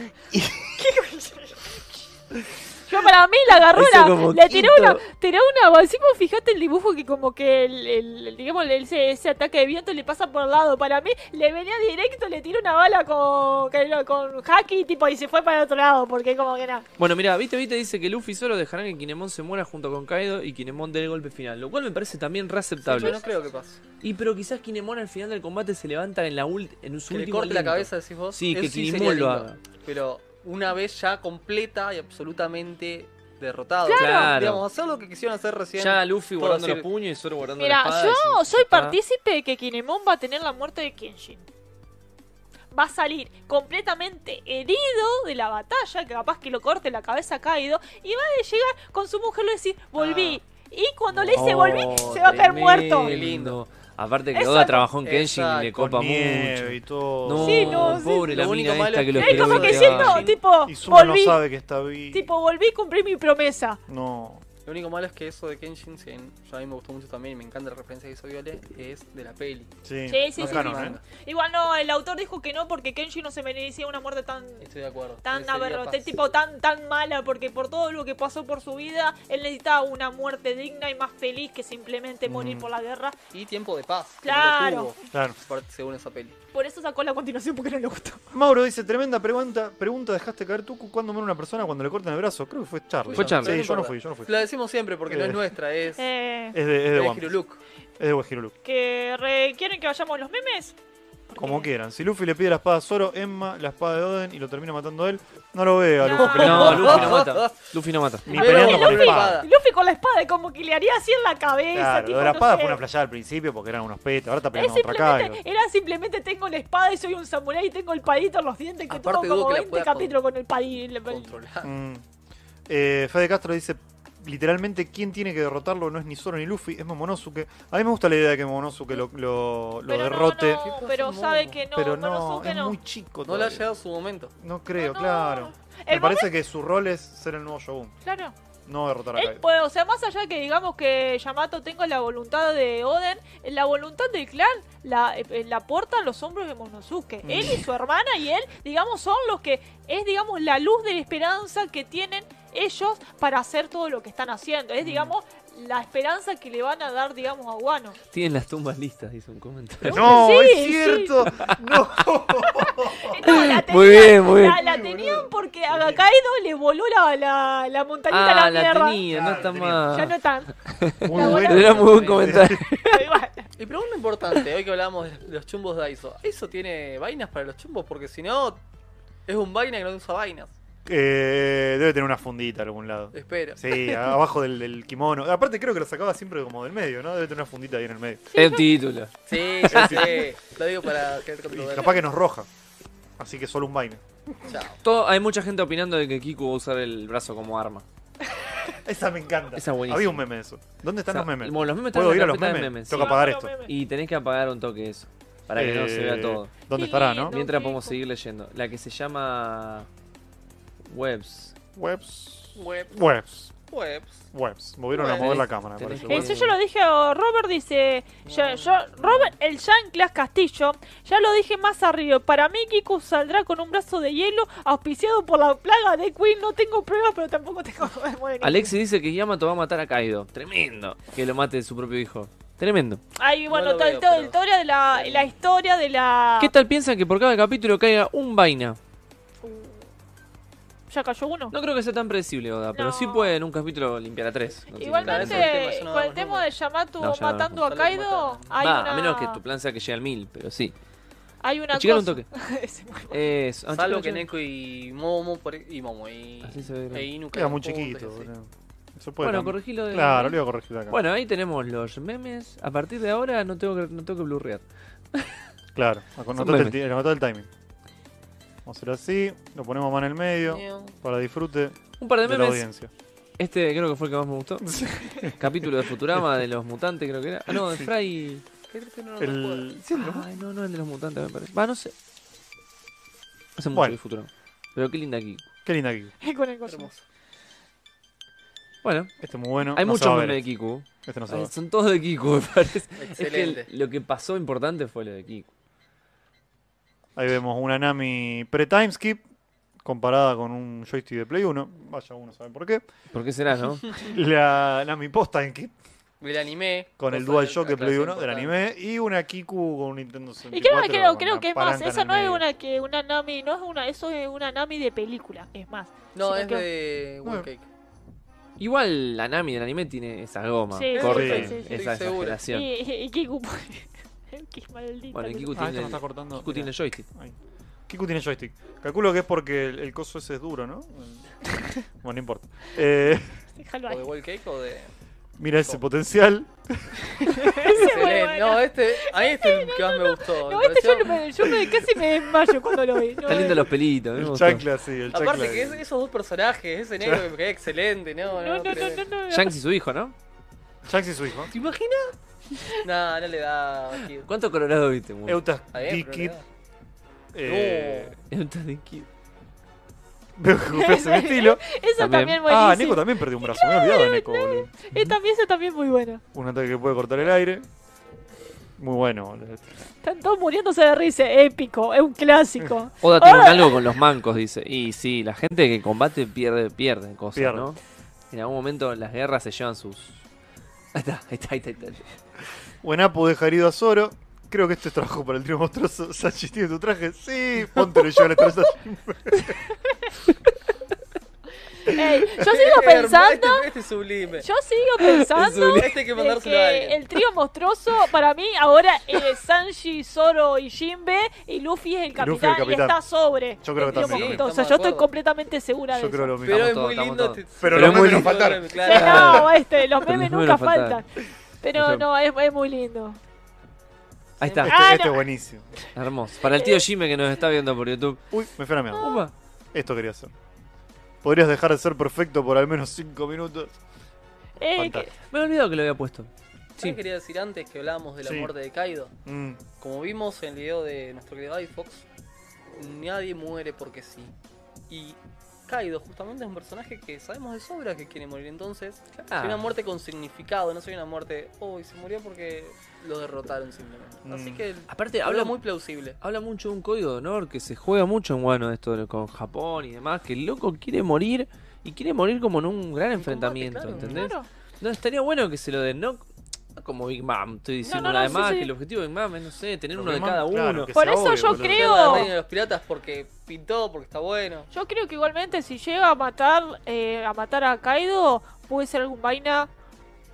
Yo para mí la agarró, Eso la- como le tiró quinto. una, tiró una, encima fijate el dibujo que como que el, el- digamos, ese, ese ataque de viento le pasa por el lado, para mí le venía directo, le tiró una bala con, que- con Haki tipo y se fue para el otro lado, porque como que nada. Bueno, mira, viste, viste, dice que Luffy y Zoro dejarán que Kinemon se muera junto con Kaido y Kinemon dé el golpe final, lo cual me parece también re yo aceptable. no creo que pase. Y pero quizás Kinemon al final del combate se levanta en la ult en su Que le último corte la aliento. cabeza, decís vos. Sí, eso que sería Kinemon lo lindo. haga. Pero una vez ya completa y absolutamente derrotado. Claro. Digamos, hacer lo que quisieron hacer recién. Ya Luffy Puedo guardando decir- los puños y Zoro guardando Mira, la espada. yo decís, soy "Ah". partícipe de que Kinemon va a tener la muerte de Kenshin. Va a salir completamente herido de la batalla, que capaz que lo corte la cabeza a Kaido, y va a llegar con su mujer y le va a decir, volví. Y cuando le dice volví, Ah. Oh, se va a caer tremendo. muerto. Qué lindo. Aparte que Esa- Oda trabajó en Kenshin y le Exacto. copa Con nieve mucho. y todo. No, Sí, no, sí. pobre la Lo mina único esta malo que lo es Es Pero como esperó que que diciendo, vaya. siendo, tipo, Y Sumo no volví, sabe que está vivo. tipo, volví, cumplí mi promesa. No. Lo único malo es que eso de Kenshin, si bien yo a mí me gustó mucho también y me encanta la referencia que hizo Viole, es de la peli. Sí, Sí, sí, no sí, canon, sí, ¿eh? sí. Igual no, el autor dijo que no porque Kenshi no se merecía una muerte tan Estoy de acuerdo. tan Sería aberrante, paz. tipo tan tan mala porque por todo lo que pasó por su vida, él necesitaba una muerte digna y más feliz que simplemente morir Mm. por la guerra. Y tiempo de paz. que Claro. no lo tuvo, Claro. por- según esa peli. Por eso sacó la continuación porque no le gustó. Mauro dice, tremenda pregunta, pregunta dejaste caer tú cuando muere una persona cuando le cortan el brazo. Creo que fue Charlie. Fue Charlie. Sí, Sí, yo no importa. fui, yo no fui. La decimos siempre porque no es nuestra, es es Eh, Es de, Pues- es de de One Piece, Hiruluk. Es de Wejiruluk. que re- quieren que vayamos a los memes. Porque- Como quieran. Si Luffy le pide la espada a Zoro, Emma la espada de Oden y lo termina matando a él, no lo vea, No. Luffy peleando. No, Luffy no mata. Luffy no mata. Ni Pero peleando con Luffy, la espada. Luffy con la espada, y como que le haría así en la cabeza. Claro, lo tipo, de la no espada sé. fue una flayada al principio porque eran unos petos. Ahora está Es peleando contra Kaido. simplemente, era simplemente tengo la espada y soy un samurái y tengo el palito en los dientes que Aparte, tuvo dudo como que la 20 pueda capítulos con el palito. Controlar. Mm. Eh, Fede Castro dice literalmente quién tiene que derrotarlo no es ni Zoro ni Luffy, es Momonosuke. A mí me gusta la idea de que Momonosuke lo, lo, lo derrote, No, ¿Qué pasa, pero Momo? sabe que no, pero no, Monosuke es no. muy chico No le ha todavía. llegado su momento. No creo, No, no. claro. Me El parece que su rol es ser el nuevo Shogun, Claro. no derrotar a Él Kaido. puede, o sea, más allá de que digamos que Yamato tenga la voluntad de Oden, la voluntad del clan la, eh, la aportan los hombros de Monosuke. Mm. Él y su hermana y él, digamos, son los que es, digamos, la luz de la esperanza que tienen ellos para hacer todo lo que están haciendo. Mm. Es, digamos, la esperanza que le van a dar, digamos, a Wano. Tienen las tumbas listas, dice un comentario. No, Sí, es sí. cierto. No. Eh, no, la tenían, Muy bien, muy bien. La, la tenían porque a Kaido le voló la, la, la montañita a Ah, la, mierda. la tenía, no Claro, está la Ya mal. Ah. no están. Muy La bueno. Era muy buen comentario. Pero igual. Y pregunta importante, hoy que hablamos de los chumbos de Aizo. ¿Aizo tiene vainas para los chumbos? Porque si no, es un vaina que no usa vainas. Eh, debe tener una fundita en algún lado. Espero. Sí, abajo del, del kimono. Aparte creo que lo sacaba siempre como del medio, ¿no? Debe tener una fundita ahí en el medio. El título. Sí, ya sé. Lo digo para quedar Y controversial. capaz que nos roja. Así que solo un vaina. Chao. Todo- hay mucha gente opinando de que Kiku va a usar el brazo como arma. Esa me encanta. Esa buenísima. Había un meme de eso. ¿Dónde están O sea, los memes? Bueno, los memes están ¿Puedo en ir a la los carpeta memes? de memes. Tengo sí. que apagar esto. Y tenés que apagar un toque eso. Para que no se vea Eh, todo. ¿Dónde Qué estará, no? lindo. Mientras podemos Kiku. seguir leyendo. La que se llama. Webs. Webs. Webs. Webs. Webs. Webs. Volvieron a Webs. mover la cámara. Tenés parece. que- Eso yo lo dije, oh, Robert dice, ya- yo- Robert, el Class Castillo, ya lo dije más arriba, para mí Kiku saldrá con un brazo de hielo auspiciado por la plaga de Queen, no tengo pruebas, pero tampoco tengo bueno, Alexi dice que Yamato va a matar a Kaido. Tremendo. Que lo mate su propio hijo. Tremendo. Ahí, bueno, lo todo, veo, todo pero- el historia de la, la historia de la... ¿Qué tal piensan que por cada capítulo caiga un vaina? uh, ya cayó uno. No creo que sea tan predecible, Oda, pero No. sí puede en un capítulo limpiar a tres. No sé, Igualmente, claro, eso- tema, yo no hago con el tema de Yamato No, ya no. matando a Solo Kaido, mataron. hay Va, una. a menos que tu plan sea que llegue al mil, pero sí. Hay una Achicar cosa. un toque. Ese muere. Eso. Ah, Salvo chica, que chica. Neko y Momo por- y Momo y, Así se ve, e Inu Queda quedaron muy juntos y chiquito. así. boludo. Se puede. Bueno, cambiar. corregilo de. Claro, lo iba a corregir acá. Bueno, ahí tenemos los memes. A partir de ahora no tengo que, no tengo que blurrear. Claro, anotate el, memes. ti- anotate el timing. Vamos a hacer así, lo ponemos más en el medio para disfrute Un par de de la memes. audiencia. Este creo que fue el que más me gustó. Capítulo de Futurama de los mutantes, creo que era. Ah, no, de Sí. Fry. Creo que no lo recuerdo. El... sí, ¿no? Ay, no, no, el de los mutantes, me parece. Va, no sé. Hace mucho Bueno. de Futurama. Pero qué linda aquí. Qué linda Kiku. con el coso. Hermoso. Bueno, Este es muy bueno. hay no se muchos va a ver memes de este. Kiku. Este no se va Ay, a ver. son todos de Kiku, me parece. Excelente. Es que lo que pasó importante fue lo de Kiku. Ahí vemos una Nami pre-timeskip comparada con un joystick de Play 1. Vaya uno sabe por qué. ¿Por qué será, no? La Nami post-timeskip Del anime. con el Cosa de- DualShock de Play aclaración 1 del importante. anime y una Kiku con un Nintendo 64. Y creo, creo, con creo la que es más, palanca en esa el no es medio. una que una Nami, no es una, eso es una Nami de película, es más. No, sino es que- de One Bueno. Cake. Igual la Nami del anime tiene esa goma. Sí, corten sí, sí, sí. esa Estoy seguro. Y, exageración. y Eh, Kiku Qué maldita. Bueno, y que- Kiku Ah, esto tiene, no el- está cortando. Kiku tiene Mirá. el joystick. Ahí. Kiku tiene joystick. Calculo que es porque el, el coso ese es duro, ¿no? bueno, no importa. Eh, Déjalo ¿O ahí. de One Cake o de.? mira ese potencial. Ese muy Excelente. bueno. No, este. Ahí este es el que más me gustó. No, me este yo, pareció- me, yo me- casi me desmayo cuando lo vi. no, Está lindo los pelitos. a mí me El gustó. chancla, sí, el chancla. Aparte que es- esos dos personajes, ese negro que me cae excelente, no, no, no, no, no, tremendo. no, no. Shanks y su hijo, ¿no? Shanks y su hijo. ¿Te imaginas? No, no le da. Kid. ¿Cuánto colorado viste, Mu? Eutas Está bien, pero no le Dikit. da. Eh, Euta de Kiku. Veo que copias ese estilo. Eso también, También. buenísimo. Ah, Neko también perdió un brazo. Me he olvidado de Neko, boludo. Eh, también, eso también muy bueno. Un ataque que puede cortar el aire. Muy bueno, boludo. Están todos muriéndose de risa. Épico, es un clásico. Oda tiene un algo con los mancos, dice. Y sí, la gente que combate pierde, pierde cosas, Pierde. ¿no? En algún momento las guerras se llevan sus. Ahí está, ahí está, ahí está. ahí está. Buenapu deja herido a Zoro. Creo que este es trabajo para el trío monstruoso. Sachi tiene tu traje. Sí, póntelo y llévalo a Sachi. Ey, yo sigo Hermo- pensando, Este, este es sublime. yo sigo pensando Este hay que de mandárselo a que alguien. el trío monstruoso para mí ahora es Sanji, Zoro y Jinbe y Luffy es el capitán y, Luffy el capitán. está sobre. Yo creo el que también, trío monstruoso. también. O sea, Estamos yo de estoy acuerdo. completamente segura Yo de creo eso. lo mismo. Pero es Estamos muy todos, lindo. estamos todos. este- Pero Pero los es muy memes no lindo. faltaron. Eh, Claro. No, este, Pero los memes los memes nunca no faltan. faltan. Pero no, es, es muy lindo. Ahí está, Este, Ah, este no. es buenísimo. hermoso. Para el tío Jimmy que nos está viendo por YouTube. Uy, me fue a mear. Upa. Esto quería hacer. Podrías dejar de ser perfecto por al menos 5 minutos. Eh, que- Fantástico. Me he olvidado que lo había puesto. Sí. Sí. quería decir antes que hablábamos de la Sí. muerte de Kaido? Mm, Como vimos en el video de nuestro querido iFox, nadie muere porque sí. Y Kaido justamente es un personaje que sabemos de sobra que quiere morir. Entonces, Ah. soy una muerte con significado, no soy una muerte, oh, y se murió porque lo derrotaron simplemente. Así Mm. que Aparte, habla habla, muy plausible. habla mucho de un código de honor que se juega mucho en Wano esto de- con Japón y demás. Que el loco quiere morir y quiere morir como en un gran combate, enfrentamiento, claro. ¿entendés? Claro. No, estaría bueno que se lo den, no como Big Mom, estoy diciendo no, una no, de sí, más, sí. que el objetivo de Big Mom es, no sé, tener Lo uno de demás, cada uno. claro, que Por se eso ahogue, yo boludo. creo- Pierda la reina de los piratas porque pintó, porque está bueno. Yo creo que igualmente si llega a matar eh, a matar a Kaido puede ser algún vaina,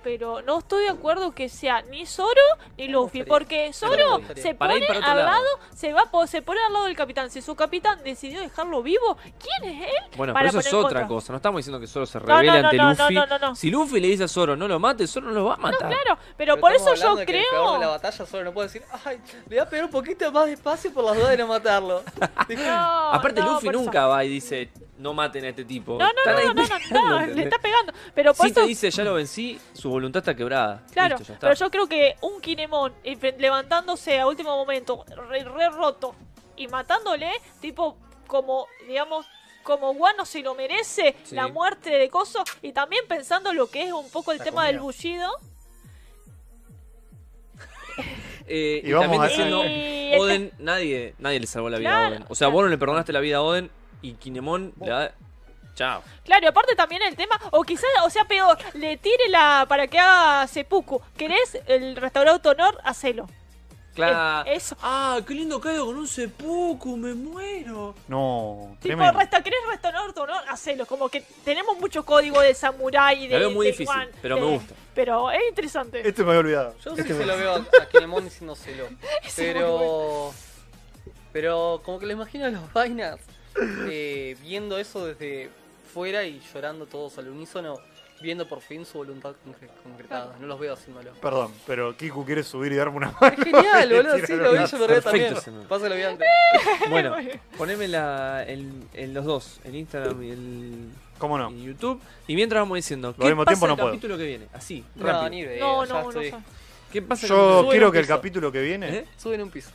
pero no estoy de acuerdo que sea ni Zoro ni Me Luffy, gustaría. porque Zoro gustaría. se Para ir para pone otro al lado. lado, se va po- se pone al lado del capitán. Si su capitán decidió dejarlo vivo, ¿quién es él? Bueno, para pero eso es poner en otra contra. cosa, no estamos diciendo que Zoro se no, revele no, ante no, no, Luffy. no, no, no. Si Luffy le dice a Zoro, no lo mate, Zoro no lo va a matar. Claro, pero, por eso estamos yo hablando de que el peor creo de la batalla solo no puede decir, ay, le voy a pegar un poquito más de espacio por las dudas de no matarlo. Dijo, No, Aparte, no, Luffy por eso. nunca va y dice, no maten a este tipo. No, Están ahí no, no, no, no, peleando, no, le ¿entendés? está pegando. Pero por Si te eso dice, ya lo vencí, su voluntad está quebrada. Claro, Listo, ya está. pero yo creo que un Kinemon enfren- levantándose a último momento, re, re roto, y matándole, tipo, como, digamos, como Guano se lo merece, Sí. la muerte de Coso, y también pensando lo que es un poco el La tema del comida. bullido. Eh, Y y, vamos también a- diciendo, Y- este Oden, nadie, nadie le salvó la vida Claro, a Oden. O sea, vos no le perdonaste la vida a Oden y Kinemon le da... Chao. Claro, y aparte también el tema, o quizás, o sea, peor, le tire la para que haga seppuku. ¿Querés el restaurante honor? Hacelo. Claro. Es- eso. Ah, qué lindo caigo con un sepuku, me muero. No, Tipo, tremendo. resta, ¿querés restaurar tu honor? Hacelo. Como que tenemos mucho código de samurái y de. La veo muy de difícil, Juan, pero de- me gusta. Pero es interesante. Este me había olvidado. Yo sí se lo veo a Kinemon diciéndoselo. Pero. Pero como que lo imagino a los vainas eh, viendo eso desde fuera y llorando todos al unísono, viendo por fin su voluntad concre- concretada. No los veo haciéndolo. Perdón, pero Kiku quiere subir y darme una Es genial, boludo. Sí, lo vi, yo lo veo Perfecto, también. señor. Pasa lo vi antes. Bueno, poneme la, el- en los dos, en Instagram y el ¿Cómo no? y YouTube. Y mientras vamos diciendo, ¿qué mismo pasa tiempo el no puedo. capítulo que viene? Así, No, rápido. ni idea. No, eh, ya no, no estoy. sé. ¿Qué pasa el Yo capítulo- quiero que el piso. capítulo que viene, ¿Eh? Suben un piso.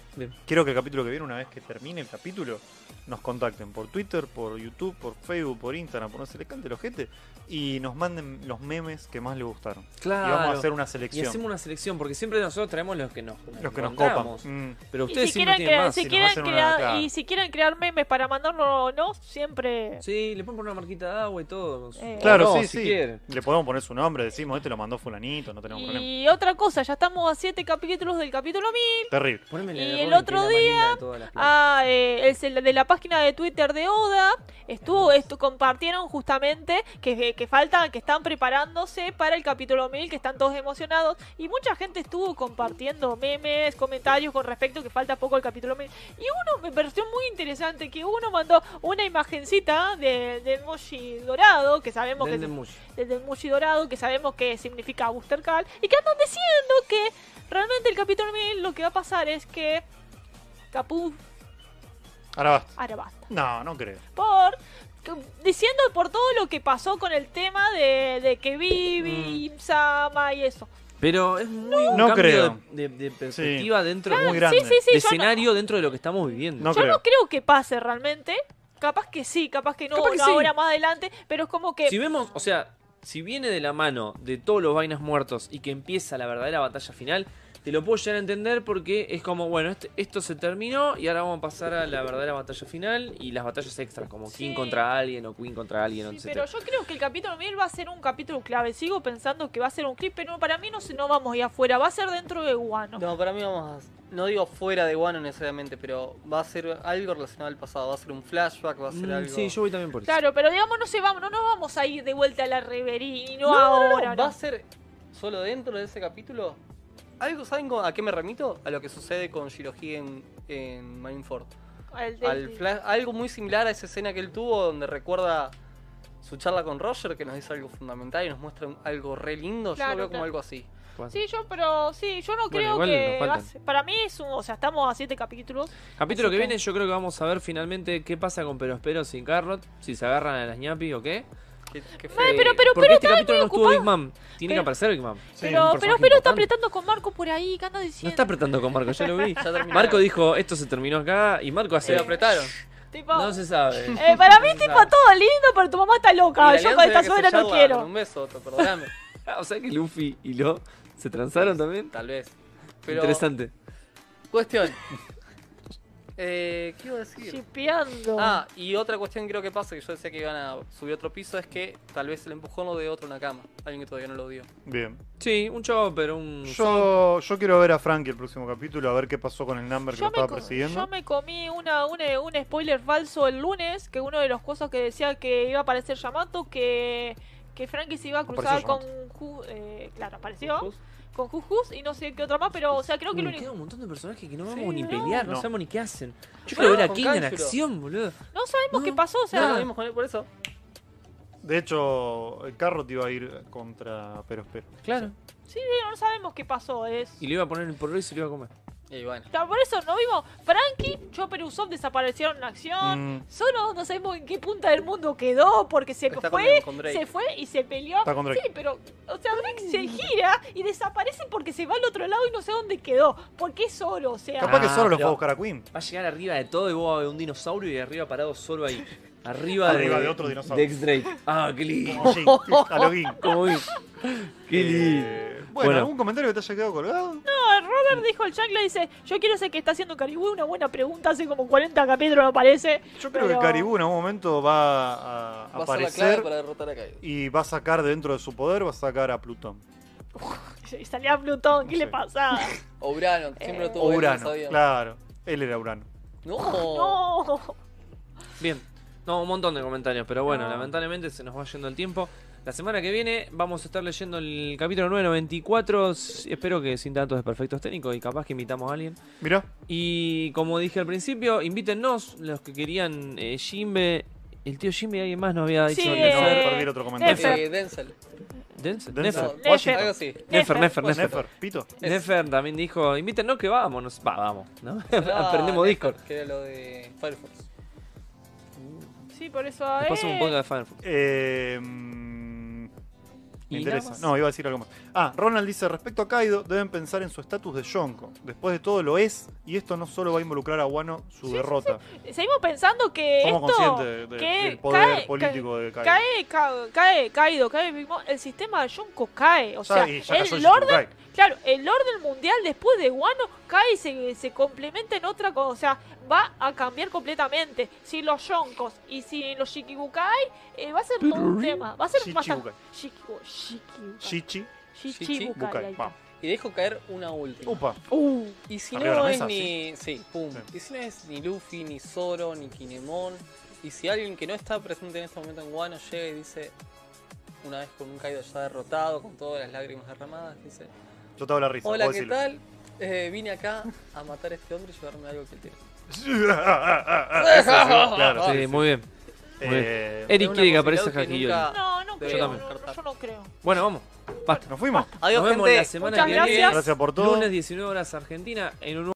quiero que el capítulo que viene, una vez que termine el capítulo, nos contacten por Twitter, por YouTube, por Facebook, por Instagram, por no se les cante el ojete, y nos manden los memes que más les gustaron. Claro. Y vamos a hacer una Y selección. hacemos una selección, porque siempre nosotros traemos los que nos los que nos copan. encontramos. Mm. Pero Y ustedes si siempre quieren, tienen crear, más. si si nos quieren hacen una crear- acá. y si quieren crear memes para mandarlo o no, siempre. Sí, le pueden poner una marquita de agua y todo. Eh. O Claro, no, sí, si sí. quieren. Le podemos poner su nombre, decimos, este lo mandó fulanito, no tenemos problema. Y otra cosa, ya estamos a 7 capítulos del capítulo 1000. Terrible. Poneme la Y de el Ronin, otro que es la más día, linda de todas las plantas. Ah, eh, es el de la página de Twitter de Oda. Estuvo, estu- compartieron justamente que, eh, que faltan, que están preparándose para el capítulo 1000, que están todos emocionados. Y mucha gente estuvo compartiendo memes, comentarios con respecto que falta poco el capítulo 1000. Y uno me pareció muy interesante que uno mandó una imagencita de, de emoji dorado, que sabemos Del que es- Demush. del Denmushi dorado, que sabemos que significa Booster Call, y que andan diciendo que realmente el capítulo 1000 lo que va a pasar es que Capuz Ahora basta. ahora basta. No, no creo. Por que- diciendo por todo lo que pasó con el tema de, de que Vivi, Sama y eso. Pero es muy un No cambio creo. Ah, de, de- de perspectiva dentro Muy de grande. Sí, sí, sí, yo no- escenario dentro de lo que estamos viviendo. No yo creo. no creo que pase realmente. Capaz que sí, capaz que no, Capaz que no sí. ahora más adelante, pero es como que Si vemos, o sea, si viene de la mano de todos los vainas muertos y que empieza la verdadera batalla final, te lo puedo llegar a entender porque es como, bueno, este- esto se terminó y ahora vamos a pasar a la verdadera batalla final y las batallas extras, como Sí. King contra alguien o Queen contra alguien, Sí, etc. pero yo creo que el capítulo 1000 va a ser un capítulo clave. Sigo pensando que va a ser un clip, pero para mí no, se- no vamos a ir afuera. Va a ser dentro de Guano. No, para mí vamos a... No digo fuera de Wano necesariamente, pero va a ser algo relacionado al pasado. Va a ser un flashback, va a ser Mm, algo... Sí, yo voy también por eso. Claro, pero digamos, no se vamos, no nos vamos a ir de vuelta a la reverie, y no, No, no, no, ahora. va a no. ser solo dentro de ese capítulo. ¿Algo saben con- a qué me remito? A lo que sucede con Shirohige en, en Marineford. Al del- Al fla- algo muy similar a esa escena que él tuvo donde recuerda su charla con Roger que nos dice algo fundamental y nos muestra un- algo re lindo. Yo Claro, lo veo como claro. algo así. Pasa. Sí, yo, pero sí, yo no creo igual que. nos faltan. va a ser- Para mí es un. O sea, estamos a siete capítulos. Capítulo Así que que- viene yo creo que vamos a ver finalmente qué pasa con Perospero sin Carrot, si se agarran a las ñapi o qué. Qué- qué Eh, feo. pero- pero- porque este está capítulo no muy estuvo ocupado. Big Mom. Tiene que Pero- aparecer Big Mom. Sí, un pero pero, personaje pero está importante. apretando con Marco por ahí, ¿qué anda No diciendo? está apretando con Marco, yo lo vi. Ya terminó. Marco dijo, esto se terminó acá, y Marco Se hace... lo apretaron. Tipo, No se sabe. eh, para mí, se tipo, sabe. todo lindo, pero tu mamá está Y loca. la Yo alianza con esta era que se suegra no charla con quiero. Un beso, otro, perdóname. Ah, O sea que Luffy y Lo se transaron también. Tal vez. Pero, Interesante. Cuestión. Eh, ¿Qué iba a decir? Chipeando. Ah, y otra cuestión creo que pasa, que yo decía que iban a subir otro piso, es que tal vez el empujón lo de otro Nakama. Alguien que todavía no lo dio. Bien. Sí, un chopper, un... Yo, yo quiero ver a Frankie el próximo capítulo, a ver qué pasó con el number que lo Yo me, estaba co- persiguiendo. yo me comí una, una- un spoiler falso el lunes, que uno de los cosas que decía que iba a aparecer Yamato, que, que Frankie se iba a cruzar Apareció con... Ju- eh, claro, apareció. Con Jujus y no sé qué otra más, pero o sea, creo Uy, que el nos único... queda un montón de personajes que no vamos Sí, ni no. pelear, no, No. sabemos ni qué hacen. Yo quiero ver a con King en Kanjuro. acción, boludo. No sabemos No, qué pasó, o sea... Ya lo nada. vimos con él por eso. De hecho, el carro te iba a ir contra Perospero. Claro. Sí, no sabemos qué pasó. Es... Y lo iba a poner en el porro y se lo iba a comer. Y bueno. Ta- Por eso no vimos. Frankie, Chopper y Usopp desaparecieron en acción. Mm, Solo no sabemos en qué punta del mundo quedó porque se Está con, fue. con Drake. Se fue y se peleó. está contra Sí, pero, o sea, Drake se gira y desaparece porque se va al otro lado y no sé dónde quedó. Porque es oro, o sea. Capaz que Ah, solo lo pero- fue a buscar a Queen. Va a llegar arriba de todo y vos vas a ver un dinosaurio y arriba parado solo ahí. Arriba, Arriba de otro dinosaurio. Dex Drake. Ah, qué lindo. Como Jin, a lo Jin. Como vi. Qué lindo. Eh, bueno, Bueno. ¿algún comentario que te haya quedado colgado? No, Robert dijo el Jack le dice, yo quiero ser que está haciendo Caribú, una buena pregunta, hace como 40 capítulos me parece. Yo creo Pero- que Caribú en algún momento va a Va a ser la aparecer clave para derrotar a Kaido. y va a sacar de dentro de su poder, va a sacar a Plutón. Y salía Plutón, ¿qué No le sé. pasaba? O Urano, que siempre Eh. lo tuvo O él, no Urano, sabía. claro. Él era Urano. No. No. Bien. No, un montón de comentarios, pero bueno, No. lamentablemente se nos va yendo el tiempo. La semana que viene vamos a estar leyendo el capítulo 994. s- Espero que sin datos de perfectos técnicos y capaz que invitamos a alguien. Mirá, Y como dije al principio, invítennos los que querían eh, Jimbe. El tío Jimbe y alguien más nos había dicho. Sí, Nefer. no eh, perder otro Eh, comentario. Nefer. Denzel. Denzel, Denzel. Nefer. No, Washington. algo así. Nefer, Nefer, Nefer. Nefer. Nefer, Pito. Es- Nefer también dijo, invítennos que vámonos. Va, vamos, ¿no? Ah, Aprendemos Nefer, Discord. Que era lo de Firefox. Sí, por eso. a Les paso un ver. poco de Firefox. Eh, mm, Y me nada interesa. más. No, iba a decir algo más. Ah, Ronald dice, respecto a Kaido, deben pensar en su estatus de Yonko. Después de todo lo es, y esto no solo va a involucrar a Wano su derrota. Seguimos pensando que Somos esto. conscientes de- de- que del poder cae- político de Kaido. Cae, ca- cae, caído, cae Big Mom. El sistema de Yonko cae. O sea, Ya- y ya cayó el Shichibukai. orden Claro, el orden mundial después de Guano cae y se, se complementa en otra cosa. O sea, va a cambiar completamente. Si los yoncos y si los shikibukai, eh, va a ser todo un tema. Va a ser más. Shichibukai. Shikibu- Shikibukai. Shichi. Shichibukai. ahí está. Bukai. Y dejo caer una última. Upa. Uh, Y si Arriba de no la es mesa, ni. Sí, pum. Sí. Y si no es ni Luffy, ni Zoro, ni Kinemon. Y si alguien que no está presente en este momento en Wano llega y dice. Una vez con un Kaido ya derrotado, con todas las lágrimas derramadas, dice: Yo te hago la risa. Hola, puedo ¿qué decirlo. tal? Eh, vine acá a matar a este hombre y llevarme algo que él tiene. Eso, sí, claro, Sí, sí, sí. muy bien. muy bien. Eh, Eric una quiere que posibilidad aparezca que Haki nunca- no, no creo. también. no, no, yo no creo. Bueno, vamos. Basta. Nos fuimos. Adiós, Eh, Nos vemos gente. la semana Muchas que gracias. viene. Gracias por todo. Lunes 19 horas Argentina en un